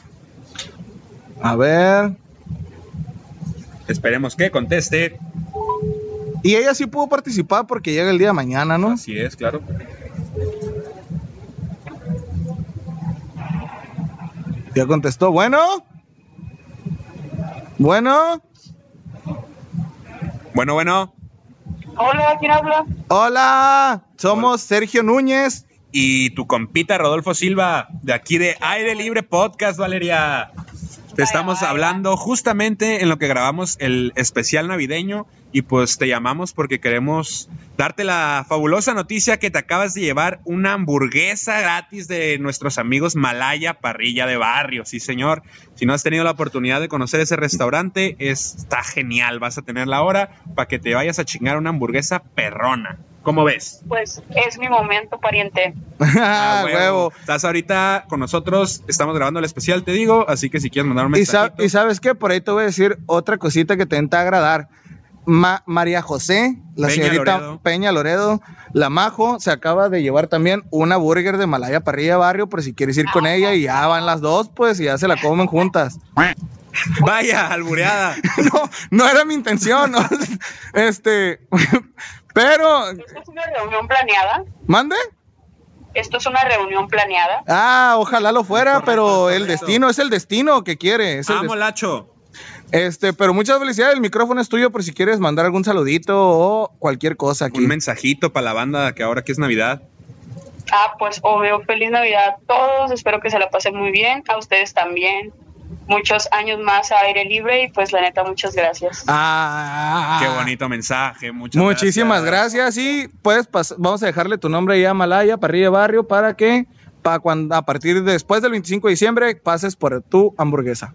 Speaker 2: A ver.
Speaker 1: Esperemos que conteste.
Speaker 2: Y ella sí pudo participar porque llega el día de mañana, ¿no?
Speaker 1: Así es, claro.
Speaker 2: Ya contestó, bueno. Bueno,
Speaker 1: Bueno, bueno.
Speaker 8: Hola, ¿quién habla?
Speaker 2: hola, somos Sergio Núñez.
Speaker 1: Y tu compita Rodolfo Silva, de aquí de Aire Libre Podcast, Valeria. Te
Speaker 8: Vaya,
Speaker 1: estamos
Speaker 8: vaya.
Speaker 1: hablando justamente en lo que grabamos el especial navideño y pues te llamamos porque queremos darte la fabulosa noticia que te acabas de llevar una hamburguesa gratis de nuestros amigos Malaya Parrilla de Barrio. Sí, señor. Si no has tenido la oportunidad de conocer ese restaurante, está genial. Vas a tener la hora para que te vayas a chingar una hamburguesa perrona. ¿Cómo ves?
Speaker 8: Pues es mi momento, pariente.
Speaker 2: Ah,
Speaker 1: Ah,
Speaker 2: huevo.
Speaker 1: Estás ahorita con nosotros, estamos grabando el especial, te digo, así que si quieres mandar un
Speaker 2: Y, sa-
Speaker 1: mensajito.
Speaker 2: y sabes qué, por ahí te voy a decir otra cosita que te intenta agradar. Ma- María José, la
Speaker 1: Peña
Speaker 2: señorita
Speaker 1: Loredo.
Speaker 2: Peña Loredo, la Majo, se acaba de llevar también una burger de Malaya Parrilla Barrio, por si quieres ir con ella y ya van las dos, pues, y ya se la comen juntas.
Speaker 1: Vaya, albureada.
Speaker 2: No, no era mi intención, ¿no? este, pero,
Speaker 8: ¿Esto es una reunión planeada?
Speaker 2: mande.
Speaker 8: ¿Esto es una reunión planeada?
Speaker 2: Ah, ojalá lo fuera,
Speaker 1: Correcto,
Speaker 2: pero el
Speaker 1: correcto.
Speaker 2: destino es el destino que quiere. es el
Speaker 1: Amo,
Speaker 2: des-
Speaker 1: Lacho.
Speaker 2: este, pero muchas felicidades, el micrófono es tuyo por si quieres mandar algún saludito o cualquier cosa aquí.
Speaker 1: Un mensajito para la banda que ahora que es Navidad.
Speaker 8: Ah, pues obvio, feliz Navidad a todos, espero que se la pasen muy bien, a ustedes también. Muchos años más a aire libre y pues la neta, muchas gracias.
Speaker 2: Ah,
Speaker 1: Qué bonito mensaje. Muchas
Speaker 2: Muchísimas gracias. y puedes pas- vamos a dejarle tu nombre ahí a Malaya, Parrilla Barrio, para que para cuando, a partir de después del 25 de diciembre pases por tu hamburguesa.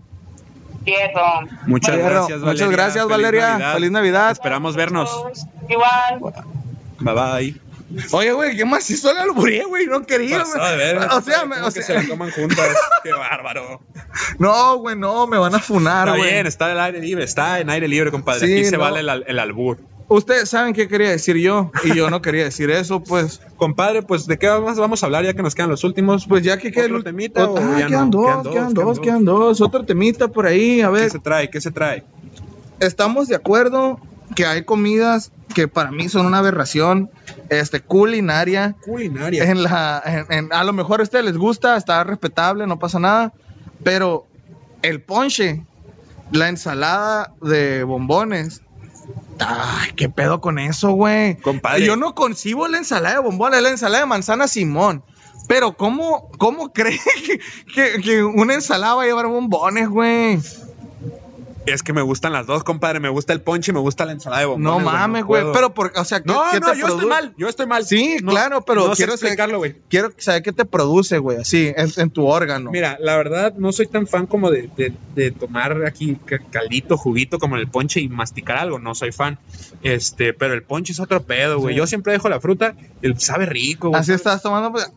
Speaker 8: Tierno.
Speaker 1: Muchas
Speaker 2: Bueno,
Speaker 1: gracias,
Speaker 2: muchas
Speaker 1: Valeria.
Speaker 2: gracias,
Speaker 1: Feliz
Speaker 2: Valeria. Feliz Navidad.
Speaker 1: Esperamos vernos.
Speaker 8: Igual.
Speaker 1: Bye bye.
Speaker 2: Oye, güey, ¿qué más hizo la alburé, güey? No quería,
Speaker 1: Pasó de verga.
Speaker 2: O sea, me-
Speaker 1: ¿Cómo
Speaker 2: o
Speaker 1: que
Speaker 2: sea-
Speaker 1: se la coman juntas. Qué bárbaro.
Speaker 2: no, güey, no, me van a funar,
Speaker 1: Está
Speaker 2: güey.
Speaker 1: bien, está en aire libre, está en aire libre, compadre.
Speaker 2: Ah, Sí,
Speaker 1: Aquí se
Speaker 2: no.
Speaker 1: vale el, al- el albur.
Speaker 2: Ustedes saben qué quería decir yo y yo no quería decir eso, pues.
Speaker 1: Compadre, pues de qué más vamos a hablar ya que nos quedan los últimos.
Speaker 2: Pues ya que queda el
Speaker 1: ¿Otro
Speaker 2: ult-
Speaker 1: temita o
Speaker 2: ot- ah,
Speaker 1: ya
Speaker 2: quedan,
Speaker 1: no?
Speaker 2: dos, quedan dos, quedan dos, Otro temita por ahí, a
Speaker 1: ¿Qué
Speaker 2: ver.
Speaker 1: se trae? ¿Qué se trae?
Speaker 2: estamos de acuerdo que hay comidas que para mí son una aberración este, culinaria.
Speaker 1: Culinaria.
Speaker 2: En la, en- en- a lo mejor a ustedes les gusta, está respetable, no pasa nada. Pero el ponche, la ensalada de bombones. Ay, qué pedo con eso, güey.
Speaker 1: Compadre.
Speaker 2: Yo no concibo la ensalada de bombones, la ensalada de manzana Simón. Pero, ¿cómo, cómo cree que, que- que una ensalada va a llevar bombones, güey?
Speaker 1: Es que me gustan las dos, compadre. Me gusta el ponche y me gusta la ensalada de bombones.
Speaker 2: No mames, güey.
Speaker 1: puedo.
Speaker 2: Pero, por, o sea, ¿qué,
Speaker 1: No,
Speaker 2: qué
Speaker 1: no, yo estoy
Speaker 2: produ-
Speaker 1: mal. Yo estoy mal.
Speaker 2: Sí,
Speaker 1: No,
Speaker 2: claro, pero
Speaker 1: no sé
Speaker 2: quiero
Speaker 1: explicarlo,
Speaker 2: saber-
Speaker 1: güey.
Speaker 2: Quiero saber qué te produce, güey, así, en, en tu órgano.
Speaker 1: Mira, la verdad, no soy tan fan como de, de- de tomar aquí ca- caldito, juguito, como en el ponche y masticar algo. No soy fan. Este, pero el ponche es otro pedo, güey. Yo siempre dejo la fruta. El sabe rico, güey.
Speaker 2: así estás tomando. pues,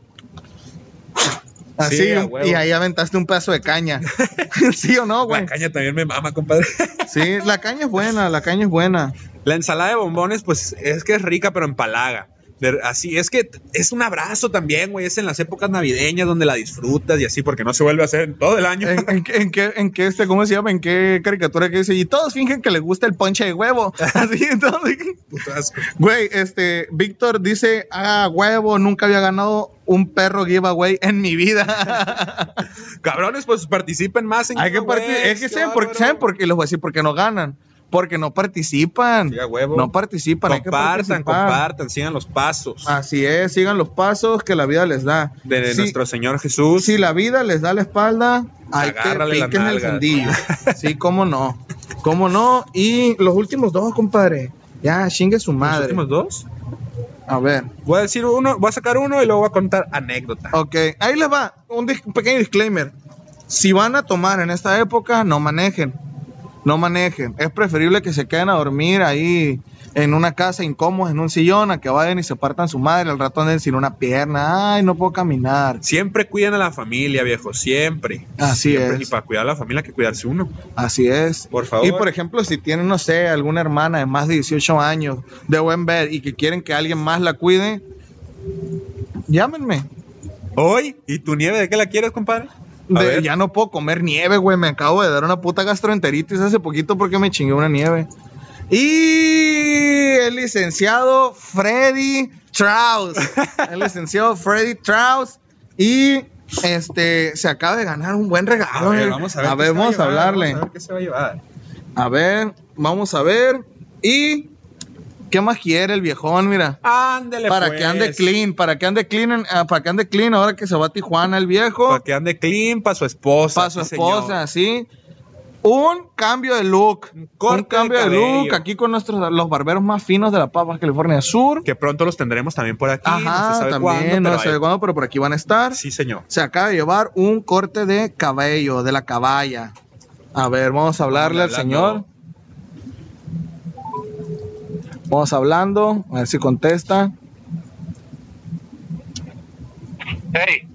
Speaker 2: así,
Speaker 1: Sí, a huevo.
Speaker 2: y ahí aventaste un pedazo de caña. ¿Sí o no, güey?
Speaker 1: La caña también me mama, compadre.
Speaker 2: Sí, la caña es buena, la caña es buena.
Speaker 1: La ensalada de bombones, pues es que es rica, pero empalaga. De- Así es que t- es un abrazo también, güey. Es en las épocas navideñas donde la disfrutas y así, porque no se vuelve a hacer en todo el año.
Speaker 2: ¿En, en qué- en qué, en qué, este, cómo se llama? ¿En qué caricatura que dice? Y todos fingen que les gusta el ponche de huevo. Así, entonces.
Speaker 1: Puto asco.
Speaker 2: Güey, este, Víctor dice, ah, huevo, nunca había ganado un perro giveaway en mi vida.
Speaker 1: Cabrones, pues participen más en
Speaker 2: Hay que
Speaker 1: giveaways,
Speaker 2: partir, es que
Speaker 1: qué
Speaker 2: saben por,
Speaker 1: bárbaro.
Speaker 2: saben por qué, les voy a decir, porque no ganan, porque no participan.
Speaker 1: Sí, a huevo.
Speaker 2: No participan, hay que
Speaker 1: Compartan,
Speaker 2: participar. Ah,
Speaker 1: compartan, sigan los pasos
Speaker 2: Así es, sigan los pasos que la vida les da.
Speaker 1: de
Speaker 2: si,
Speaker 1: nuestro Señor Jesús.
Speaker 2: si la vida les da la espalda, hay
Speaker 1: Agárrale
Speaker 2: que
Speaker 1: las
Speaker 2: piquen el
Speaker 1: nalgas.
Speaker 2: fundillo. sí, cómo no. Cómo no. Y los últimos dos, compadre. Ya, chingue su
Speaker 1: ¿Los
Speaker 2: madre.
Speaker 1: últimos dos?
Speaker 2: A ver.
Speaker 1: Voy a decir uno, voy a sacar uno y luego voy a contar anécdota.
Speaker 2: Ok, ahí les va un dis- un pequeño disclaimer. Si van a tomar en esta época, no manejen. No manejen. Es preferible que se queden a dormir ahí en una casa incómoda, en un sillón, a que vayan y se partan su madre. Al ratón anden sin una pierna. Ay, no puedo caminar.
Speaker 1: Siempre cuiden a la familia, viejo, siempre.
Speaker 2: Así
Speaker 1: Siempre. Y
Speaker 2: es.
Speaker 1: para cuidar a la familia hay que cuidarse uno.
Speaker 2: Así es.
Speaker 1: Por favor.
Speaker 2: Y por ejemplo, si tienen, no sé, alguna hermana de más de 18 años, de buen ver, y que quieren que alguien más la cuide, llámenme.
Speaker 1: Hoy, ¿y tu nieve de qué la quieres, compadre? A
Speaker 2: De-
Speaker 1: ver.
Speaker 2: ya no puedo comer nieve, güey. Me acabo de dar una puta gastroenteritis hace poquito porque me chingué una nieve. Y el licenciado Freddy Traus. El licenciado Freddy Traus. Y Este, se acaba de ganar un buen regalo.
Speaker 1: A ver,
Speaker 2: eh.
Speaker 1: vamos a ver. qué se va
Speaker 2: vamos a
Speaker 1: llevar,
Speaker 2: hablarle.
Speaker 1: Vamos a ver qué se va a llevar.
Speaker 2: A ver, vamos a ver. ¿Y qué más quiere el viejón? Mira.
Speaker 1: Ándele,
Speaker 2: Para
Speaker 1: pues.
Speaker 2: que ande clean, para que ande clean, en- ah, para que ande clean ahora que se va a Tijuana el viejo,
Speaker 1: Para que ande clean, para su esposa.
Speaker 2: para su
Speaker 1: sí, señor.
Speaker 2: esposa, sí. Un cambio de look,
Speaker 1: Un corte
Speaker 2: un cambio
Speaker 1: de
Speaker 2: de, look
Speaker 1: cabello.
Speaker 2: aquí con nuestros los barberos más finos de la Paz Baja California Sur.
Speaker 1: Que pronto los tendremos también por aquí.
Speaker 2: Ajá,
Speaker 1: no se sabe
Speaker 2: también,
Speaker 1: cuándo,
Speaker 2: no
Speaker 1: pero
Speaker 2: se sabe
Speaker 1: ahí-
Speaker 2: cuándo, pero por aquí van a estar.
Speaker 1: Sí, señor.
Speaker 2: Se acaba de llevar un corte de cabello de la caballa. A ver, vamos a hablarle al
Speaker 1: Vamos hablando.
Speaker 2: señor. Vamos hablando, a ver si contesta.
Speaker 6: Hey,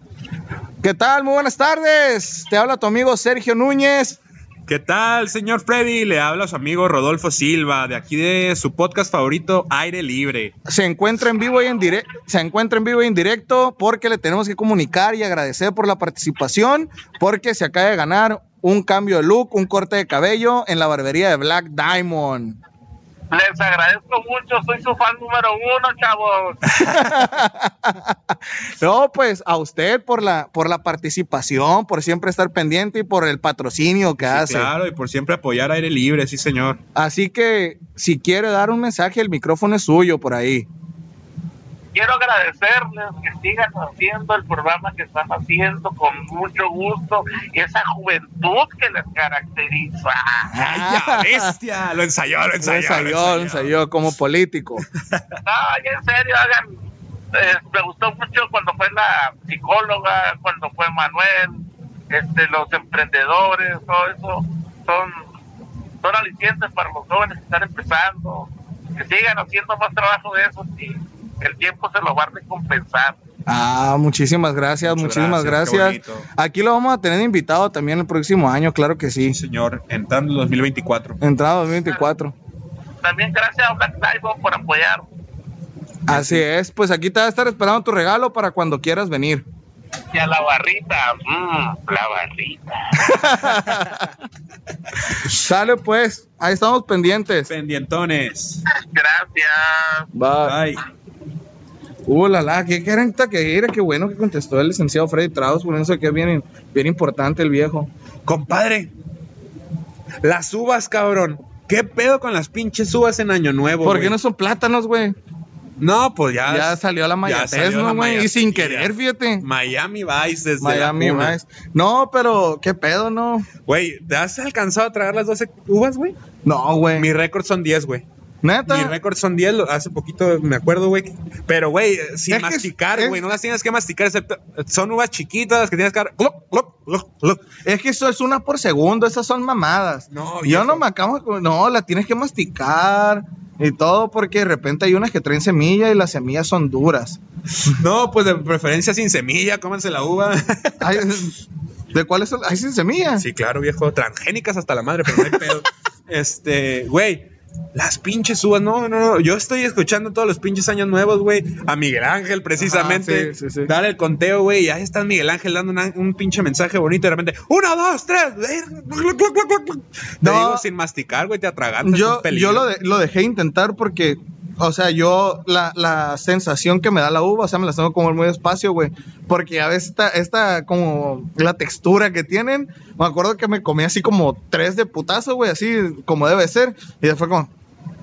Speaker 2: ¿Qué tal? Muy buenas tardes. Te habla tu amigo Sergio Núñez.
Speaker 1: ¿Qué tal, señor Freddy? Le habla su amigo Rodolfo Silva, de aquí de su podcast favorito, Aire Libre.
Speaker 2: Se encuentra en vivo y en directo, se encuentra en vivo y en directo porque le tenemos que comunicar y agradecer por la participación porque se acaba de ganar un cambio de look, un corte de cabello en la barbería de Black Diamond.
Speaker 6: les agradezco mucho, soy su fan número uno, chavos.
Speaker 2: No, pues a usted por la por la participación, por siempre estar pendiente y por el patrocinio que
Speaker 1: Sí,
Speaker 2: hace.
Speaker 1: claro, y por siempre apoyar Aire Libre, sí, señor.
Speaker 2: Así que si quiere dar un mensaje, el micrófono es suyo por ahí.
Speaker 6: Quiero agradecerles que sigan haciendo el programa que están haciendo con mucho gusto y esa juventud que les caracteriza.
Speaker 1: ¡Ay, ya, bestia! Lo ensayó, lo ensayó.
Speaker 2: Un Ah. ensayó, un ensayó como político.
Speaker 6: No, ya en serio, hagan. eh, me gustó mucho cuando fue la psicóloga, cuando fue Manuel, este, los emprendedores, todo eso. Son, son alicientes para los jóvenes que están empezando. Que sigan haciendo más trabajo de eso y el tiempo se lo va a recompensar.
Speaker 2: Ah, muchísimas gracias,
Speaker 1: Muchas
Speaker 2: muchísimas
Speaker 1: gracias,
Speaker 2: gracias.
Speaker 1: qué bonito.
Speaker 2: Aquí lo vamos a tener invitado también el próximo año, claro que sí.
Speaker 1: Sí, señor, entrando en 2024.
Speaker 2: Entrada 2024.
Speaker 6: También gracias a Black Diamond por apoyar.
Speaker 2: Así es, pues aquí te va a estar esperando tu regalo para cuando quieras venir.
Speaker 6: Y a la barrita, mm, la barrita.
Speaker 2: Sale pues, ahí estamos pendientes.
Speaker 1: Pendientones.
Speaker 6: Gracias.
Speaker 2: Bye.
Speaker 1: Ay,
Speaker 2: Uh, la la, qué carenta que era, qué bueno que contestó el licenciado Freddy Traus, por eso que es bien, bien importante el viejo.
Speaker 1: compadre. Las uvas, cabrón. ¿Qué pedo con las pinches uvas en Año Nuevo?
Speaker 2: ¿Por
Speaker 1: güey?
Speaker 2: qué no son plátanos, güey?
Speaker 1: No, pues ya.
Speaker 2: Ya salió la mayatez,
Speaker 1: salió la
Speaker 2: ¿no, güey? Y sin
Speaker 1: mayatez.
Speaker 2: querer, fíjate.
Speaker 1: Miami Vice desde
Speaker 2: Miami
Speaker 1: la cuna.
Speaker 2: Vice. No, pero qué pedo, no.
Speaker 1: Güey, ¿te has alcanzado a tragar las 12 uvas, güey?
Speaker 2: No, güey.
Speaker 1: Mi récord son 10, güey. Mi
Speaker 2: Neta.
Speaker 1: récord son 10, lo- hace poquito me acuerdo, güey. Pero, güey, eh, sin
Speaker 2: Es que es-
Speaker 1: masticar,
Speaker 2: es-
Speaker 1: güey. No las tienes que masticar, excepto. Son uvas chiquitas las que tienes que. agarrar. Gluc, gluc, gluc, gluc.
Speaker 2: Es que eso es una por segundo, esas son mamadas.
Speaker 1: No,
Speaker 2: yo
Speaker 1: viejo.
Speaker 2: no me acabo. con- No, la tienes que masticar y todo, porque de repente hay unas que traen semilla y las semillas son duras.
Speaker 1: No, pues de preferencia sin semilla, cómanse la uva.
Speaker 2: Ay, ¿De cuáles son? Hay sin semilla.
Speaker 1: Sí, claro, viejo. Transgénicas hasta la madre, pero no hay pedo. Este, güey. Las pinches uvas, no, no, no. Yo estoy escuchando todos los pinches años nuevos, güey. A Miguel Ángel, precisamente.
Speaker 2: Ajá, sí, sí, sí.
Speaker 1: Dar el conteo, güey. Y ahí está Miguel Ángel dando una- un pinche mensaje bonito. Y de repente, uno, dos, tres. No.
Speaker 2: No.
Speaker 1: Te digo, sin masticar, güey, te atragantas. es
Speaker 2: Yo,
Speaker 1: un peligro.
Speaker 2: yo lo, de- lo dejé intentar porque, o sea, yo la, la sensación que me da la uva, o sea, me la tengo que comer muy despacio, güey. Porque a veces esta, esta, como la textura que tienen, me acuerdo que me comí así como tres de putazo, güey, así como debe ser. Y después como...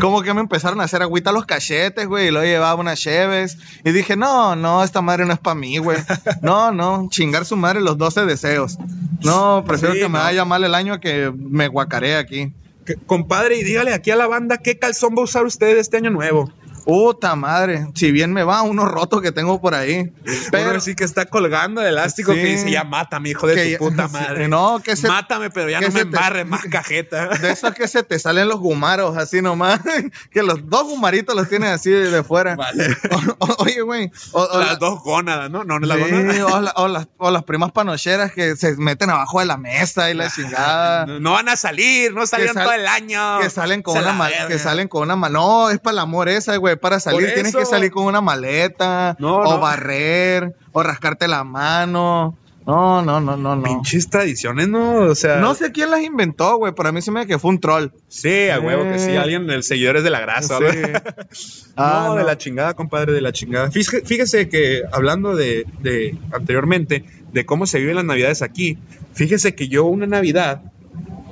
Speaker 2: Como que me empezaron a hacer agüita los cachetes, güey, y luego llevaba unas cheves. Y dije, no, no, esta madre no es para mí, güey. No, no, chingar su madre los 12 deseos. No, prefiero
Speaker 1: Sí,
Speaker 2: que me
Speaker 1: no.
Speaker 2: vaya mal el año a que me guacaree aquí.
Speaker 1: Que- compadre, y dígale aquí a la banda qué calzón va a usar usted este año nuevo.
Speaker 2: Puta madre, si bien me va uno roto que tengo por ahí. Pero
Speaker 1: Pero sí que está colgando de elástico
Speaker 2: Sí.
Speaker 1: que dice, ya mátame, hijo de
Speaker 2: Que
Speaker 1: tu
Speaker 2: ya-
Speaker 1: puta
Speaker 2: sí,
Speaker 1: madre.
Speaker 2: no, que se-
Speaker 1: Mátame, pero ya
Speaker 2: que
Speaker 1: no me
Speaker 2: se te-
Speaker 1: embarre más cajeta.
Speaker 2: de esos que se te salen los gumaros así nomás, que los dos gumaritos los tienes así de fuera.
Speaker 1: Vale.
Speaker 2: O- o- oye, güey. O, o
Speaker 1: las
Speaker 2: la-
Speaker 1: dos gónadas, ¿no? No, no es la
Speaker 2: sí,
Speaker 1: gónada.
Speaker 2: o la- o las, o las primas panocheras que se meten abajo de la mesa y la chingada.
Speaker 1: No, no van a salir, no salieron
Speaker 2: sal-
Speaker 1: todo el año.
Speaker 2: Que salen con
Speaker 1: Se
Speaker 2: una
Speaker 1: la
Speaker 2: mal-
Speaker 1: verga.
Speaker 2: que salen con una mal- no, es para el amor esa, güey, para salir
Speaker 1: Por
Speaker 2: tienes
Speaker 1: eso.
Speaker 2: que salir con una maleta
Speaker 1: No,
Speaker 2: o
Speaker 1: no.
Speaker 2: barrer o rascarte la mano No, no, no, no, no.
Speaker 1: Pinches tradiciones, ¿no? O sea.
Speaker 2: No sé quién las inventó, güey, pero a mí se me hace que fue un troll.
Speaker 1: Sí, a huevo que sí.
Speaker 2: Eh.
Speaker 1: Alguien del seguidores de la grasa.
Speaker 2: Sí.
Speaker 1: ¿verdad?
Speaker 2: Ah,
Speaker 1: no, de
Speaker 2: no.
Speaker 1: la chingada, compadre, de la chingada. Fíjese, fíjese que hablando de, de anteriormente, de cómo se viven las navidades aquí, fíjese que yo una navidad,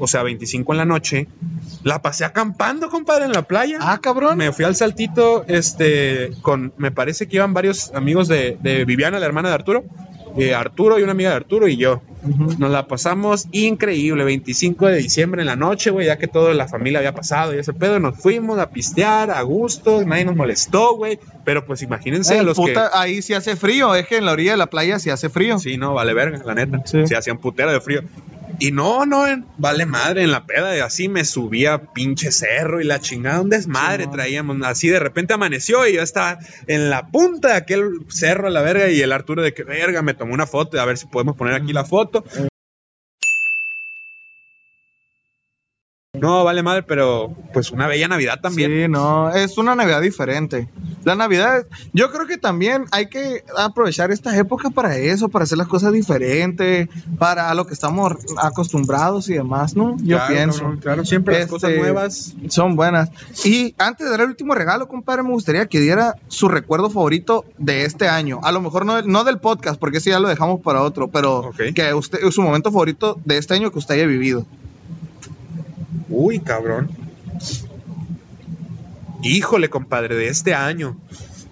Speaker 1: o sea, 25 en la noche, la pasé acampando, compadre, en la playa.
Speaker 2: Ah, cabrón.
Speaker 1: Me fui al saltito, este, con, me parece que iban varios amigos de, de Viviana, la hermana de Arturo, eh, Arturo y una amiga de Arturo y yo.
Speaker 2: Ujú.
Speaker 1: Pues Nos la pasamos increíble, 25 de diciembre en la noche, güey, ya que toda la familia había pasado y ese pedo, nos fuimos a pistear a gusto, nadie nos molestó, güey, pero pues imagínense
Speaker 2: Ey,
Speaker 1: los
Speaker 2: puta, Ahí sí hace frío, es que en la orilla de la playa sí hace frío.
Speaker 1: que... Sí, no, vale verga, la neta,
Speaker 2: Sí.
Speaker 1: se hacían putera de frío. Y no, no, en- vale madre, en la peda, y así me subía a pinche cerro y la chingada, un desmadre
Speaker 2: Sí, no.
Speaker 1: traíamos, así de repente amaneció y yo estaba en la punta de aquel cerro a la verga y el Arturo de que verga, me tomó una foto, a ver si podemos poner
Speaker 2: Mm.
Speaker 1: aquí la foto. No, vale madre, pero pues una bella Navidad también.
Speaker 2: Sí, no, es una Navidad diferente. La Navidad, yo creo que también hay que aprovechar esta época para eso, para hacer las cosas diferentes, para a lo que estamos acostumbrados y demás, ¿no? Yo
Speaker 1: Claro,
Speaker 2: pienso.
Speaker 1: cabrón, claro, siempre las cosas
Speaker 2: Este,
Speaker 1: nuevas.
Speaker 2: Son buenas. Y antes de dar el último regalo, compadre, me gustaría que diera su recuerdo favorito de este año. A lo mejor no, no del podcast, porque ese ya lo dejamos para otro, pero
Speaker 1: Ok.
Speaker 2: que usted, su momento favorito de este año que usted haya vivido.
Speaker 1: Uy, cabrón. Híjole, compadre, de este año.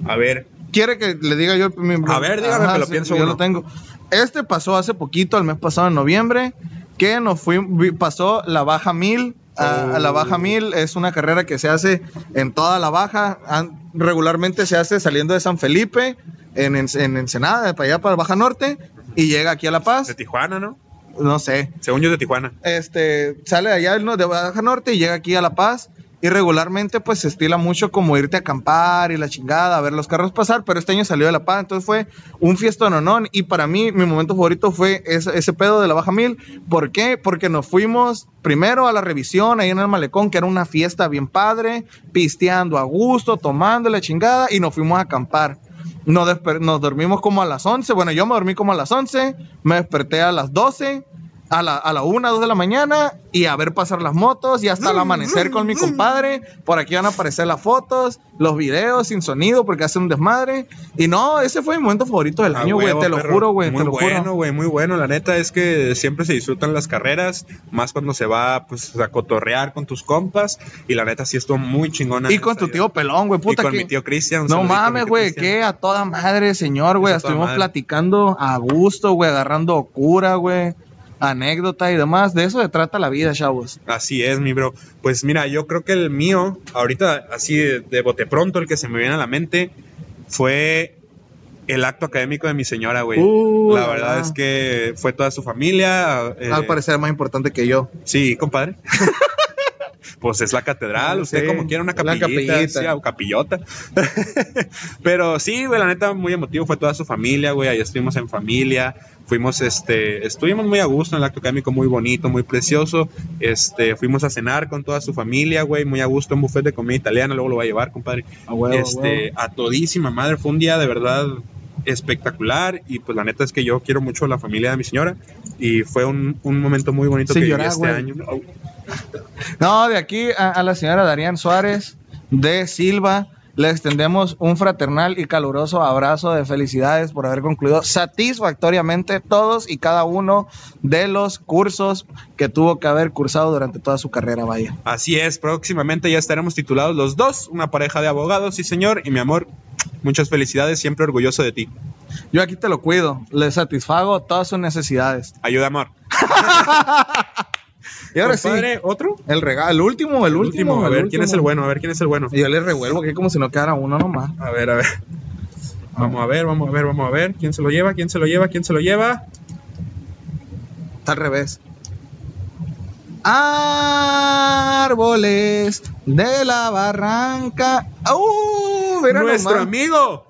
Speaker 1: A ver,
Speaker 2: ¿Quiere que le diga yo? mi-
Speaker 1: A ver, dígame, que lo pienso
Speaker 2: Yo
Speaker 1: uno.
Speaker 2: lo tengo. Este pasó hace poquito, el mes pasado, en noviembre, que nos fui, pasó la baja mil. A, a la baja
Speaker 1: Oh.
Speaker 2: mil es una carrera que se hace en toda la baja. An- Regularmente se hace saliendo de San Felipe, en, en, en Ensenada, de para allá, para el Baja Norte, y llega aquí a La
Speaker 1: de
Speaker 2: Paz.
Speaker 1: Tijuana, ¿no?
Speaker 2: No sé,
Speaker 1: Según yo, es de Tijuana.
Speaker 2: este, sale de allá ¿no? de Baja Norte y llega aquí a La Paz. Y regularmente pues se estila mucho como irte a acampar y la chingada, a ver los carros pasar, pero este año salió de La Paz, entonces fue un fiestononón y para mí mi momento favorito fue ese, ese pedo de la Baja Mil. ¿Por qué? Porque nos fuimos primero a la revisión ahí en el malecón, que era una fiesta bien padre, pisteando a gusto, tomando la chingada y nos fuimos a acampar. Nos, desper- nos dormimos como a las 11, bueno yo me dormí como a las 11, me desperté a las 12 a la, a la una, dos de la mañana y a ver pasar las motos y hasta el amanecer con mi compadre. Por aquí van a aparecer las fotos, los videos sin sonido porque hace un desmadre. Y no, ese fue mi momento favorito del
Speaker 1: Ah,
Speaker 2: año, güey.
Speaker 1: huevo,
Speaker 2: Te lo
Speaker 1: perro.
Speaker 2: juro, güey.
Speaker 1: Muy
Speaker 2: Te lo
Speaker 1: bueno,
Speaker 2: juro.
Speaker 1: güey, muy bueno. La neta es que siempre se disfrutan las carreras, más cuando se va pues, a cotorrear con tus compas. Y la neta sí estuvo muy chingona.
Speaker 2: Y con
Speaker 1: esa
Speaker 2: tu tío
Speaker 1: idea.
Speaker 2: pelón, güey.
Speaker 1: Y
Speaker 2: Puta
Speaker 1: con
Speaker 2: que-
Speaker 1: mi tío Cristian. un
Speaker 2: No
Speaker 1: saludito a mi
Speaker 2: mames,
Speaker 1: tío
Speaker 2: güey,
Speaker 1: Cristian.
Speaker 2: que a toda madre, señor, güey.
Speaker 1: Es a toda
Speaker 2: Estuvimos
Speaker 1: madre.
Speaker 2: platicando a gusto, güey, agarrando cura, güey, anécdota y demás. De eso se trata la vida, chavos.
Speaker 1: Así es, mi bro. Pues mira, yo creo que el mío, ahorita así de, de bote pronto, el que se me viene a la mente, fue el acto académico de mi señora, güey.
Speaker 2: Uh,
Speaker 1: la
Speaker 2: la
Speaker 1: verdad
Speaker 2: verdad.
Speaker 1: es que fue toda su familia. eh,
Speaker 2: Al parecer más importante que yo.
Speaker 1: Sí, compadre. Pues es la catedral,
Speaker 2: Ah,
Speaker 1: usted
Speaker 2: sí,
Speaker 1: como quiera una
Speaker 2: la
Speaker 1: capillita,
Speaker 2: capillita.
Speaker 1: sí, o capillota. Pero sí, güey, la neta muy emotivo, fue toda su familia, güey, ahí estuvimos en familia, fuimos este, estuvimos muy a gusto en el acto académico, muy bonito, muy precioso. Este, fuimos a cenar con toda su familia, güey, muy a gusto en buffet de comida italiana, luego lo va a llevar, compadre.
Speaker 2: A huevo, a
Speaker 1: este, a todísima madre, fue un día de verdad espectacular y pues la neta es que yo quiero mucho a la familia de mi señora y fue un, un momento muy bonito
Speaker 2: Sí,
Speaker 1: que viví
Speaker 2: llorar,
Speaker 1: este
Speaker 2: güey.
Speaker 1: año. Au.
Speaker 2: No, de aquí a, a la señora Darían Suárez de Silva le extendemos un fraternal y caluroso abrazo de felicidades por haber concluido satisfactoriamente todos y cada uno de los cursos que tuvo que haber cursado durante toda su carrera, vaya.
Speaker 1: Así es, próximamente ya estaremos titulados los dos, una pareja de abogados, sí señor, y mi amor, muchas felicidades, siempre orgulloso de ti.
Speaker 2: Yo aquí te lo cuido, le satisfago todas sus necesidades.
Speaker 1: Ayuda, amor.
Speaker 2: Y ahora sí,
Speaker 1: Compadre, ¿Otro?
Speaker 2: el regalo, el último, el, último,
Speaker 1: A ver quién es el
Speaker 2: último.
Speaker 1: bueno, a ver quién es el bueno.
Speaker 2: Y Yo le revuelvo aquí como si no quedara uno nomás.
Speaker 1: A ver, a ver. Vamos a ver, vamos a ver, vamos a ver. ¿Quién se lo lleva? ¿Quién se lo lleva? ¿Quién se lo lleva?
Speaker 2: Está al revés. Árboles de la barranca. ¡Uh! Mira
Speaker 1: Nuestro
Speaker 2: nomás.
Speaker 1: amigo.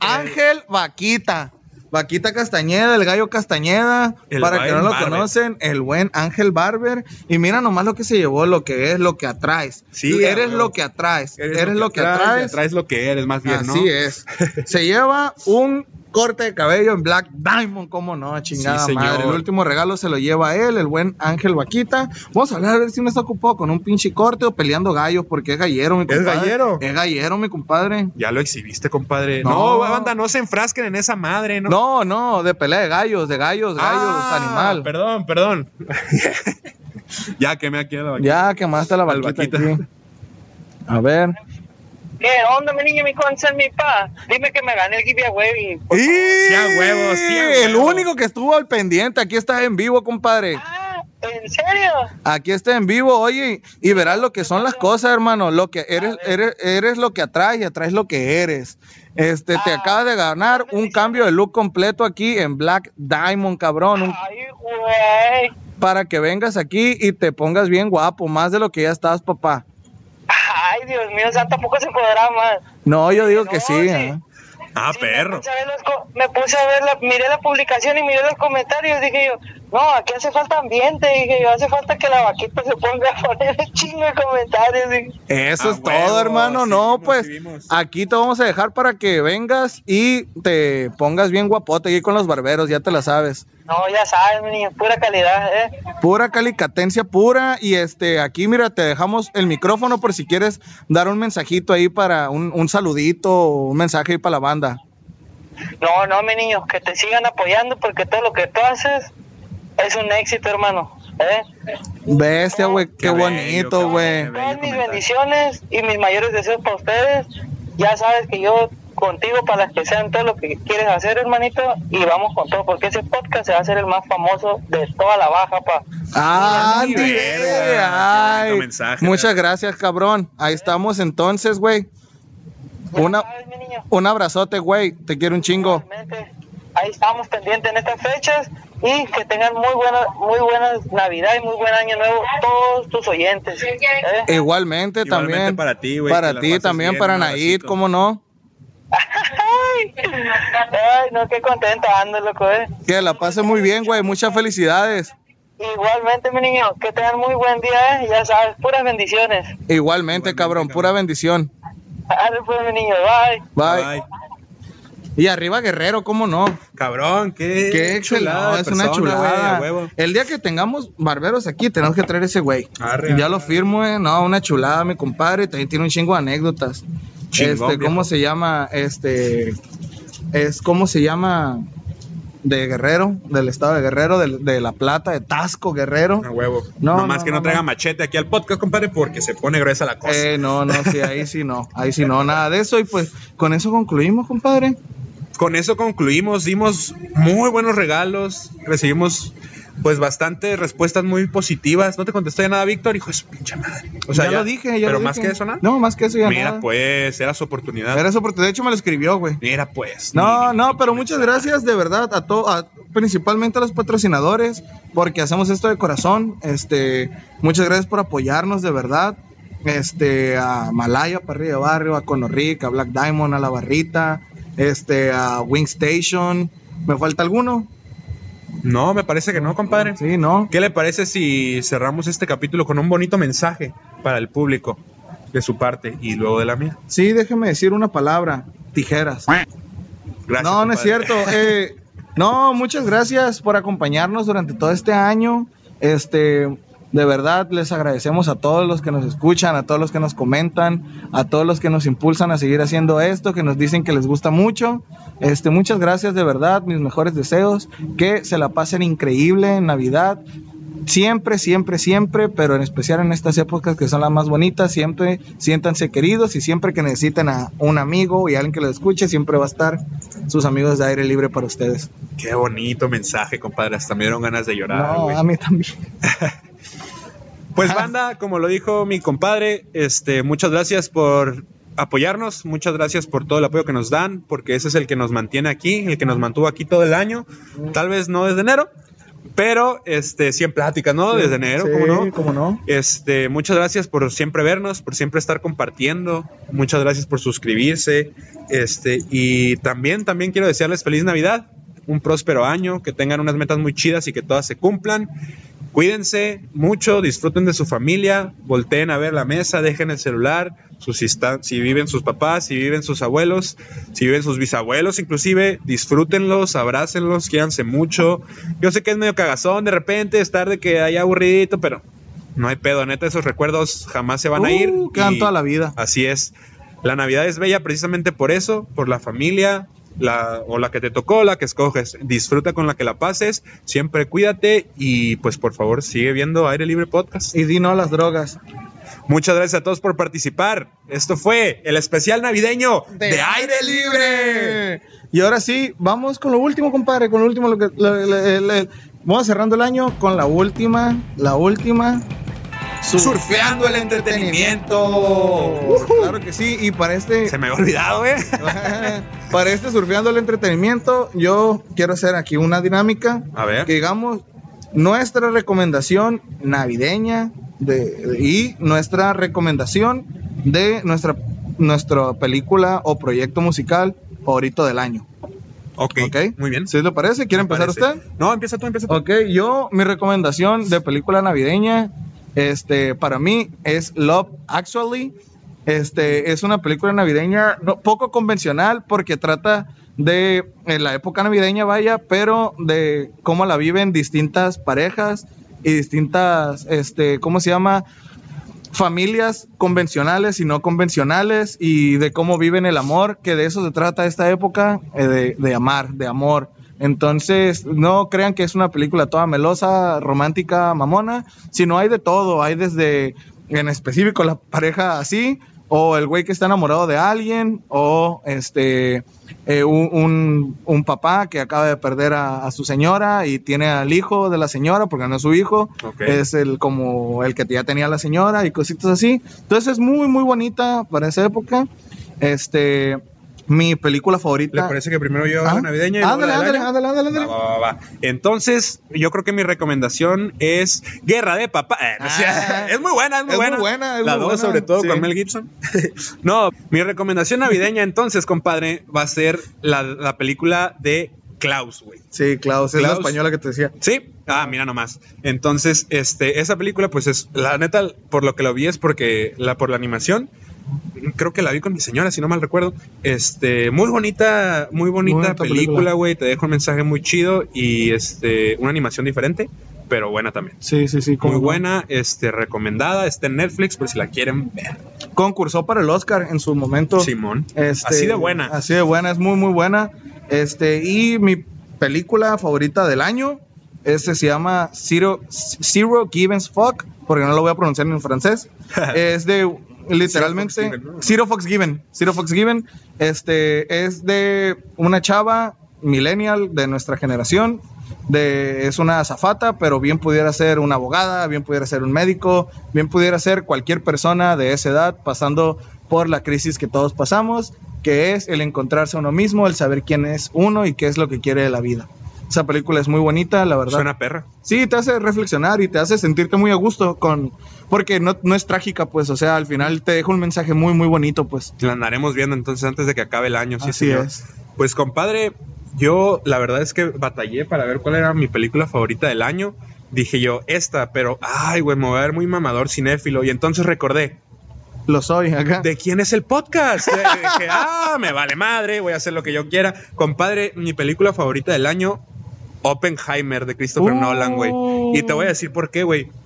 Speaker 2: Ángel Vaquita. Vaquita Castañeda, el gallo Castañeda,
Speaker 1: El
Speaker 2: para que no
Speaker 1: buen
Speaker 2: lo
Speaker 1: Barber.
Speaker 2: conocen, el buen Ángel Barber. Y mira nomás lo que se llevó, lo que es, lo que atraes.
Speaker 1: Sí,
Speaker 2: Tú
Speaker 1: a
Speaker 2: eres
Speaker 1: huevo.
Speaker 2: lo que atraes, eres, lo que,
Speaker 1: atraes,
Speaker 2: atraes.
Speaker 1: y atraes lo que eres, más bien, ¿no?
Speaker 2: Así es. Se lleva un corte de cabello en Black Diamond, cómo no, chingada
Speaker 1: Sí, señor.
Speaker 2: madre. El último regalo se lo lleva él, el buen Ángel Vaquita. Vamos a hablar a ver si no está ocupado con un pinche corte o peleando gallos, porque es gallero, mi
Speaker 1: ¿Es
Speaker 2: compadre.
Speaker 1: gallero?
Speaker 2: Es gallero, mi compadre.
Speaker 1: Ya lo exhibiste, compadre.
Speaker 2: No.
Speaker 1: No, banda, no se enfrasquen en esa madre, ¿no?
Speaker 2: No, no, de pelea de gallos, de gallos, gallos,
Speaker 1: Ah,
Speaker 2: animal.
Speaker 1: Perdón, perdón. ya quemé aquí a la vaquita.
Speaker 2: Ya quemaste la
Speaker 1: Al
Speaker 2: vaquita
Speaker 1: vaquita.
Speaker 2: aquí. A ver.
Speaker 8: ¿Qué onda, mi niño, mi concha, mi pa? Dime que me gané el giveaway.
Speaker 2: ¡Y!
Speaker 1: a huevo, sí a
Speaker 2: El
Speaker 1: huevo.
Speaker 2: único que estuvo al pendiente, aquí está en vivo, compadre.
Speaker 8: Ah, ¿en serio?
Speaker 2: Aquí está en vivo, oye, y verás lo que son las cosas, hermano. Lo que eres, eres, eres lo que atraes y atraes lo que eres. Este, te
Speaker 8: Ah,
Speaker 2: acabas de ganar un cambio de look completo aquí en Black Diamond, cabrón. Un-
Speaker 8: Ay, güey.
Speaker 2: para que vengas aquí y te pongas bien guapo, más de lo que ya estás, papá.
Speaker 8: Ay, Dios mío, o sea, tampoco se podrá más.
Speaker 2: No, yo digo
Speaker 8: No,
Speaker 2: que sí.
Speaker 8: sí.
Speaker 2: ¿eh?
Speaker 1: Ah,
Speaker 8: Sí, Me
Speaker 1: perro.
Speaker 8: puse a ver, los co- me puse a ver la, miré la publicación y miré los comentarios. Dije yo, no, aquí hace falta ambiente. Dije yo, hace falta que la vaquita se ponga a poner el chingo de comentarios. dije.
Speaker 2: Eso
Speaker 1: A
Speaker 2: es
Speaker 1: Ah, huevo,
Speaker 2: todo, hermano.
Speaker 1: sí
Speaker 2: no,
Speaker 1: vimos,
Speaker 2: pues
Speaker 1: sí vimos.
Speaker 2: aquí te vamos a dejar para que vengas y te pongas bien guapote aquí con los barberos, ya te la sabes.
Speaker 8: No, ya sabes, mi niño, pura calidad, ¿eh?
Speaker 2: Pura calicatencia pura y este aquí mira, te dejamos el micrófono por si quieres dar un mensajito ahí para un, un saludito o un mensaje ahí para la banda.
Speaker 8: No, no, mi niño, que te sigan apoyando porque todo lo que tú haces es un éxito, hermano, ¿eh?
Speaker 2: Bestia, este, güey, qué,
Speaker 1: bello,
Speaker 2: bonito,
Speaker 1: cabrón,
Speaker 2: güey.
Speaker 1: qué bello
Speaker 8: Todas Pues, mis
Speaker 1: comentario.
Speaker 8: bendiciones y mis mayores deseos para ustedes. Ya sabes que yo contigo para las que sean todo lo que quieres hacer, hermanito, y vamos con todo, porque ese podcast se va a hacer el más famoso de toda la baja, pa.
Speaker 2: Ah,
Speaker 1: Ni
Speaker 2: ni
Speaker 1: verga,
Speaker 2: verga,
Speaker 1: qué
Speaker 2: ay.
Speaker 1: bonito mensaje,
Speaker 2: Muchas
Speaker 1: ¿verdad?
Speaker 2: gracias, cabrón. Ahí estamos entonces, güey.
Speaker 8: Ya
Speaker 2: Una-
Speaker 8: sabes, mi niño.
Speaker 2: Un abrazote, güey. Te quiero un chingo.
Speaker 8: Igualmente, Ahí estamos pendientes en estas fechas y que tengan muy buena, muy buenas Navidad y muy buen año nuevo todos tus oyentes. ¿eh?
Speaker 2: Igualmente,
Speaker 1: Igualmente
Speaker 2: también.
Speaker 1: para ti, güey, que
Speaker 2: Para
Speaker 1: la
Speaker 2: ti
Speaker 1: pases
Speaker 2: también,
Speaker 1: bien,
Speaker 2: para
Speaker 1: un
Speaker 2: Naid,
Speaker 1: abracito.
Speaker 2: cómo no.
Speaker 8: Ay, ay, no, qué contento ando, loco, eh.
Speaker 2: Que la pase muy bien, güey. Muchas felicidades.
Speaker 8: Igualmente, mi niño, que tengan muy buen día, eh. Ya sabes, puras bendiciones.
Speaker 2: Igualmente, cabrón. Pura bendición.
Speaker 8: Dale, pues, mi niño, bye.
Speaker 2: Bye.
Speaker 1: Ay,
Speaker 2: Y arriba, Guerrero, cómo no.
Speaker 1: cabrón, qué,
Speaker 2: Qué chulada.
Speaker 1: de
Speaker 2: Es una
Speaker 1: persona, güey,
Speaker 2: chulada.
Speaker 1: a huevo.
Speaker 2: El día que tengamos barberos aquí, tenemos que traer ese güey.
Speaker 1: Arre,
Speaker 2: ya
Speaker 1: arre.
Speaker 2: lo firmo, eh. No, una chulada, mi compadre. También tiene un chingo de anécdotas.
Speaker 1: Chingón,
Speaker 2: este, ¿cómo
Speaker 1: viejo.
Speaker 2: se llama? Este. Es cómo se llama. De Guerrero, del estado de Guerrero, del- de, La Plata, de Tasco, Guerrero.
Speaker 1: A huevo. No,
Speaker 2: No, no,
Speaker 1: Nomás que no,
Speaker 2: no,
Speaker 1: traiga
Speaker 2: no.
Speaker 1: machete aquí al podcast, compadre, porque se pone gruesa la cosa.
Speaker 2: Eh, no, no, sí, ahí sí no, ahí sí no, nada de eso. Y pues con eso concluimos, compadre.
Speaker 1: con eso concluimos, dimos muy buenos regalos, recibimos pues bastantes respuestas muy positivas. No te contesté nada, Víctor, hijo de su pinche madre. O sea,
Speaker 2: ya, lo dije, ya
Speaker 1: Pero
Speaker 2: lo
Speaker 1: más
Speaker 2: dije.
Speaker 1: que eso, nada.
Speaker 2: No, más que eso ya
Speaker 1: Mira,
Speaker 2: nada.
Speaker 1: pues, era su oportunidad.
Speaker 2: Era eso, porque de hecho me lo escribió, güey.
Speaker 1: Mira, pues.
Speaker 2: No,
Speaker 1: ni-
Speaker 2: no, pero muchas gracias de verdad a todos, principalmente a los patrocinadores, porque hacemos esto de corazón. Este, muchas gracias por apoyarnos de verdad. Este, a Malaya, Parrilla de Barrio, a Conorric, a Black Diamond, a La Barrita, este, a Wing Station. ¿Me falta alguno?
Speaker 1: No, me parece que no, compadre.
Speaker 2: Sí, ¿no?
Speaker 1: ¿Qué le parece si cerramos este capítulo con un bonito mensaje para el público de su parte y luego de la mía?
Speaker 2: Sí, déjeme decir una palabra. Tijeras.
Speaker 1: Gracias.
Speaker 2: no, no es
Speaker 1: compadre.
Speaker 2: cierto. Eh, no, muchas gracias por acompañarnos durante todo este año. Este, de verdad, les agradecemos a todos los que nos escuchan, a todos los que nos comentan, a todos los que nos impulsan a seguir haciendo esto, que nos dicen que les gusta mucho. Este, muchas gracias de verdad, mis mejores deseos, que se la pasen increíble en Navidad. Siempre, siempre, siempre, pero en especial en estas épocas que son las más bonitas, siempre siéntanse queridos y siempre que necesiten a un amigo y a alguien que los escuche, siempre va a estar sus amigos de aire libre para ustedes.
Speaker 1: Qué bonito mensaje, compadre. Hasta me dieron ganas de llorar.
Speaker 2: no,
Speaker 1: güey.
Speaker 2: a mí también.
Speaker 1: Pues banda, como lo dijo mi compadre, este, muchas gracias por apoyarnos, muchas gracias por todo el apoyo que nos dan, porque ese es el que nos mantiene aquí, el que nos mantuvo aquí todo el año, tal vez no desde enero, pero este, 100 pláticas, ¿no? Desde enero,
Speaker 2: Sí,
Speaker 1: ¿cómo no?
Speaker 2: cómo no.
Speaker 1: Este, muchas gracias por siempre vernos, por siempre estar compartiendo. Muchas gracias por suscribirse. Este, y también, también quiero desearles feliz Navidad, un próspero año, que tengan unas metas muy chidas y que todas se cumplan. Cuídense mucho, disfruten de su familia, volteen a ver la mesa, dejen el celular, sus insta- si viven sus papás, si viven sus abuelos, si viven sus bisabuelos, inclusive, disfrútenlos, abrácenlos, quíanse mucho. Yo sé que es medio cagazón de repente estar de que hay aburridito, pero no hay pedo, neta, esos recuerdos jamás se van a ir.
Speaker 2: Uh, quedan
Speaker 1: y-
Speaker 2: toda la vida.
Speaker 1: Así es. La Navidad es bella precisamente por eso, por la familia, la, o la que te tocó, la que escoges. Disfruta con la que la pases, siempre cuídate y pues por favor sigue viendo Aire Libre Podcast.
Speaker 2: Y di no a las drogas.
Speaker 1: Muchas gracias a todos por participar. Esto fue el especial navideño de, Aire Libre.
Speaker 2: Y ahora sí, vamos con lo último, compadre, con lo último. Lo que, lo- lo- lo- vamos cerrando el año con la última, la última.
Speaker 1: Surfeando el entretenimiento.
Speaker 2: Claro que sí, y para este...
Speaker 1: Oh, Se me había olvidado, eh.
Speaker 2: Para este surfeando el entretenimiento, yo quiero hacer aquí una dinámica.
Speaker 1: A ver.
Speaker 2: Que digamos, nuestra recomendación navideña de, y nuestra recomendación de nuestra, nuestra película o proyecto musical favorito del año.
Speaker 1: Ok,
Speaker 2: Ok.
Speaker 1: muy bien.
Speaker 2: ¿Sí le parece? ¿Quiere empezar
Speaker 1: Parece.
Speaker 2: usted?
Speaker 1: No, empieza tú, empieza tú.
Speaker 2: Ok, yo, mi recomendación de película navideña, este, para mí es Love Actually. Este, es una película navideña no- poco convencional porque trata de en la época navideña, vaya, pero de cómo la viven distintas parejas y distintas, este, ¿cómo se llama? familias convencionales y no convencionales y de cómo viven el amor, que de eso se trata esta época, eh, de, de amar, de amor. Entonces, no crean que es una película toda melosa, romántica, mamona, sino hay de todo, hay desde, en específico, la pareja así, o el güey que está enamorado de alguien, o este, eh, un, un- un papá que acaba de perder a, a su señora y tiene al hijo de la señora, porque no es su hijo,
Speaker 1: Ok.
Speaker 2: es el como el que ya tenía la señora y cositas así. Entonces es muy muy bonita para esa época. Este mi película
Speaker 1: ¿Le
Speaker 2: favorita.
Speaker 1: parece que primero yo hago
Speaker 2: Ah,
Speaker 1: la navideña? y luego
Speaker 2: ándale,
Speaker 1: la del
Speaker 2: ándale,
Speaker 1: año?
Speaker 2: ándale, ándale, ándale.
Speaker 1: Va, va, va, va. Entonces, yo creo que mi recomendación es Guerra de Papá. Eh, no sé,
Speaker 2: Ah.
Speaker 1: es muy buena, es muy
Speaker 2: Es muy
Speaker 1: buena.
Speaker 2: buena, es
Speaker 1: la
Speaker 2: muy
Speaker 1: dos,
Speaker 2: buena,
Speaker 1: sobre todo,
Speaker 2: sí.
Speaker 1: con Mel Gibson. no, mi recomendación navideña, entonces, compadre, va a ser la, la película de Klaus, güey.
Speaker 2: Sí, Klaus, es la
Speaker 1: Klaus.
Speaker 2: española que te decía.
Speaker 1: Sí, ah, mira nomás. Entonces, este, esa película, pues es, la neta, por lo que lo vi es porque la por la animación, creo que la vi con mi señora, si no mal recuerdo. Este, muy bonita, muy bonita
Speaker 2: Bonita película.
Speaker 1: película, güey. Te dejo un mensaje muy chido y este, una animación diferente, pero buena también.
Speaker 2: Sí, sí, sí,
Speaker 1: Muy
Speaker 2: cómo no.
Speaker 1: buena, este, recomendada, está en Netflix por si la quieren ver.
Speaker 2: Concursó para el Oscar en su momento.
Speaker 1: Simón.
Speaker 2: Este,
Speaker 1: Así de buena.
Speaker 2: Así de buena, es muy, muy buena. Este, y mi película favorita del año, este se llama Zero, Zero Givens Fuck, porque no lo voy a pronunciar en francés. es de,
Speaker 1: Zero
Speaker 2: literalmente,
Speaker 1: Fucks Given, ¿no?
Speaker 2: Zero Fox Given. Zero Fox Given, este, es de una chava millennial de nuestra generación. De, es una azafata, pero bien pudiera ser una abogada, bien pudiera ser un médico, bien pudiera ser cualquier persona de esa edad pasando por la crisis que todos pasamos, que es el encontrarse a uno mismo, el saber quién es uno y qué es lo que quiere de la vida. Esa película es muy bonita, la verdad.
Speaker 1: Suena perra.
Speaker 2: Sí, te hace reflexionar y te hace sentirte muy a gusto con... Porque no, no es trágica, pues, o sea, al final te deja un mensaje muy, muy bonito, pues.
Speaker 1: La andaremos viendo entonces antes de que acabe el año, sí,
Speaker 2: Así
Speaker 1: señor.
Speaker 2: es.
Speaker 1: Pues compadre, yo la verdad es que batallé para ver cuál era mi película favorita del año. Dije yo, esta, pero ay, güey, me voy a ver muy mamador cinéfilo. Y entonces recordé,
Speaker 2: Lo soy acá.
Speaker 1: ¿de quién es el podcast? Y dije, ah, me vale madre, voy a hacer lo que yo quiera. Compadre, mi película favorita del año, Oppenheimer de Christopher
Speaker 2: Uh.
Speaker 1: Nolan, güey. Y te voy a decir por qué, güey.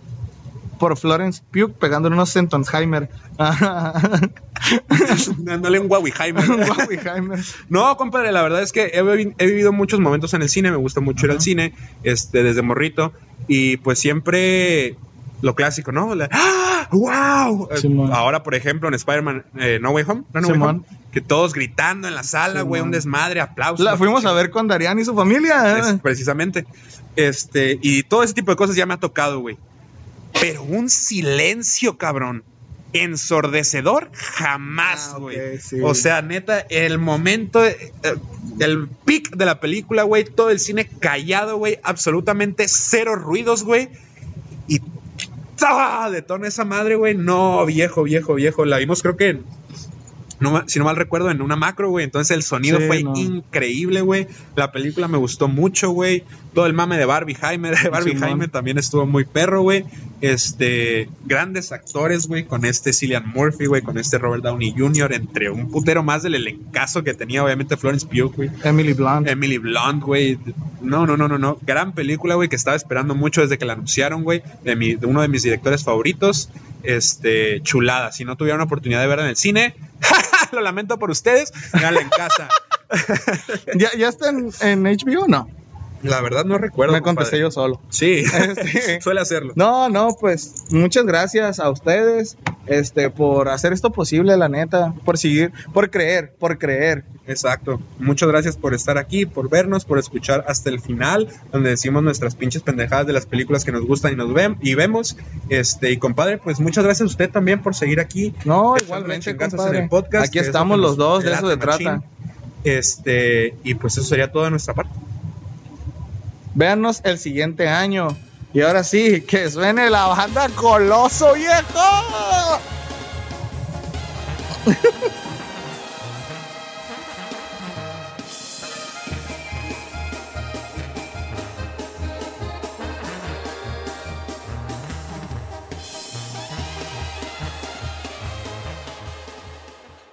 Speaker 2: Por Florence Pugh pegándole unos Sentonsheimer.
Speaker 1: Dándole un Huawei-heimer.
Speaker 2: Un Wauheimer.
Speaker 1: No, compadre, la verdad es que he, vi- he vivido muchos momentos en el cine, me gusta mucho ir al cine, este, desde morrito, y pues siempre lo clásico, ¿no? La- ¡Ah! ¡Wow! Eh,
Speaker 2: Simón.
Speaker 1: ahora, por ejemplo, en Spider-Man eh, No Way Home, no, No Way
Speaker 2: Simón.
Speaker 1: Home, que todos gritando en la sala, güey, un
Speaker 2: Simón.
Speaker 1: desmadre, aplausos.
Speaker 2: La fuimos a ver con Darian y su familia.
Speaker 1: Es-
Speaker 2: ¿eh?
Speaker 1: precisamente. Este, y todo ese tipo de cosas ya me ha tocado, güey. Pero un silencio, cabrón. Ensordecedor, jamás,
Speaker 2: Ah, ok,
Speaker 1: güey.
Speaker 2: sí.
Speaker 1: O sea, neta, el momento, eh, eh, el pic de la película, güey, todo el cine callado, güey, absolutamente cero ruidos, güey. Y ¡ah! detona esa madre, güey. No, viejo, viejo, viejo. La vimos, creo que no ma- si no mal recuerdo, en una macro, güey. Entonces el sonido
Speaker 2: Sí,
Speaker 1: fue
Speaker 2: no.
Speaker 1: increíble, güey. La película me gustó mucho, güey. Todo el mame de Barbie Jaime, de Barbie
Speaker 2: Simón.
Speaker 1: Jaime también estuvo muy perro, güey. Este, grandes actores, güey, con este Cillian Murphy, güey, con este Robert Downey Jr., entre un putero más del elencazo que tenía, obviamente, Florence Pugh, güey.
Speaker 2: Emily Blunt.
Speaker 1: Emily Blunt, güey. No, no, no, no, no. Gran película, güey, que estaba esperando mucho desde que la anunciaron, güey. De, mi- de uno de mis directores favoritos. Este, chulada. Si no tuvieron oportunidad de verla en el cine, lo lamento por ustedes. Véanla en casa.
Speaker 2: ¿Ya, ya está en, en HBO o no?
Speaker 1: La verdad no recuerdo.
Speaker 2: Me
Speaker 1: compadre.
Speaker 2: contesté yo solo.
Speaker 1: Sí,
Speaker 2: Este-
Speaker 1: suele hacerlo.
Speaker 2: No, no, pues muchas gracias a ustedes este, por hacer esto posible, la neta, por seguir, por creer, por creer.
Speaker 1: Exacto. Muchas gracias por estar aquí, por vernos, por escuchar hasta el final, donde decimos nuestras pinches pendejadas de las películas que nos gustan y nos ven y vemos. Este, y compadre, pues muchas gracias a usted también por seguir aquí.
Speaker 2: No,
Speaker 1: Echándole
Speaker 2: igualmente,
Speaker 1: chingazos
Speaker 2: compadre.
Speaker 1: en el podcast,
Speaker 2: Aquí
Speaker 1: que es lo
Speaker 2: estamos
Speaker 1: que
Speaker 2: los
Speaker 1: nos
Speaker 2: dos, de eso se
Speaker 1: late machín.
Speaker 2: trata.
Speaker 1: Este, y pues eso sería todo de nuestra parte.
Speaker 2: Véanos el siguiente año. Y ahora sí, que suene la banda Coloso, viejo.